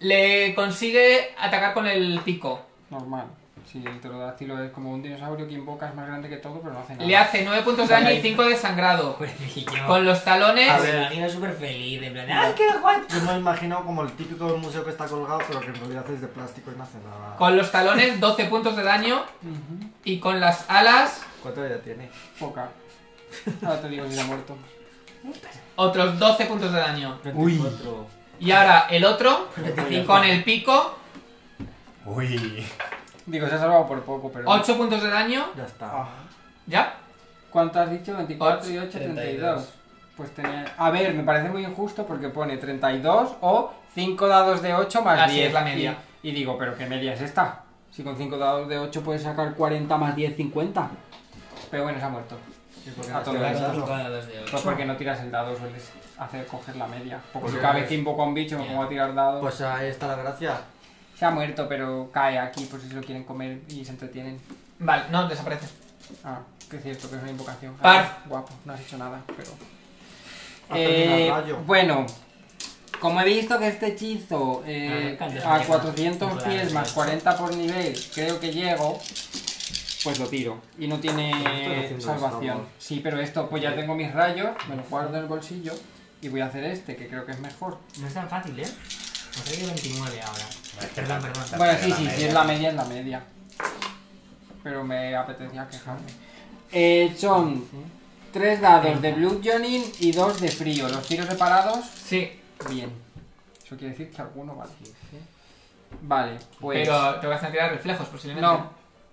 [SPEAKER 1] Le consigue atacar con el pico.
[SPEAKER 6] Normal. Si el pterodáctilo es como un dinosaurio que invoca, es más grande que todo, pero no hace nada.
[SPEAKER 1] Le hace 9 puntos de daño y 5 de sangrado.
[SPEAKER 4] Pobrecillo.
[SPEAKER 1] Con los
[SPEAKER 4] Pues A
[SPEAKER 1] talones.
[SPEAKER 4] ver, me imagino súper feliz, en plan, ¡ay, qué guay!
[SPEAKER 2] Yo me imagino como el típico del museo que está colgado, pero que en realidad es de plástico y no hace nada.
[SPEAKER 1] Con los talones, 12 puntos de daño.
[SPEAKER 6] Ujú.
[SPEAKER 1] Y con las alas,
[SPEAKER 2] ¿Cuánto ya tiene?
[SPEAKER 6] Poca. Ahora te digo si se ha muerto.
[SPEAKER 1] otros 12 puntos de daño.
[SPEAKER 2] 24.
[SPEAKER 1] Y ahora el otro, y con el pico,
[SPEAKER 3] Uy.
[SPEAKER 6] Digo, se ha salvado por poco, pero.
[SPEAKER 1] 8 puntos de daño.
[SPEAKER 2] Ya está.
[SPEAKER 6] Ah.
[SPEAKER 1] ¿Ya?
[SPEAKER 6] ¿Cuánto has dicho? 24 y 8, 32.
[SPEAKER 4] Treinta y dos.
[SPEAKER 6] Pues Pues tenía... A ver, me parece muy injusto porque pone 32 o 5 dados de 8 más
[SPEAKER 1] Así
[SPEAKER 6] 10.
[SPEAKER 1] es la media.
[SPEAKER 6] Y, y digo, ¿pero qué media es esta? Si con 5 dados de 8 puedes sacar 40 más 10, 50. Pero bueno, se ha muerto. A todo
[SPEAKER 2] tiras
[SPEAKER 6] esto.
[SPEAKER 2] el dado?
[SPEAKER 6] Pues porque no tiras el dado, sueles hacer coger la media. Porque
[SPEAKER 2] Pues
[SPEAKER 6] cada
[SPEAKER 2] ya
[SPEAKER 6] vez que invoco a un bicho me
[SPEAKER 4] Ya.
[SPEAKER 6] pongo a tirar dados.
[SPEAKER 2] Pues ahí está la gracia.
[SPEAKER 6] Se ha muerto, pero cae aquí por si se lo quieren comer y se entretienen.
[SPEAKER 1] Vale, no, desaparece.
[SPEAKER 6] Ah, que es cierto, que es una invocación. Ah,
[SPEAKER 1] Par.
[SPEAKER 6] guapo, no has hecho nada, pero...
[SPEAKER 2] Ha perdido
[SPEAKER 6] Eh,
[SPEAKER 2] el rayo.
[SPEAKER 6] bueno, como he visto que este hechizo eh,
[SPEAKER 4] Ah, no,
[SPEAKER 6] a
[SPEAKER 4] no,
[SPEAKER 6] 400
[SPEAKER 4] no, no,
[SPEAKER 6] pies
[SPEAKER 4] no,
[SPEAKER 6] más
[SPEAKER 4] no.
[SPEAKER 6] 40 por nivel creo que llego, pues lo tiro. Y no
[SPEAKER 2] estoy
[SPEAKER 6] tiene
[SPEAKER 2] haciendo Star
[SPEAKER 6] salvación.
[SPEAKER 2] Wars.
[SPEAKER 6] Sí, pero esto, pues ya tengo mis rayos, me los guardo en el bolsillo y voy a hacer este, que creo que es mejor.
[SPEAKER 4] No es tan fácil, ¿eh? Nos traído 29 ahora. Perdón, perdón.
[SPEAKER 3] La
[SPEAKER 6] Bueno,
[SPEAKER 3] media,
[SPEAKER 6] sí,
[SPEAKER 3] la
[SPEAKER 6] sí, si
[SPEAKER 3] media.
[SPEAKER 6] es la media, es la media. Pero me apetecía quejarme. Eh, son tres dados de Blue Jonin y dos de frío. Los tiros separados,
[SPEAKER 1] Sí,
[SPEAKER 6] bien. Eso quiere decir que alguno vale. Vale, pues.
[SPEAKER 1] pero te vas a tirar reflejos posiblemente.
[SPEAKER 6] No,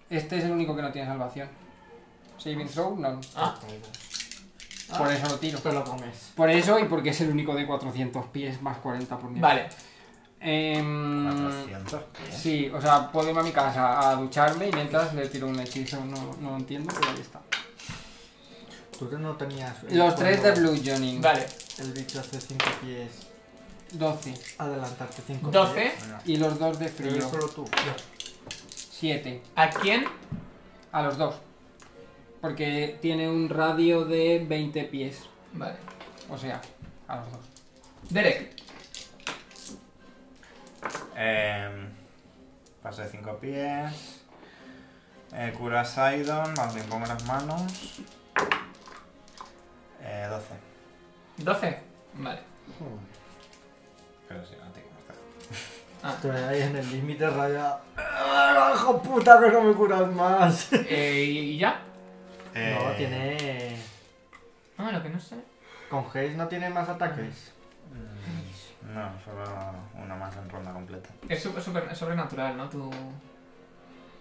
[SPEAKER 6] este es el único que no tiene salvación. Saving throw, no.
[SPEAKER 1] Ah.
[SPEAKER 6] Por eso lo tiro.
[SPEAKER 2] Te lo comes.
[SPEAKER 6] Por eso y porque es el único de 400 pies más 40 por nivel.
[SPEAKER 1] Vale,
[SPEAKER 6] Em,
[SPEAKER 3] 400. ¿eh?
[SPEAKER 6] Sí, o sea, puedo irme a mi casa a ducharme y mientras le tiro un hechizo, no, no lo entiendo, pero ahí está.
[SPEAKER 2] Tú no tenías. el
[SPEAKER 6] Los tres de
[SPEAKER 2] cuando
[SPEAKER 6] Blue Johnny.
[SPEAKER 1] vale.
[SPEAKER 2] El bicho hace 5 pies.
[SPEAKER 6] 12.
[SPEAKER 2] Adelantarte 5
[SPEAKER 1] 12.
[SPEAKER 6] Y los dos de
[SPEAKER 2] Pero yo
[SPEAKER 6] frío.
[SPEAKER 2] solo tú.
[SPEAKER 6] 7.
[SPEAKER 1] ¿A quién?
[SPEAKER 6] A los dos. Porque tiene un radio de 20 pies.
[SPEAKER 1] Vale.
[SPEAKER 6] O sea, a los dos.
[SPEAKER 1] Derek.
[SPEAKER 3] Eh, paso de 5 pies. Eh, cura a Sidon, más le pongo las manos. Eh, 12.
[SPEAKER 1] 12. Vale.
[SPEAKER 3] Pero sí, no tengo más.
[SPEAKER 2] Estoy ahí en el límite raya. ¡Ah, hijo puta, que no me curas más!
[SPEAKER 1] Eh, ¿Y y ya?
[SPEAKER 3] Eh.
[SPEAKER 2] No, tiene.
[SPEAKER 1] Ah, lo que no sé.
[SPEAKER 2] Con Haze no tiene más ataques.
[SPEAKER 3] mm, No, solo una más en ronda completa.
[SPEAKER 1] Es su- super- es sobrenatural, ¿no? Tu...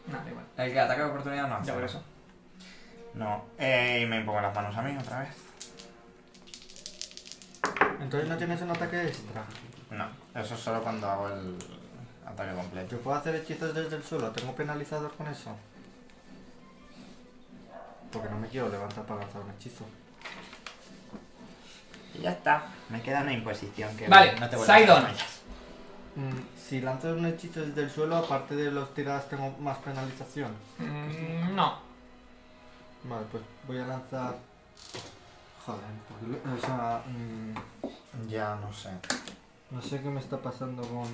[SPEAKER 1] Nada, da igual.
[SPEAKER 3] El que ataque de oportunidad no
[SPEAKER 1] Ya por eso.
[SPEAKER 3] No. Eh, y me pongo las manos a mí otra vez.
[SPEAKER 2] Entonces no tienes un ataque extra.
[SPEAKER 3] No, eso es solo cuando hago el ataque completo.
[SPEAKER 2] Yo puedo hacer hechizos desde el suelo, tengo penalizador con eso. Porque no me quiero levantar para lanzar un hechizo.
[SPEAKER 3] Y ya está. Me queda una imposición que
[SPEAKER 1] Vale,
[SPEAKER 3] no te vuelvas a
[SPEAKER 1] Sidon.
[SPEAKER 3] desmayar.
[SPEAKER 2] Mm, si lanzas un hechizo desde el suelo, aparte de los tiradas, tengo más penalización.
[SPEAKER 1] Mm, no.
[SPEAKER 2] Vale, pues voy a lanzar. Joder, ¿por qué lo- o sea, mm,
[SPEAKER 3] Ya no sé.
[SPEAKER 2] no sé qué me está pasando con.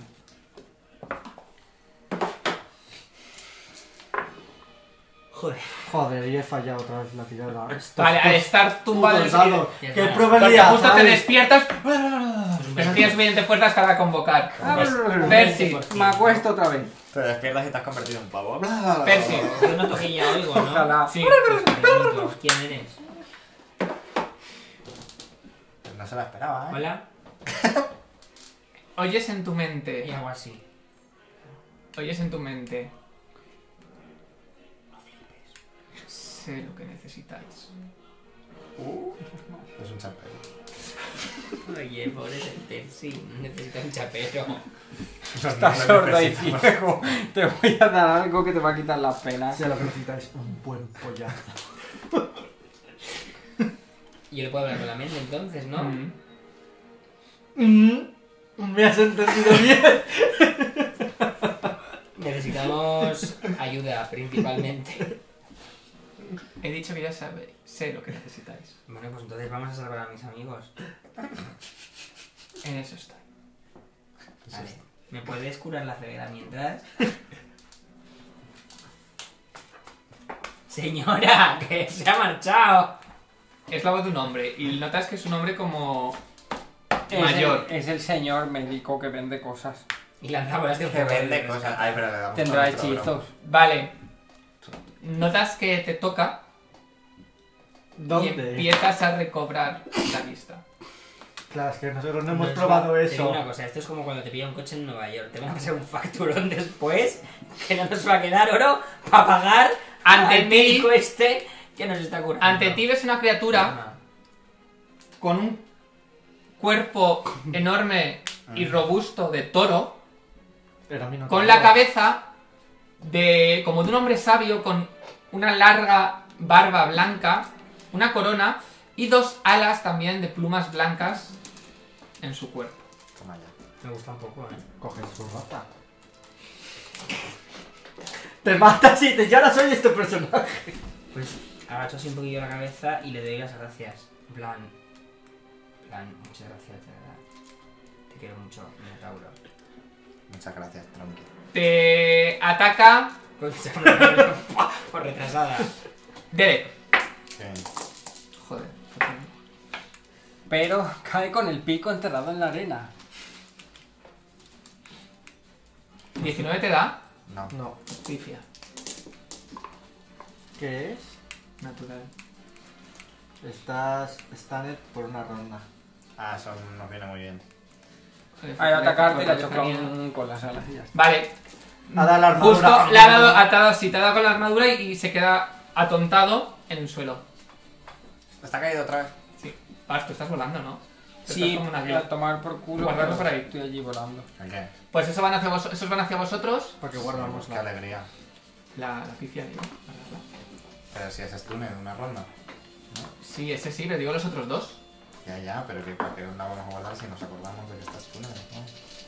[SPEAKER 4] Joder.
[SPEAKER 2] Joder, y he fallado otra vez la tirada.
[SPEAKER 6] Pues
[SPEAKER 2] Estos
[SPEAKER 1] Vale, al
[SPEAKER 2] dos
[SPEAKER 1] estar tumbado en
[SPEAKER 2] putos
[SPEAKER 1] el
[SPEAKER 2] dados.
[SPEAKER 4] Ya
[SPEAKER 2] ¡Qué
[SPEAKER 4] está.
[SPEAKER 1] Porque
[SPEAKER 2] probabilidad!
[SPEAKER 1] justo te
[SPEAKER 2] ¿sabes?
[SPEAKER 1] despiertas.
[SPEAKER 6] Pues
[SPEAKER 1] Pero tienes suficiente fuerzas para convocar.
[SPEAKER 6] Ah,
[SPEAKER 1] Percy.
[SPEAKER 6] Me acuesto otra vez.
[SPEAKER 3] Te despiertas y te has convertido en pavo.
[SPEAKER 1] Percy.
[SPEAKER 4] Yo una cojilla oigo, ¿no?
[SPEAKER 6] Ojalá.
[SPEAKER 1] Sí.
[SPEAKER 4] Pues, ¿Quién eres?
[SPEAKER 3] No se la esperaba, ¿eh?
[SPEAKER 4] Hola.
[SPEAKER 1] Oyes en tu
[SPEAKER 4] Y
[SPEAKER 1] mente.
[SPEAKER 4] hago así.
[SPEAKER 1] Oyes en tu mente. Sé lo que necesitáis.
[SPEAKER 3] Es un champero.
[SPEAKER 4] Oye, pobre del Percy. Necesita un chapero.
[SPEAKER 6] Estás sordo y ciego. Te voy a dar algo que te va a quitar las penas.
[SPEAKER 2] Si a lo que necesitáis un buen pollazo.
[SPEAKER 4] Y yo le puedo hablar con la mente entonces, ¿no?
[SPEAKER 1] Mm.
[SPEAKER 6] Mm.
[SPEAKER 2] ¿Me has entendido bien?
[SPEAKER 4] Necesitamos ayuda principalmente.
[SPEAKER 1] He dicho que ya sabéis. Sé lo que necesitáis.
[SPEAKER 4] Bueno, pues entonces vamos a salvar a mis amigos.
[SPEAKER 1] En eso estoy.
[SPEAKER 4] Vale. ¿Me puedes curar la ceguera mientras? Señora, que se ha marchado.
[SPEAKER 1] Es la voz de un hombre. Y notas que es un hombre como.
[SPEAKER 6] Es
[SPEAKER 1] Mayor.
[SPEAKER 6] el- es el señor médico que vende cosas.
[SPEAKER 4] Y lanza bolas de
[SPEAKER 3] Que
[SPEAKER 4] fuego.
[SPEAKER 3] vende cosas. Ay, pero le damos
[SPEAKER 6] Tendrá
[SPEAKER 3] con otro, bro.
[SPEAKER 6] hechizos.
[SPEAKER 1] Vale. Notas que te toca y
[SPEAKER 2] ¿Dónde?
[SPEAKER 1] empiezas a recobrar la vista.
[SPEAKER 2] Claro, es que nosotros no hemos
[SPEAKER 4] Entonces,
[SPEAKER 2] probado
[SPEAKER 4] te digo
[SPEAKER 2] eso.
[SPEAKER 4] una cosa, esto es como cuando te pilla un coche en Nueva York. Te van a pasar un facturón después que no nos va a quedar oro para pagar
[SPEAKER 1] Ante
[SPEAKER 4] al
[SPEAKER 1] ti-
[SPEAKER 4] médico este que nos está curando.
[SPEAKER 1] Ante ti ves una criatura con un cuerpo enorme y robusto de toro,
[SPEAKER 2] Era mi nota.
[SPEAKER 1] con la cabeza de como de un hombre sabio con una larga barba blanca, una corona y dos alas también de plumas blancas en su cuerpo.
[SPEAKER 3] Toma ya.
[SPEAKER 8] Me gusta un poco, ¿eh?
[SPEAKER 2] Coges su ropa. Te matas y te yo ahora soy este personaje.
[SPEAKER 8] Pues agacho así un poquillo la cabeza y le doy las gracias. En plan. en plan, muchas gracias, de verdad. Te quiero mucho, Minotauro.
[SPEAKER 3] Muchas gracias, Tronqui.
[SPEAKER 1] Te ataca
[SPEAKER 8] Por retrasada.
[SPEAKER 1] Derek.
[SPEAKER 3] Bien.
[SPEAKER 1] Joder. pues,
[SPEAKER 6] Pero cae con el pico enterrado en la arena.
[SPEAKER 1] 19 te da.
[SPEAKER 3] No.
[SPEAKER 2] No.
[SPEAKER 1] Justicia.
[SPEAKER 2] ¿Qué es?
[SPEAKER 1] Natural.
[SPEAKER 2] Estás stunned por una ronda.
[SPEAKER 3] Ah, eso nos viene muy bien.
[SPEAKER 6] Al atacarte la choca
[SPEAKER 1] chocolate.
[SPEAKER 6] un- con las alas y ya está.
[SPEAKER 1] Vale,
[SPEAKER 2] Ha dado la armadura.
[SPEAKER 1] Justo le ha dado atado así, te ha dado con la armadura y, y se queda atontado en el suelo.
[SPEAKER 3] Está caído otra vez.
[SPEAKER 1] Sí. Vas, tú estás volando, ¿no? Tú
[SPEAKER 6] Sí,
[SPEAKER 1] estás como un
[SPEAKER 6] voy a
[SPEAKER 1] avión.
[SPEAKER 6] tomar por culo.
[SPEAKER 1] Guardarlo por ahí.
[SPEAKER 6] Estoy allí volando.
[SPEAKER 3] ¿El qué?
[SPEAKER 1] Pues eso van hacia vos- esos van hacia vosotros.
[SPEAKER 2] Para que
[SPEAKER 3] Bueno,
[SPEAKER 2] guardamos
[SPEAKER 3] pues qué
[SPEAKER 2] la.
[SPEAKER 3] alegría.
[SPEAKER 1] La, la pifia, digo. la verdad.
[SPEAKER 3] Pero si es stun en una ronda.
[SPEAKER 1] Sí, ese sí, pero digo los otros dos.
[SPEAKER 3] Ya, ya, pero que para qué la vamos a guardar si nos acordamos de que está stun. ¿no?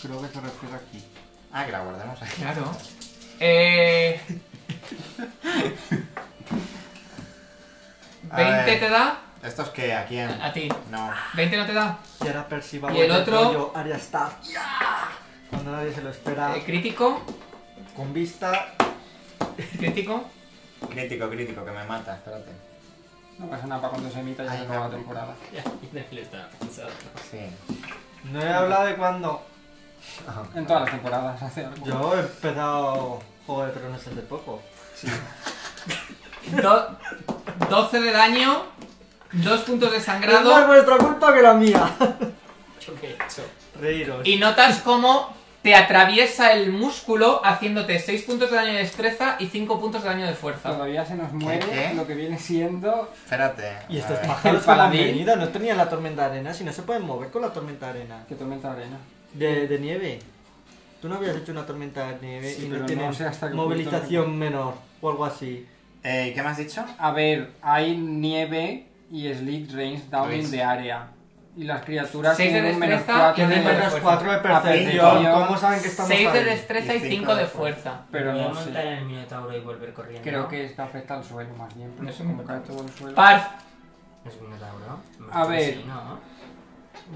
[SPEAKER 2] Creo que se refiere aquí.
[SPEAKER 3] Ah, que la guardemos ahí.
[SPEAKER 1] Claro. Eh. 20
[SPEAKER 3] ver.
[SPEAKER 1] te da
[SPEAKER 3] ¿Esto es qué? ¿A quién?
[SPEAKER 1] a ti.
[SPEAKER 3] No.
[SPEAKER 1] 20 no te da.
[SPEAKER 2] Y ahora Percival.
[SPEAKER 1] Y el otro-
[SPEAKER 2] Aria está. Cuando nadie se lo espera.
[SPEAKER 1] Eh, crítico,
[SPEAKER 2] Con vista.
[SPEAKER 1] crítico.
[SPEAKER 3] Crítico, crítico, que me mata. Espérate.
[SPEAKER 6] No pasa nada para cuando se emita ya
[SPEAKER 3] Ay,
[SPEAKER 6] se acaba la
[SPEAKER 3] no.
[SPEAKER 6] temporada.
[SPEAKER 8] Ya, le estaba pensando.
[SPEAKER 3] Sí.
[SPEAKER 2] No he hablado de cuándo.
[SPEAKER 6] En todas las temporadas hace algo.
[SPEAKER 2] Yo he empezado Juego de Tronos hace poco.
[SPEAKER 1] Do- 12 de daño, 2 puntos de sangrado.
[SPEAKER 2] Es más vuestra culpa que la mía.
[SPEAKER 8] Yo qué he hecho.
[SPEAKER 2] Reíros.
[SPEAKER 1] Y notas cómo te atraviesa el músculo haciéndote 6 puntos de daño de destreza y 5 puntos de daño de fuerza.
[SPEAKER 6] Todavía se nos muere
[SPEAKER 3] ¿Qué?
[SPEAKER 6] lo que viene siendo.
[SPEAKER 3] Espérate.
[SPEAKER 2] Y
[SPEAKER 3] a
[SPEAKER 2] estos
[SPEAKER 3] ver.
[SPEAKER 2] pájaros
[SPEAKER 6] El
[SPEAKER 2] que han
[SPEAKER 6] paladín.
[SPEAKER 2] venido no tenían la tormenta de arena, si no se pueden mover con la tormenta de arena.
[SPEAKER 6] que tormenta de arena.
[SPEAKER 2] De, de nieve. Tú no habías hecho una tormenta de nieve
[SPEAKER 6] Sí,
[SPEAKER 2] y
[SPEAKER 6] pero
[SPEAKER 2] no
[SPEAKER 6] no
[SPEAKER 2] tienen
[SPEAKER 6] sé hasta qué punto
[SPEAKER 2] movilización menor o algo así.
[SPEAKER 3] Eh, ¿Qué me has dicho?
[SPEAKER 6] A ver, hay nieve y sleep rains down in the area. Y las criaturas
[SPEAKER 1] Seis de
[SPEAKER 6] tienen un menos
[SPEAKER 1] destreza
[SPEAKER 6] cuatro
[SPEAKER 1] y
[SPEAKER 6] de
[SPEAKER 1] menos
[SPEAKER 2] Menos
[SPEAKER 1] fuerza.
[SPEAKER 2] 4 de percepción.
[SPEAKER 6] Atención.
[SPEAKER 2] ¿Cómo saben que estamos
[SPEAKER 1] 6 de
[SPEAKER 2] ahí?
[SPEAKER 1] destreza y 5 de fuerza.
[SPEAKER 8] me
[SPEAKER 6] Pero
[SPEAKER 8] voy a
[SPEAKER 6] no
[SPEAKER 8] montar
[SPEAKER 6] sé.
[SPEAKER 8] en el Minotauro y volver corriendo.
[SPEAKER 6] Creo que esto afecta al suelo más bien. Porque
[SPEAKER 1] No sé
[SPEAKER 6] como
[SPEAKER 1] cómo
[SPEAKER 6] cae todo el suelo.
[SPEAKER 1] Parf,
[SPEAKER 8] ¿Es un Minotauro? Me
[SPEAKER 6] A
[SPEAKER 8] gusta
[SPEAKER 6] ver.
[SPEAKER 8] así, ¿no?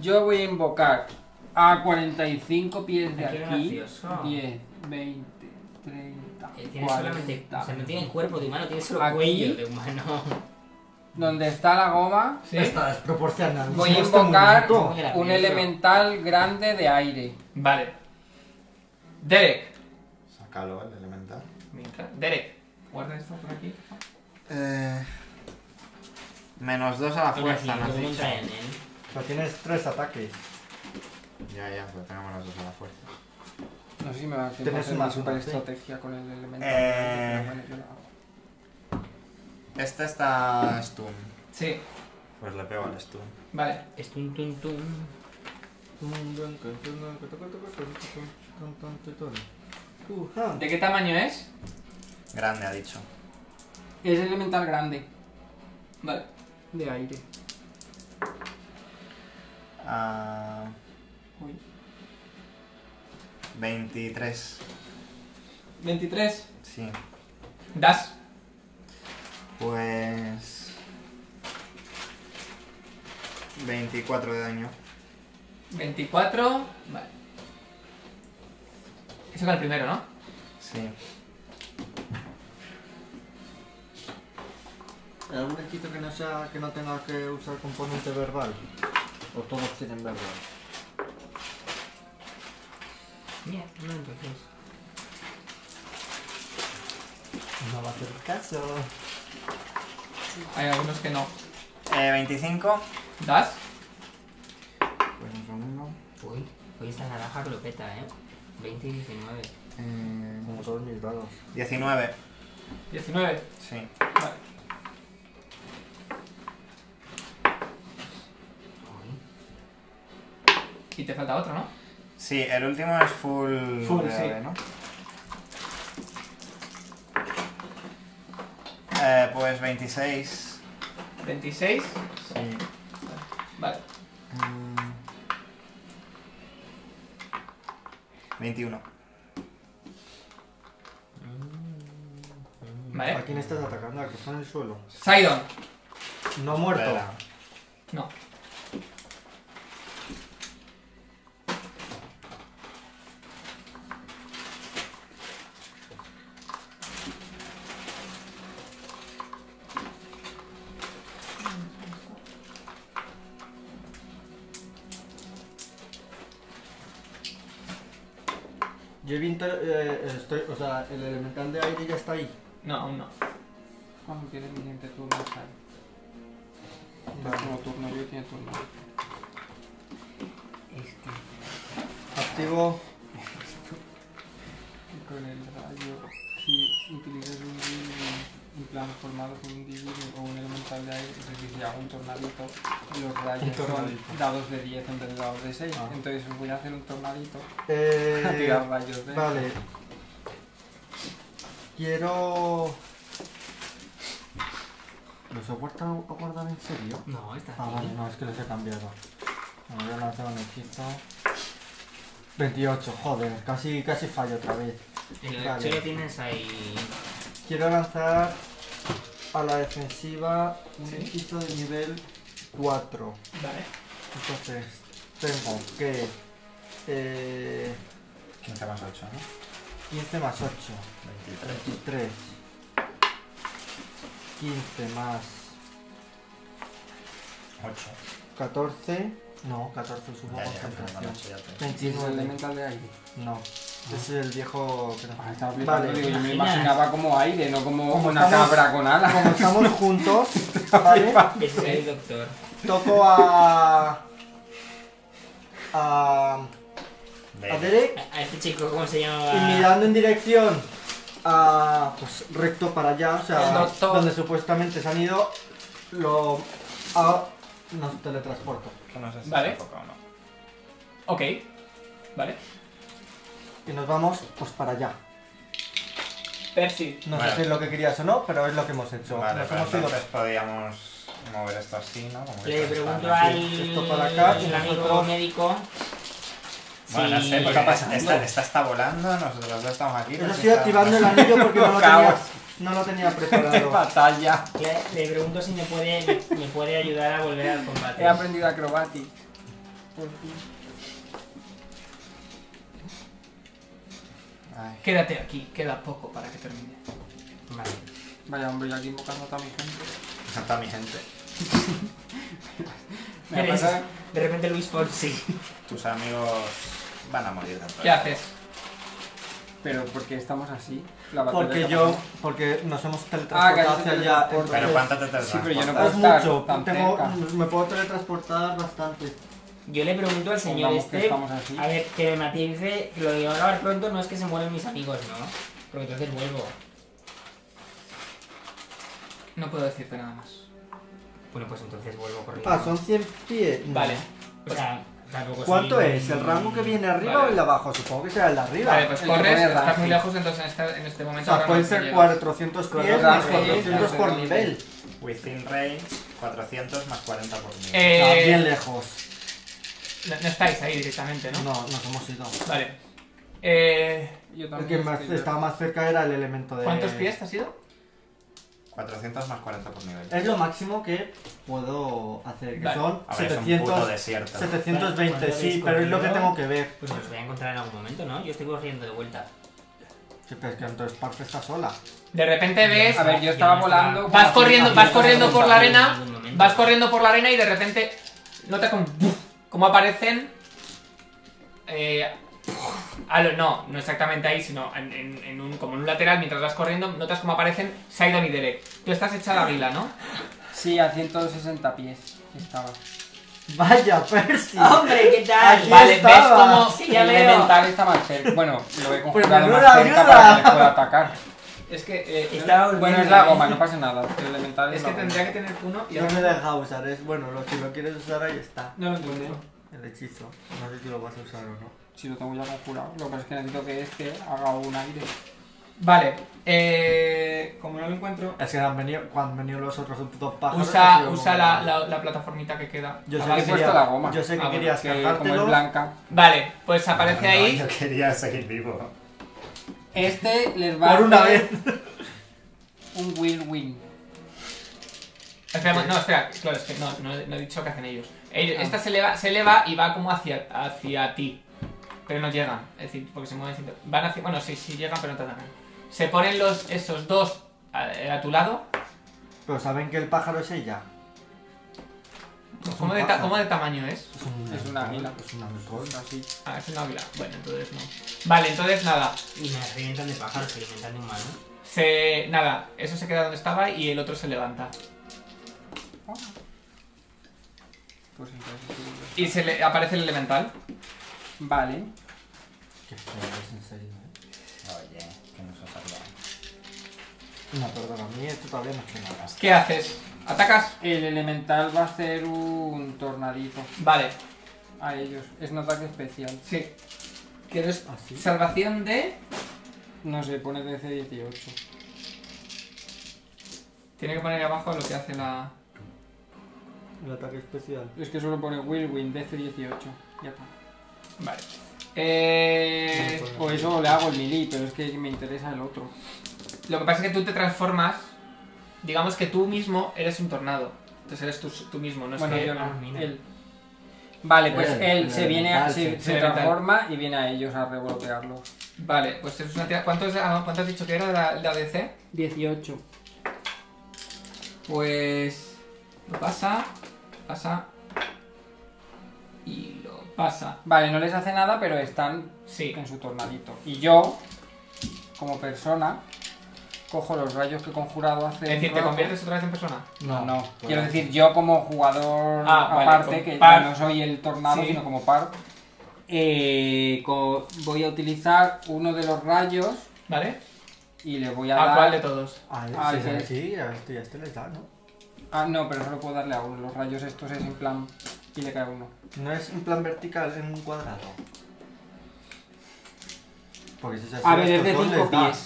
[SPEAKER 6] Yo voy a invocar a 45 pies de
[SPEAKER 8] Ay, qué
[SPEAKER 6] aquí.
[SPEAKER 8] gracioso.
[SPEAKER 6] 10, 20, 30,
[SPEAKER 8] Eh, Tiene solamente.
[SPEAKER 6] 40.
[SPEAKER 8] O sea, no tiene cuerpo de humano, tiene solo
[SPEAKER 6] Aquí.
[SPEAKER 8] cuello de humano.
[SPEAKER 6] Donde está la goma,
[SPEAKER 1] ¿sí?
[SPEAKER 2] Está desproporcionado.
[SPEAKER 6] voy a
[SPEAKER 2] Este
[SPEAKER 6] invocar
[SPEAKER 2] movimiento.
[SPEAKER 8] Muy gracioso.
[SPEAKER 6] un elemental grande de aire.
[SPEAKER 1] Vale. Derek.
[SPEAKER 3] Sácalo, el elemental.
[SPEAKER 1] Mientras- Derek. Guarda esto por aquí.
[SPEAKER 3] Eh... Menos dos a la fuerza, me has
[SPEAKER 8] Como un
[SPEAKER 3] dicho.
[SPEAKER 8] tren, ¿eh?
[SPEAKER 2] Pero tienes 3 ataques.
[SPEAKER 3] Ya, ya, pues tengo menos dos a la fuerza.
[SPEAKER 6] No sé si me va a dar tiempo a
[SPEAKER 2] Tenés
[SPEAKER 6] hacer
[SPEAKER 2] una
[SPEAKER 6] una super
[SPEAKER 2] sí.
[SPEAKER 6] estrategia con el elemental.
[SPEAKER 3] Eh.
[SPEAKER 6] pero bueno, yo lo hago.
[SPEAKER 3] Este está stun.
[SPEAKER 1] Sí,
[SPEAKER 3] Pues le pego al stun.
[SPEAKER 1] vale.
[SPEAKER 8] Es tum tum tum.
[SPEAKER 2] Ujá.
[SPEAKER 1] ¿De qué tamaño es?
[SPEAKER 3] Grande, ha dicho.
[SPEAKER 6] Es elemental grande
[SPEAKER 1] Vale.
[SPEAKER 6] de aire.
[SPEAKER 3] Ah,
[SPEAKER 6] Uy.
[SPEAKER 3] 23.
[SPEAKER 1] 23.
[SPEAKER 3] Sí.
[SPEAKER 1] Das.
[SPEAKER 3] Pues... 24 de daño.
[SPEAKER 1] 24. Vale. Eso con el primero, ¿no?
[SPEAKER 3] Sí.
[SPEAKER 2] ¿Algún hechizo que no sea que no tenga que usar componente verbal? O todos tienen verbal.
[SPEAKER 8] Bien, no entonces.
[SPEAKER 2] No va a hacer caso.
[SPEAKER 1] Hay algunos que no.
[SPEAKER 3] Eh, 25.
[SPEAKER 1] Das.
[SPEAKER 3] Pues un segundo.
[SPEAKER 8] Uy, hoy esta naranja lo peta, ¿eh? 20 y 19.
[SPEAKER 3] Eh,
[SPEAKER 2] Como todos mis dados.
[SPEAKER 3] 19.
[SPEAKER 1] 19.
[SPEAKER 3] Sí.
[SPEAKER 1] Vale. Y te falta otro, ¿no?
[SPEAKER 3] Sí, el último es full.
[SPEAKER 1] Full,
[SPEAKER 3] de
[SPEAKER 1] sí.
[SPEAKER 3] AD, ¿no? Eh, pues 26.
[SPEAKER 1] 26.
[SPEAKER 3] Sí.
[SPEAKER 1] Vale.
[SPEAKER 3] Mm. 21.
[SPEAKER 2] ¿A
[SPEAKER 1] Vale.
[SPEAKER 2] quién estás atacando? ¿Al que está en el suelo?
[SPEAKER 1] Sidon.
[SPEAKER 2] No muerto.
[SPEAKER 3] Espera.
[SPEAKER 1] No.
[SPEAKER 2] Yo he visto, eh, estoy, o sea, el elemental de aire ya está ahí.
[SPEAKER 1] No, aún no.
[SPEAKER 6] Cuando tiene mi siguiente turno, está ahí. Entonces, como turno yo tiene turno.
[SPEAKER 2] Activo.
[SPEAKER 6] Y con el rayo, si utilizas un Divine, un plano formado por un Divine o un elemental de aire, es decir, si hago un tornadito, los
[SPEAKER 2] Un
[SPEAKER 6] rayos
[SPEAKER 2] tornadito.
[SPEAKER 6] son dados de 10 en vez de dados de 6.
[SPEAKER 2] Ah.
[SPEAKER 6] Entonces os voy a hacer un tornadito a tirar
[SPEAKER 2] Eh,
[SPEAKER 6] rayos de
[SPEAKER 2] vale. Quiero... ¿Los he guardado, he guardado en serio?
[SPEAKER 8] No, está
[SPEAKER 2] Ah, vale, no, es que los he cambiado. Bueno, voy a lanzar un hechizo. 28, joder, casi, casi fallo otra vez.
[SPEAKER 8] El
[SPEAKER 2] Vale.
[SPEAKER 8] hecho lo tienes ahí.
[SPEAKER 2] Quiero lanzar a la defensiva un hechizo de nivel 4.
[SPEAKER 1] Vale.
[SPEAKER 2] Entonces, tengo que eh,
[SPEAKER 3] 15 más 8, ¿no?
[SPEAKER 2] 15 más 8,
[SPEAKER 3] 23.
[SPEAKER 2] 23. 15 más
[SPEAKER 3] 8.
[SPEAKER 2] 14. No, 14 sumo
[SPEAKER 3] Ya, ya, pero con
[SPEAKER 2] concentración.
[SPEAKER 3] 8 ya te-
[SPEAKER 6] Si es el
[SPEAKER 2] 29.
[SPEAKER 6] elemental de aire.
[SPEAKER 2] No, ese es el viejo que nos
[SPEAKER 6] Ah, estaba flipando,
[SPEAKER 2] Vale.
[SPEAKER 6] digo, yo me
[SPEAKER 8] Imaginas.
[SPEAKER 6] imaginaba como aire, no como
[SPEAKER 2] Como
[SPEAKER 6] una
[SPEAKER 2] estamos-
[SPEAKER 6] cabra con alas.
[SPEAKER 2] Como estamos juntos, ¿vale?
[SPEAKER 8] Ese es el doctor.
[SPEAKER 2] Toco a. a. a Derek
[SPEAKER 8] A a este chico, ¿cómo se
[SPEAKER 2] y
[SPEAKER 8] llamaba?
[SPEAKER 2] mirando en dirección a. pues recto para allá, o
[SPEAKER 1] El
[SPEAKER 2] sea,
[SPEAKER 1] doctor.
[SPEAKER 2] donde supuestamente se han ido, lo. a- nos teletransporto.
[SPEAKER 3] Que no sé si
[SPEAKER 1] Vale.
[SPEAKER 3] se enfoca o no.
[SPEAKER 1] Ok. Vale.
[SPEAKER 2] Y nos vamos, pues para allá.
[SPEAKER 1] Percy.
[SPEAKER 2] No
[SPEAKER 3] Vale.
[SPEAKER 2] sé si es lo que querías o no, pero es lo que hemos hecho.
[SPEAKER 3] Vale,
[SPEAKER 2] Nos
[SPEAKER 3] pero
[SPEAKER 2] hemos ido-
[SPEAKER 3] entonces podíamos mover esto así, ¿no? Como que
[SPEAKER 8] Le
[SPEAKER 3] esto está-
[SPEAKER 8] pregunto
[SPEAKER 3] ¿no?
[SPEAKER 8] al
[SPEAKER 2] esto para acá y
[SPEAKER 8] el amigo
[SPEAKER 2] nosotros-
[SPEAKER 8] médico.
[SPEAKER 3] Bueno, no
[SPEAKER 8] si-
[SPEAKER 3] sé, porque esta, esta, esta está volando, nosotros dos estamos aquí.
[SPEAKER 2] Yo
[SPEAKER 3] pero
[SPEAKER 2] estoy
[SPEAKER 3] esta-
[SPEAKER 2] activando el anillo porque no lo
[SPEAKER 6] Caos.
[SPEAKER 2] tenía, no lo tenía preparado.
[SPEAKER 6] Batalla.
[SPEAKER 8] Le, le pregunto si me puede, me puede ayudar a volver al combate.
[SPEAKER 6] He aprendido acrobatics.
[SPEAKER 3] Ay,
[SPEAKER 1] Quédate aquí. Queda poco para que termine.
[SPEAKER 8] Vale.
[SPEAKER 6] Vaya hombre, yo aquí invocando a toda mi gente.
[SPEAKER 3] está mi gente.
[SPEAKER 6] Me
[SPEAKER 8] Eres-
[SPEAKER 6] pasa-
[SPEAKER 8] De repente Luis Fonsi.
[SPEAKER 3] Tus amigos van a morir dentro.
[SPEAKER 1] ¿Qué haces?
[SPEAKER 6] Pero ¿por qué estamos así? La batalla
[SPEAKER 2] Porque
[SPEAKER 6] que
[SPEAKER 2] yo,
[SPEAKER 6] pasó.
[SPEAKER 2] porque nos hemos
[SPEAKER 6] Ah, que
[SPEAKER 2] teletransportado
[SPEAKER 6] no se
[SPEAKER 2] hacia allá.
[SPEAKER 6] teletransporta.
[SPEAKER 3] Pero
[SPEAKER 2] entonces-
[SPEAKER 3] ¿cuánto te Pues, tardas?
[SPEAKER 6] Sí, pero yo no
[SPEAKER 2] Es
[SPEAKER 6] puedo estar
[SPEAKER 2] mucho,
[SPEAKER 6] tan
[SPEAKER 2] tengo-
[SPEAKER 6] cerca.
[SPEAKER 2] me puedo teletransportar bastante.
[SPEAKER 8] Yo le pregunto al señor
[SPEAKER 6] Pongamos que
[SPEAKER 8] este.
[SPEAKER 6] estamos así.
[SPEAKER 8] A ver, que me matice. Lo que va a acabar pronto no es que se mueran mis amigos, ¿no? Porque entonces vuelvo.
[SPEAKER 1] No puedo decirte nada más.
[SPEAKER 8] Bueno, pues entonces vuelvo corriendo.
[SPEAKER 2] Ah, son 100 pies. No.
[SPEAKER 1] Vale.
[SPEAKER 8] O sea, tampoco
[SPEAKER 2] ¿Cuánto
[SPEAKER 8] soy un-
[SPEAKER 2] es? ¿El rango que viene arriba
[SPEAKER 1] Vale.
[SPEAKER 2] o el de abajo? Supongo que será el de arriba.
[SPEAKER 1] Vale, pues
[SPEAKER 6] el
[SPEAKER 1] corres,
[SPEAKER 6] poder
[SPEAKER 1] estás muy
[SPEAKER 6] ágil.
[SPEAKER 1] lejos, entonces en este, en este
[SPEAKER 2] o
[SPEAKER 1] momento.
[SPEAKER 2] sea,
[SPEAKER 1] ahora
[SPEAKER 2] pueden
[SPEAKER 1] no
[SPEAKER 2] ser
[SPEAKER 1] llegas.
[SPEAKER 2] 400 pies
[SPEAKER 6] Claro,
[SPEAKER 2] más
[SPEAKER 6] sí,
[SPEAKER 2] 400 por
[SPEAKER 1] Eh,
[SPEAKER 6] sí, sí.
[SPEAKER 2] nivel.
[SPEAKER 3] Within range, 400 más 40 por mil.
[SPEAKER 2] O sea, bien
[SPEAKER 1] Eh,
[SPEAKER 2] lejos.
[SPEAKER 1] no, no estáis ahí directamente, ¿no?
[SPEAKER 2] No, nos hemos ido.
[SPEAKER 1] Vale. Eh,
[SPEAKER 6] Yo
[SPEAKER 2] El
[SPEAKER 6] también
[SPEAKER 2] que más,
[SPEAKER 6] estoy-
[SPEAKER 2] estaba más cerca era el elemento de...
[SPEAKER 1] ¿Cuántos pies te has ido?
[SPEAKER 3] 400 más 40 por nivel.
[SPEAKER 2] Es lo máximo que puedo hacer, que
[SPEAKER 1] Vale.
[SPEAKER 2] son
[SPEAKER 3] A ver, es un puto
[SPEAKER 2] 700,
[SPEAKER 3] desierto.
[SPEAKER 2] 720,
[SPEAKER 8] Vale,
[SPEAKER 2] sí,
[SPEAKER 8] ¿cuánto
[SPEAKER 2] pero es lo que
[SPEAKER 8] habéis
[SPEAKER 2] tengo que ver.
[SPEAKER 8] Pues me los voy a encontrar en algún momento, ¿no? Yo estoy corriendo de vuelta.
[SPEAKER 2] Sí, pero es que entonces Parf está sola.
[SPEAKER 1] De repente ves.
[SPEAKER 6] A ver, yo
[SPEAKER 8] Yo
[SPEAKER 6] estaba
[SPEAKER 8] no estaba-
[SPEAKER 6] volando.
[SPEAKER 1] Vas corriendo,
[SPEAKER 6] Ah,
[SPEAKER 1] vas
[SPEAKER 6] sí,
[SPEAKER 1] corriendo
[SPEAKER 6] sí,
[SPEAKER 1] por
[SPEAKER 6] sí,
[SPEAKER 1] la
[SPEAKER 6] sí.
[SPEAKER 8] en
[SPEAKER 1] arena.
[SPEAKER 8] ningún momento.
[SPEAKER 1] Vas corriendo por la arena y de repente. Notas como. ¡puf! Como aparecen. Eh. a lo- no, no exactamente ahí, sino en, en- en un, como en un lateral, mientras vas corriendo, notas como aparecen Sidon y Derek. Tú estás hecha la vila, ¿no?
[SPEAKER 6] Sí, a 160 pies estaba.
[SPEAKER 2] Vaya, Percy.
[SPEAKER 8] ¡Hombre, qué tal!
[SPEAKER 2] Aquí
[SPEAKER 1] Vale, ves
[SPEAKER 2] estaba.
[SPEAKER 1] como.
[SPEAKER 8] Sí, ya
[SPEAKER 6] el
[SPEAKER 8] veo.
[SPEAKER 6] elemental está más cerca. Bueno, lo he conjurado
[SPEAKER 2] menuda
[SPEAKER 6] más cerca para que
[SPEAKER 2] ayuda.
[SPEAKER 6] le pueda atacar.
[SPEAKER 1] Es que. eh,
[SPEAKER 8] Estaba volviendo,
[SPEAKER 6] Bueno, es la
[SPEAKER 8] ¿eh?
[SPEAKER 6] goma, no pasa nada. El elemental es,
[SPEAKER 1] es que
[SPEAKER 6] la goma.
[SPEAKER 1] tendría que tener uno y
[SPEAKER 2] Yo no
[SPEAKER 1] ahora
[SPEAKER 2] me he dejado usar, es bueno, lo, si lo quieres usar ahí está.
[SPEAKER 1] no lo encuentro.
[SPEAKER 2] el hechizo. No sé si lo vas a usar o no.
[SPEAKER 6] Si lo tengo ya calculado. Lo que pasa es que necesito que este haga un aire.
[SPEAKER 1] Vale, eh, como no lo encuentro,
[SPEAKER 2] Es que han venido, cuando han venido los otros putos pájaros. ha
[SPEAKER 1] usa,
[SPEAKER 2] sido
[SPEAKER 1] usa
[SPEAKER 2] como-
[SPEAKER 1] la, la, la plataformita que queda.
[SPEAKER 2] Yo
[SPEAKER 1] La
[SPEAKER 2] sé,
[SPEAKER 1] base.
[SPEAKER 2] que
[SPEAKER 6] he puesto
[SPEAKER 2] quería-
[SPEAKER 6] la goma.
[SPEAKER 2] yo sé que
[SPEAKER 1] Ah, bueno,
[SPEAKER 2] querías
[SPEAKER 6] Que como es
[SPEAKER 2] cargártelo.
[SPEAKER 6] blanca.
[SPEAKER 1] Vale, pues aparece
[SPEAKER 3] No,
[SPEAKER 1] ahí.
[SPEAKER 3] yo quería seguir vivo.
[SPEAKER 6] Este les va
[SPEAKER 2] Por
[SPEAKER 6] a
[SPEAKER 2] una
[SPEAKER 6] hacer
[SPEAKER 2] vez.
[SPEAKER 6] un whirlwind.
[SPEAKER 1] Espera, no, espera, claro, es que no, no, no he dicho qué hacen ellos. Ellos- Esta se eleva, se eleva y va como hacia, hacia ti. Pero no llegan, es decir, porque se mueven. sin- Van hacia. Bueno, sí, sí llegan, pero no te atacan. Se ponen los, esos dos a, eh, a tu lado.
[SPEAKER 2] Pero saben que el pájaro es ella. Es
[SPEAKER 1] ¿Cómo
[SPEAKER 2] un
[SPEAKER 1] de, ta-
[SPEAKER 2] pájaro.
[SPEAKER 1] cómo de tamaño es?
[SPEAKER 2] Es, un,
[SPEAKER 6] Es una águila.
[SPEAKER 2] Es una mejor.
[SPEAKER 6] Así.
[SPEAKER 1] Ah, es una águila. Bueno, entonces no. Vale, entonces nada.
[SPEAKER 8] Y me revientan de pájaro, se alimentan de humano.
[SPEAKER 1] Se. Nada, eso se queda donde estaba y el otro se levanta.
[SPEAKER 6] Pues entonces sí.
[SPEAKER 1] Y se le aparece el elemental.
[SPEAKER 6] Vale.
[SPEAKER 2] Qué feo es, en serio, ¿eh?
[SPEAKER 3] Oye, que no se os olvide.
[SPEAKER 2] No, perdón, a mí esto todavía no es que nada.
[SPEAKER 1] ¿Qué haces? ¿Atacas?
[SPEAKER 6] El elemental va a hacer un tornadito
[SPEAKER 1] Vale,
[SPEAKER 6] a ellos. Es un ataque especial.
[SPEAKER 1] sí. ¿Quieres
[SPEAKER 2] Así.
[SPEAKER 1] salvación de.?
[SPEAKER 6] No sé, pone DC 18.
[SPEAKER 1] Tiene que poner abajo lo que hace la.
[SPEAKER 2] El ataque especial.
[SPEAKER 6] Es que solo pone Whirlwind, DC 18. Ya está.
[SPEAKER 1] Vale. Eh,
[SPEAKER 2] Pues
[SPEAKER 6] O eso le hago el melee, pero es que me interesa el otro.
[SPEAKER 1] lo que pasa es que tú te transformas. Digamos que tú mismo eres un tornado. Entonces eres tú, tú mismo, no es
[SPEAKER 6] bueno,
[SPEAKER 1] que.
[SPEAKER 6] yo no,
[SPEAKER 8] ah, mira.
[SPEAKER 6] él. Vale, pues
[SPEAKER 2] Él,
[SPEAKER 6] él
[SPEAKER 2] Eh, el
[SPEAKER 6] se viene a,
[SPEAKER 2] elemental,
[SPEAKER 6] se,
[SPEAKER 2] sí.
[SPEAKER 6] se
[SPEAKER 1] El elemental.
[SPEAKER 6] transforma y viene a ellos a revolotearlo.
[SPEAKER 1] Vale, pues es una tira- ¿Cuánto, es- ah, cuánto has dicho que era la, la DC?
[SPEAKER 6] 18.
[SPEAKER 1] Pues. Lo pasa. Pasa. Y lo pasa.
[SPEAKER 6] Vale, no les hace nada, pero están
[SPEAKER 1] Sí.
[SPEAKER 6] en su tornadito. Y yo, como persona, cojo los rayos que he conjurado hace.
[SPEAKER 1] Es decir,
[SPEAKER 6] un
[SPEAKER 1] ¿te
[SPEAKER 6] rato.
[SPEAKER 1] conviertes otra vez en persona?
[SPEAKER 6] No, no.
[SPEAKER 2] pues-
[SPEAKER 6] Quiero decir, yo como jugador
[SPEAKER 1] Ah, vale,
[SPEAKER 6] aparte,
[SPEAKER 1] como
[SPEAKER 6] que
[SPEAKER 1] par.
[SPEAKER 6] no soy el tornado,
[SPEAKER 1] Sí.
[SPEAKER 6] sino como par, eh, co- voy a utilizar uno de los rayos
[SPEAKER 1] ¿Vale?
[SPEAKER 6] y le voy a
[SPEAKER 1] ¿A
[SPEAKER 6] dar.
[SPEAKER 1] cuál de todos?
[SPEAKER 2] Ah,
[SPEAKER 6] Ah,
[SPEAKER 2] sí,
[SPEAKER 6] que-
[SPEAKER 2] sí, a este ya este les da, ¿no?
[SPEAKER 6] Ah, no, pero solo puedo darle a uno. Los rayos estos es en plan. Y le cae uno.
[SPEAKER 2] No es en plan vertical, en un cuadrado. Porque si es así,
[SPEAKER 6] A ver, es
[SPEAKER 2] estos
[SPEAKER 6] de
[SPEAKER 2] dos
[SPEAKER 6] 5
[SPEAKER 2] les da.
[SPEAKER 6] pies.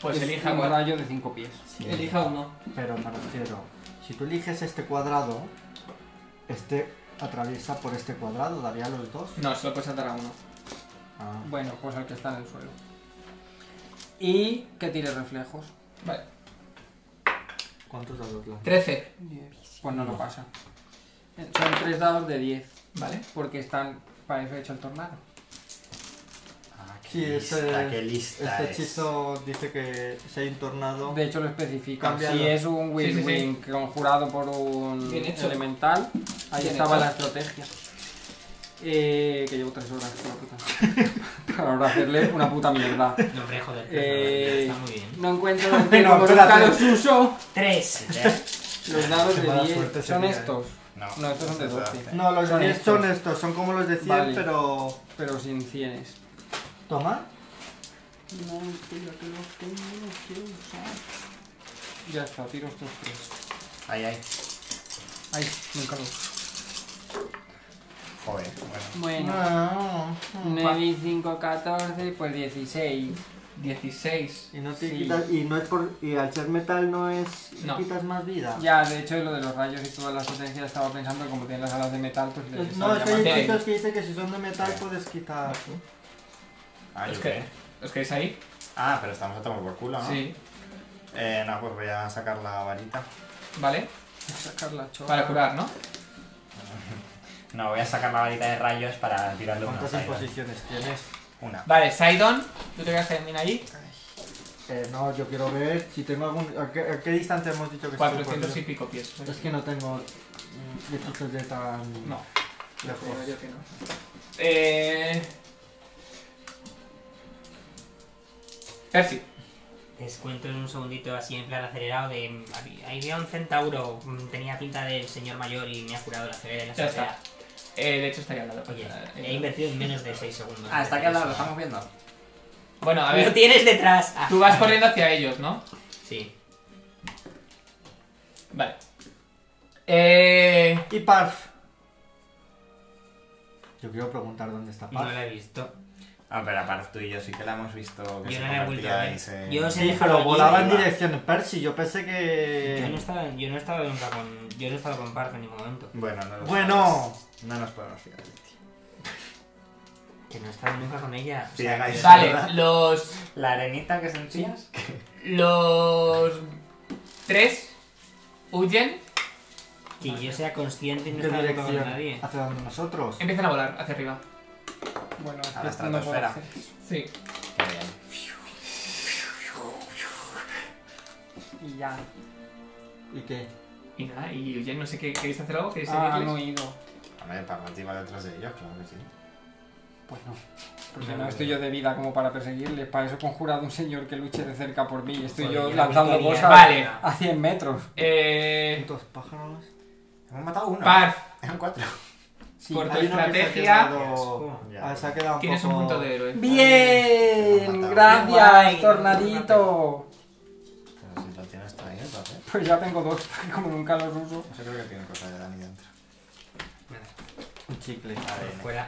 [SPEAKER 1] Pues
[SPEAKER 6] Es
[SPEAKER 1] elija
[SPEAKER 6] un
[SPEAKER 1] cuál.
[SPEAKER 6] rayo de 5 pies.
[SPEAKER 2] Sí,
[SPEAKER 1] Elija uno.
[SPEAKER 2] Pero me refiero, si tú eliges este cuadrado, este atraviesa por este cuadrado, daría los dos.
[SPEAKER 1] No, solo puedes atar a uno.
[SPEAKER 2] Ah.
[SPEAKER 6] Bueno, pues el que está en el suelo. Y que tire reflejos.
[SPEAKER 1] Vale.
[SPEAKER 2] ¿Cuántos dados la?
[SPEAKER 1] 13.
[SPEAKER 6] Pues no lo pasa. Eh, Son 3 dados de 10.
[SPEAKER 1] Vale.
[SPEAKER 6] Porque están. Para eso he hecho el tornado.
[SPEAKER 3] Ah, qué
[SPEAKER 2] Sí,
[SPEAKER 3] lista,
[SPEAKER 2] este-
[SPEAKER 3] qué lista
[SPEAKER 2] Este
[SPEAKER 3] es.
[SPEAKER 2] hechizo dice que si hay un tornado,
[SPEAKER 6] De hecho lo especifica.
[SPEAKER 2] Cámbialo.
[SPEAKER 6] Si es un
[SPEAKER 1] Sí, sí, sí.
[SPEAKER 6] win-win conjurado por un
[SPEAKER 1] Bien hecho.
[SPEAKER 6] elemental, ahí
[SPEAKER 1] Bien
[SPEAKER 6] estaba
[SPEAKER 1] hecho.
[SPEAKER 6] la estrategia. Eh, que llevo 3 horas, tío, puta. Para ahora hacerle una puta mierda.
[SPEAKER 8] No, hombre, joder,
[SPEAKER 6] Eh,
[SPEAKER 8] está muy bien.
[SPEAKER 6] No encuentro los
[SPEAKER 2] Bueno,
[SPEAKER 6] dedos,
[SPEAKER 2] espérate.
[SPEAKER 6] nunca los uso.
[SPEAKER 8] Tres.
[SPEAKER 6] Los dados
[SPEAKER 2] Qué
[SPEAKER 6] de
[SPEAKER 2] mala
[SPEAKER 6] 10
[SPEAKER 2] suerte
[SPEAKER 6] son
[SPEAKER 2] ese día, ¿eh?
[SPEAKER 6] estos,
[SPEAKER 3] No,
[SPEAKER 6] No, estos son de
[SPEAKER 3] esos
[SPEAKER 6] 12.
[SPEAKER 2] No, los
[SPEAKER 6] Son
[SPEAKER 2] de 10 son
[SPEAKER 6] estos.
[SPEAKER 2] estos, son como los de 100,
[SPEAKER 6] Vale.
[SPEAKER 2] pero...
[SPEAKER 6] pero sin cienes.
[SPEAKER 2] Toma.
[SPEAKER 6] No, tío, que los tengo que usar. Ya está, tiro estos tres.
[SPEAKER 3] Ay, ay.
[SPEAKER 6] Ay, nunca los.
[SPEAKER 3] Joder, bueno.
[SPEAKER 1] Ah.
[SPEAKER 2] No.
[SPEAKER 6] Bueno, 9 y 5, 14, pues 16.
[SPEAKER 1] 16.
[SPEAKER 2] Y no te
[SPEAKER 6] Sí.
[SPEAKER 2] quitas, y no es por, y al ser metal no es,
[SPEAKER 1] No.
[SPEAKER 2] quitas más vida.
[SPEAKER 6] Ya, de hecho, lo de los rayos y todas las potencias estaba pensando que como tienen las alas de metal, pues les
[SPEAKER 2] Es-
[SPEAKER 6] están
[SPEAKER 2] No, es que hay
[SPEAKER 6] llamando.
[SPEAKER 1] llama-
[SPEAKER 2] hechizos que dicen que si son de metal puedes quitar.
[SPEAKER 3] Ah,
[SPEAKER 1] Es
[SPEAKER 3] ¿yo
[SPEAKER 1] que-
[SPEAKER 3] qué?
[SPEAKER 1] ¿Os queréis ahí?
[SPEAKER 3] Ah, pero estamos a tomar por culo, ¿no?
[SPEAKER 1] Sí.
[SPEAKER 3] Eh, no, pues voy a sacar la varita.
[SPEAKER 1] Vale.
[SPEAKER 6] Voy a sacar la chorra.
[SPEAKER 1] Para curar, ¿no?
[SPEAKER 3] No, voy a sacar la varita de rayos para tirarle una
[SPEAKER 2] ¿Cuántas
[SPEAKER 3] saída.
[SPEAKER 2] imposiciones tienes?
[SPEAKER 3] Una.
[SPEAKER 1] Vale, Sidon. Tú te quedas también allí.
[SPEAKER 2] Eh, no, yo quiero ver si tengo algún. ¿A qué, a qué distancia hemos dicho que estoy?
[SPEAKER 1] 400
[SPEAKER 2] Porque-
[SPEAKER 1] y pico pies.
[SPEAKER 2] Es que no tengo mm, hechizos de tan.
[SPEAKER 1] No.
[SPEAKER 2] lejos.
[SPEAKER 1] Pero yo que no. Eh. Percy.
[SPEAKER 8] Les cuento en un segundito así en plan acelerado de... Ahí había un centauro, mm, tenía pinta del señor mayor y me ha curado la ceguera de la
[SPEAKER 1] Ya está.
[SPEAKER 8] sociedad.
[SPEAKER 1] Eh, de hecho, estaría al lado.
[SPEAKER 8] Oye,
[SPEAKER 1] Eh,
[SPEAKER 8] he invertido en menos de 6 segundos.
[SPEAKER 3] Ah, está aquí al lado, lo estamos viendo.
[SPEAKER 1] Bueno, a
[SPEAKER 8] Lo
[SPEAKER 1] ver.
[SPEAKER 8] tienes detrás. Ah.
[SPEAKER 1] Tú vas corriendo hacia ellos, ¿no?
[SPEAKER 8] Sí.
[SPEAKER 1] Vale. Eh.
[SPEAKER 2] Y Parf. Yo quiero preguntar dónde está
[SPEAKER 4] No
[SPEAKER 2] Paz.
[SPEAKER 4] la he visto.
[SPEAKER 3] Ah, pero aparte tú y yo sí que la hemos visto que
[SPEAKER 4] Yo
[SPEAKER 3] se
[SPEAKER 4] no la he vuelto a
[SPEAKER 3] convertía
[SPEAKER 4] ver.
[SPEAKER 3] y se...
[SPEAKER 4] Yo sé-
[SPEAKER 2] Sí, pero volaba en
[SPEAKER 3] Sí, va.
[SPEAKER 2] dirección Percy. Yo pensé
[SPEAKER 4] Yo no he
[SPEAKER 2] que.
[SPEAKER 4] estado, yo no he estado nunca con. Yo no he estado con Park en ningún momento.
[SPEAKER 3] Bueno, no lo
[SPEAKER 2] Bueno,
[SPEAKER 3] sabes. No nos podemos fiar de ti.
[SPEAKER 4] Que no he estado nunca con ella. O
[SPEAKER 3] Sí,
[SPEAKER 4] sea,
[SPEAKER 3] hagáis-
[SPEAKER 4] que-
[SPEAKER 1] Vale, los.
[SPEAKER 3] La arenita que sentías.
[SPEAKER 1] Los. Tres huyen,
[SPEAKER 4] que yo sea consciente y no he
[SPEAKER 2] ¿qué
[SPEAKER 4] estado nunca con
[SPEAKER 2] dirección?
[SPEAKER 4] nadie.
[SPEAKER 1] Ah.
[SPEAKER 2] ¿Hacia donde nosotros?
[SPEAKER 1] empiezan a volar hacia arriba.
[SPEAKER 6] Bueno, es
[SPEAKER 3] A
[SPEAKER 6] que
[SPEAKER 3] la
[SPEAKER 6] esto no puedo
[SPEAKER 3] estratosfera.
[SPEAKER 6] hacer.
[SPEAKER 1] Sí.
[SPEAKER 3] Qué bien.
[SPEAKER 6] Y ya.
[SPEAKER 2] ¿Y qué?
[SPEAKER 1] Y nada, y huyen, no sé qué. ¿Queréis hacer algo? ¿Queréis
[SPEAKER 6] Ah,
[SPEAKER 1] seguirles?
[SPEAKER 6] han oído.
[SPEAKER 3] Hombre, Paco te iba detrás de ellos, claro que sí.
[SPEAKER 6] Pues no. Porque no estoy yo de vida como para perseguirles. Para eso he conjurado a un señor que luche de cerca por mí. Y estoy
[SPEAKER 4] Joder,
[SPEAKER 6] yo
[SPEAKER 4] la
[SPEAKER 6] lanzando
[SPEAKER 4] puntería.
[SPEAKER 6] cosas
[SPEAKER 1] Vale.
[SPEAKER 6] a 100 metros.
[SPEAKER 1] Eh.
[SPEAKER 2] ¿Cuántos pájaros?
[SPEAKER 3] Hemos matado uno.
[SPEAKER 1] Par,
[SPEAKER 3] Eran cuatro.
[SPEAKER 6] Sí.
[SPEAKER 1] por tu
[SPEAKER 2] Hay uno que se ha
[SPEAKER 1] estrategia,
[SPEAKER 2] quedado- Ah, se ha quedado un
[SPEAKER 1] tienes un
[SPEAKER 2] poco-
[SPEAKER 1] punto de héroe.
[SPEAKER 3] Bien,
[SPEAKER 6] Bien,
[SPEAKER 4] guay,
[SPEAKER 6] gracias, tornadito.
[SPEAKER 3] Pero si lo tienes traído, entonces.
[SPEAKER 6] Pues ya tengo dos, porque como nunca los uso.
[SPEAKER 3] Yo creo que tiene cosas de Dani dentro.
[SPEAKER 2] Un chicle.
[SPEAKER 3] ADN.
[SPEAKER 4] Fuera.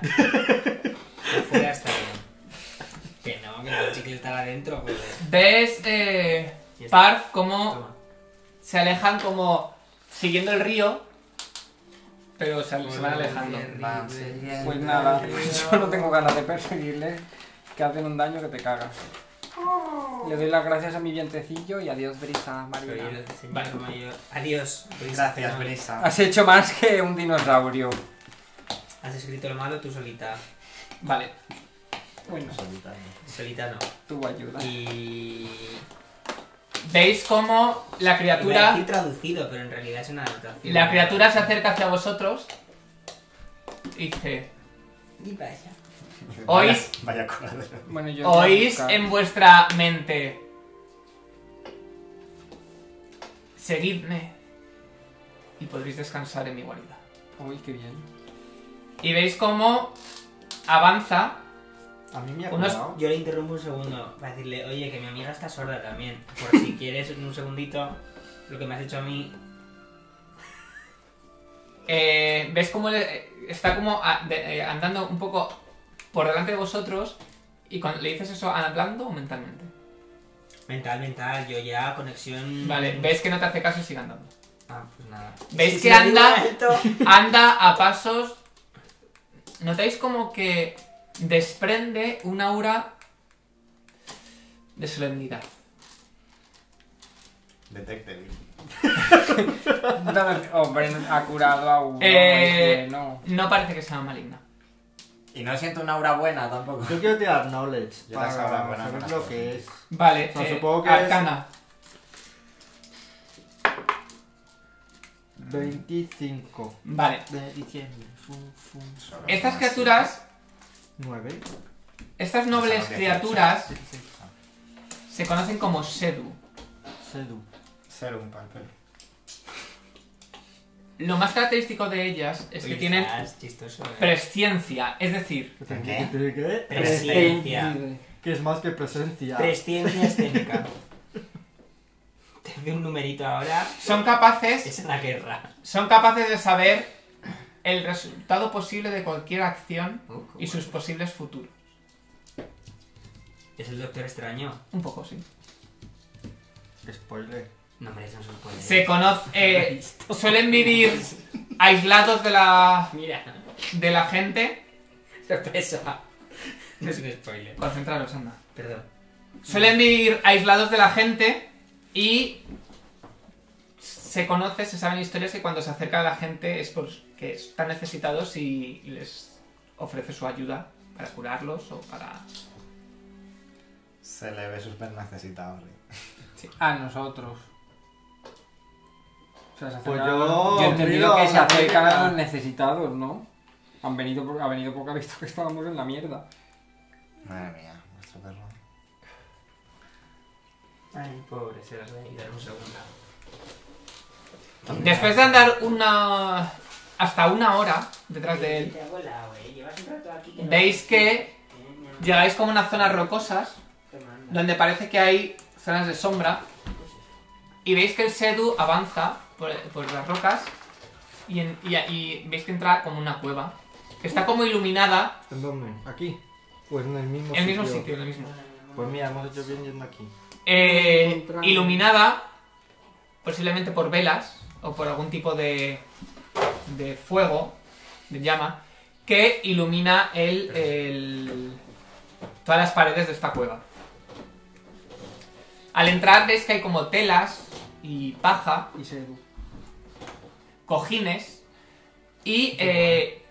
[SPEAKER 4] Fuera está bien. Que no, que el chicle estará adentro, pues.
[SPEAKER 1] Ves, eh.
[SPEAKER 4] Ya está.
[SPEAKER 1] Parf, como
[SPEAKER 4] Toma.
[SPEAKER 1] se alejan como siguiendo el río, pero se, se van alejando.
[SPEAKER 3] Va.
[SPEAKER 6] Pues nada, yo no tengo ganas de perseguirles, que hacen un daño que te cagas. Le doy las gracias a mi vientecillo y adiós, brisa
[SPEAKER 4] Pero yo
[SPEAKER 6] marina.
[SPEAKER 4] les enseño
[SPEAKER 1] Vale.
[SPEAKER 4] cómo yo- Adiós. Luis.
[SPEAKER 3] Gracias,
[SPEAKER 4] No,
[SPEAKER 3] Brisa.
[SPEAKER 6] Has hecho más que un dinosaurio.
[SPEAKER 4] Has escrito lo malo tú solita.
[SPEAKER 1] Vale,
[SPEAKER 6] Bueno,
[SPEAKER 4] Solita no.
[SPEAKER 6] tu ayuda.
[SPEAKER 4] Y.
[SPEAKER 1] veis como la
[SPEAKER 4] Iba a decir
[SPEAKER 1] criatura,
[SPEAKER 4] traducido, pero en realidad es una adaptación.
[SPEAKER 1] la criatura se acerca hacia vosotros y dice,
[SPEAKER 4] Y vaya.
[SPEAKER 1] Oís.
[SPEAKER 3] Vaya, vaya coladero.
[SPEAKER 6] Bueno, yo voy a
[SPEAKER 1] oís
[SPEAKER 6] buscar.
[SPEAKER 1] en vuestra mente, seguidme y podréis descansar en mi guarida.
[SPEAKER 6] Uy, qué bien.
[SPEAKER 1] Y veis cómo avanza,
[SPEAKER 2] A mí me ha
[SPEAKER 1] Unos-
[SPEAKER 2] quedado.
[SPEAKER 4] Yo le interrumpo un segundo para decirle, oye, que mi amiga está sorda también. Por si quieres un segundito, lo que me has hecho a mí.
[SPEAKER 1] eh, ves cómo le- eh, está como a- de- eh, andando un poco por delante de vosotros y cuando le dices eso hablando o mentalmente.
[SPEAKER 4] Mental, mental, yo ya, conexión.
[SPEAKER 1] Vale, ves que no te hace caso y sigue andando.
[SPEAKER 4] Ah, pues nada.
[SPEAKER 1] Veis
[SPEAKER 4] Si
[SPEAKER 1] que
[SPEAKER 4] se lo digo
[SPEAKER 1] anda-
[SPEAKER 4] alto,
[SPEAKER 1] Anda a pasos. Notáis como que desprende un aura de solemnidad.
[SPEAKER 3] Detective.
[SPEAKER 6] Dame- Hombre, ha curado a uno.
[SPEAKER 1] Eh,
[SPEAKER 6] es bueno.
[SPEAKER 1] No parece que sea maligna.
[SPEAKER 3] Y no siento una aura buena tampoco.
[SPEAKER 2] Yo quiero tirar knowledge
[SPEAKER 3] Yo las
[SPEAKER 2] para
[SPEAKER 3] habrá buenas
[SPEAKER 2] saber
[SPEAKER 3] con
[SPEAKER 2] lo
[SPEAKER 3] las
[SPEAKER 2] que es.
[SPEAKER 3] cosas.
[SPEAKER 1] Vale,
[SPEAKER 2] O sea,
[SPEAKER 1] eh,
[SPEAKER 2] supongo que es-
[SPEAKER 1] arcana.
[SPEAKER 3] Mm.
[SPEAKER 2] 25
[SPEAKER 1] Vale.
[SPEAKER 2] de diciembre. Fum, fum.
[SPEAKER 3] Solo
[SPEAKER 1] Estas
[SPEAKER 2] Ah,
[SPEAKER 3] más.
[SPEAKER 1] criaturas,
[SPEAKER 2] 9.
[SPEAKER 1] estas nobles
[SPEAKER 3] Pensaba que
[SPEAKER 1] criaturas, se conocen como Sedu.
[SPEAKER 2] Sedu.
[SPEAKER 3] Ser un palpero.
[SPEAKER 1] Lo más característico de ellas es que
[SPEAKER 4] Oye,
[SPEAKER 1] tienen
[SPEAKER 4] estás chistoso, eh.
[SPEAKER 1] presciencia, es decir,
[SPEAKER 2] ¿Qué?
[SPEAKER 3] ¿Qué?
[SPEAKER 2] ¿Qué?
[SPEAKER 4] Presencia.
[SPEAKER 2] Que es más que presencia.
[SPEAKER 4] Presciencia escénica. Te doy un numerito ahora.
[SPEAKER 1] son capaces
[SPEAKER 4] Es en la guerra.
[SPEAKER 1] Son capaces de saber el resultado posible de cualquier acción
[SPEAKER 4] Oh,
[SPEAKER 1] y sus posibles futuros.
[SPEAKER 4] ¿Es el Doctor Extraño?
[SPEAKER 1] Un poco, sí.
[SPEAKER 2] Spoiler.
[SPEAKER 4] No, hombre, eso no se puede.
[SPEAKER 1] Se conocen. suelen vivir aislados de la,
[SPEAKER 4] Mira,
[SPEAKER 1] de la gente.
[SPEAKER 4] sorpresa. No es un spoiler.
[SPEAKER 1] Concentraros, anda.
[SPEAKER 4] Perdón.
[SPEAKER 1] Suelen vivir aislados de la gente y. Se conoce, se saben historias que cuando se acerca a la gente es porque están necesitados y les ofrece su ayuda para curarlos o para.
[SPEAKER 3] Se le ve súper necesitado, Rick.
[SPEAKER 6] A nosotros. O sea, se
[SPEAKER 2] Pues
[SPEAKER 6] acercan-
[SPEAKER 2] yo-
[SPEAKER 6] he entendido
[SPEAKER 2] tío,
[SPEAKER 6] que se
[SPEAKER 2] la
[SPEAKER 6] acercan a
[SPEAKER 2] mierda.
[SPEAKER 6] los necesitados, ¿no? Han venido por- ha venido porque ha visto que estábamos en la mierda.
[SPEAKER 3] Madre mía, nuestro perro.
[SPEAKER 4] Ay, pobre, se las voy a quitar un segundo.
[SPEAKER 1] Después de andar una. hasta una hora detrás de él,
[SPEAKER 4] Te hago la, güey. Llevas un rato aquí que no-
[SPEAKER 1] veis que
[SPEAKER 4] Eh, mi amor,
[SPEAKER 1] llegáis como a unas zonas rocosas
[SPEAKER 4] te manda.
[SPEAKER 1] donde parece que hay zonas de sombra y veis que el Sedu avanza por, por las rocas y, en- y- y veis que entra como una cueva Está como iluminada
[SPEAKER 2] ¿En dónde? ¿Aquí? Pues en el mismo
[SPEAKER 1] en el
[SPEAKER 2] sitio.
[SPEAKER 1] mismo sitio, en el mismo.
[SPEAKER 2] Pues mira, hemos hecho bien yendo aquí.
[SPEAKER 1] Eh,
[SPEAKER 5] Encontramos.
[SPEAKER 1] iluminada posiblemente por velas o por algún tipo de, de fuego, de llama, que ilumina el, el- todas las paredes de esta cueva. Al entrar ves que hay como telas y paja,
[SPEAKER 6] Y Sedu.
[SPEAKER 1] cojines y eh,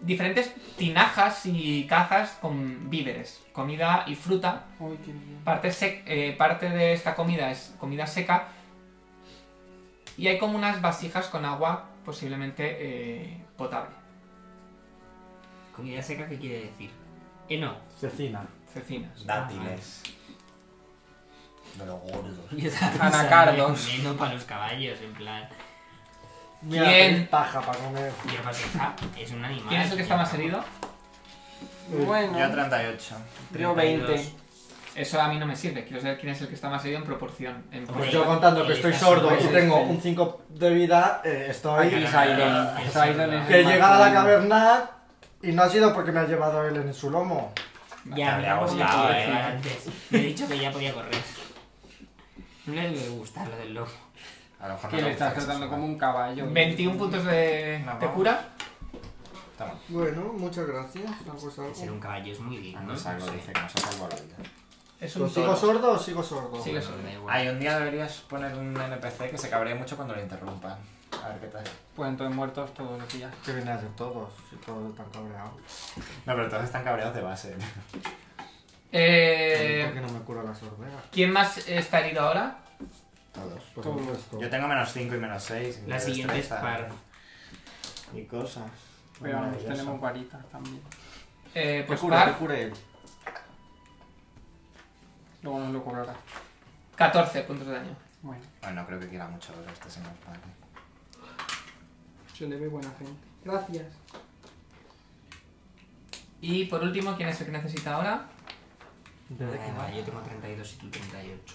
[SPEAKER 1] diferentes tinajas y cajas con víveres, comida y fruta
[SPEAKER 6] Ay, qué bien.
[SPEAKER 1] parte, sec- eh, parte de esta comida es comida seca y hay como unas vasijas con agua posiblemente eh, potable.
[SPEAKER 8] Comida seca, ¿qué quiere decir? Eh, no.
[SPEAKER 2] Cecina.
[SPEAKER 1] Cecinas.
[SPEAKER 3] Dátiles. De los gordos.
[SPEAKER 8] Yo estaba
[SPEAKER 6] Anacardos.
[SPEAKER 8] pensando en veneno para los caballos, en plan.
[SPEAKER 2] Mira,
[SPEAKER 1] Bien.
[SPEAKER 2] tenéis paja para comer.
[SPEAKER 8] Y el paseja es un animal.
[SPEAKER 1] ¿Quién es el que está más herido?
[SPEAKER 3] Yo
[SPEAKER 6] Bueno,
[SPEAKER 3] 38.
[SPEAKER 6] yo 20.
[SPEAKER 8] 32.
[SPEAKER 1] Eso a mí no me sirve. Quiero saber quién es el que está más herido en proporción. En
[SPEAKER 2] Pues
[SPEAKER 8] Hombre,
[SPEAKER 1] proporción.
[SPEAKER 2] yo contando que
[SPEAKER 8] eh,
[SPEAKER 2] estoy
[SPEAKER 8] estás
[SPEAKER 2] sordo y
[SPEAKER 1] sordo.
[SPEAKER 2] tengo un 5 de vida, eh, estoy...
[SPEAKER 6] Y Sidon. Sidon es
[SPEAKER 2] Que
[SPEAKER 6] el más
[SPEAKER 2] llega a la
[SPEAKER 6] joven.
[SPEAKER 2] caverna y no ha sido porque me ha llevado él en su lomo.
[SPEAKER 8] Ya,
[SPEAKER 3] Te
[SPEAKER 8] me
[SPEAKER 3] habría
[SPEAKER 8] ha
[SPEAKER 3] gustado, eh.
[SPEAKER 8] antes. Le he dicho que ya podía correr. No le gusta lo del lobo.
[SPEAKER 3] A lo mejor
[SPEAKER 6] Que
[SPEAKER 3] no
[SPEAKER 6] le
[SPEAKER 3] te gusta
[SPEAKER 6] estás
[SPEAKER 3] que se
[SPEAKER 6] tratando
[SPEAKER 3] suba.
[SPEAKER 6] como un caballo.
[SPEAKER 1] 21 puntos de,
[SPEAKER 3] Nos
[SPEAKER 1] de
[SPEAKER 3] vamos.
[SPEAKER 1] cura.
[SPEAKER 3] Toma.
[SPEAKER 2] Bueno, muchas gracias. Algo es algo.
[SPEAKER 8] Ser un caballo es muy digno.
[SPEAKER 3] Ah, No salgo, dice que nos ha salvado la vida.
[SPEAKER 1] Es
[SPEAKER 2] ¿Lo
[SPEAKER 1] un
[SPEAKER 2] ¿Sigo
[SPEAKER 1] toro.
[SPEAKER 2] sordo o sigo sordo?
[SPEAKER 1] Sigue sordo.
[SPEAKER 8] Da igual.
[SPEAKER 3] Ay, un día deberías poner un NPC que se cabree mucho cuando le interrumpan. A ver qué tal.
[SPEAKER 6] Pues entonces muertos todos los días.
[SPEAKER 2] Que vienen a ser todos, si todos están cabreados.
[SPEAKER 3] No, pero todos están cabreados de base.
[SPEAKER 2] ¿Por
[SPEAKER 1] Eh,
[SPEAKER 2] qué no me cura la sordera?
[SPEAKER 1] ¿Quién más está herido ahora?
[SPEAKER 3] Todos.
[SPEAKER 2] Pues
[SPEAKER 6] Todo
[SPEAKER 2] no es todo.
[SPEAKER 3] Yo tengo menos 5 y menos 6.
[SPEAKER 8] La siguiente es par.
[SPEAKER 3] Y cosas.
[SPEAKER 6] Pero nos
[SPEAKER 3] Maravilloso.
[SPEAKER 6] tenemos varitas también.
[SPEAKER 1] Eh,
[SPEAKER 2] Que
[SPEAKER 1] pues
[SPEAKER 2] cure, que
[SPEAKER 1] Par,
[SPEAKER 2] cure él.
[SPEAKER 6] Luego nos lo cobrará.
[SPEAKER 1] 14 puntos de daño.
[SPEAKER 6] Bueno,
[SPEAKER 3] Bueno, creo que quiera mucho oro este señor padre.
[SPEAKER 6] se le ve buena gente. Gracias.
[SPEAKER 1] Y por último, ¿quién es el que necesita ahora?
[SPEAKER 8] Da igual, yo tengo 32 y tú 38.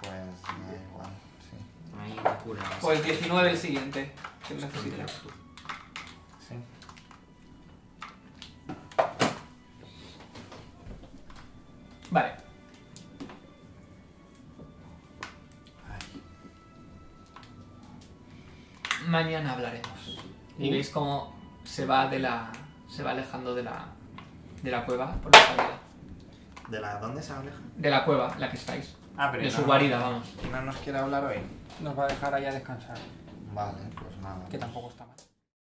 [SPEAKER 3] Pues da igual, sí.
[SPEAKER 8] No hay una cura. o sea,
[SPEAKER 1] Pues 19 el siguiente. que necesita.
[SPEAKER 3] Sí.
[SPEAKER 1] Vale. Mañana hablaremos.
[SPEAKER 3] Uh.
[SPEAKER 1] Y veis cómo se va de la. se va alejando de la. de la cueva por la salida.
[SPEAKER 3] ¿De la dónde se aleja?
[SPEAKER 1] De la cueva, la que estáis.
[SPEAKER 3] Ah, pero
[SPEAKER 1] De
[SPEAKER 3] no-
[SPEAKER 1] su guarida, vamos.
[SPEAKER 3] No nos quiere hablar hoy.
[SPEAKER 6] Nos va a dejar ahí a descansar,
[SPEAKER 3] Vale, pues nada.
[SPEAKER 6] que tampoco está mal.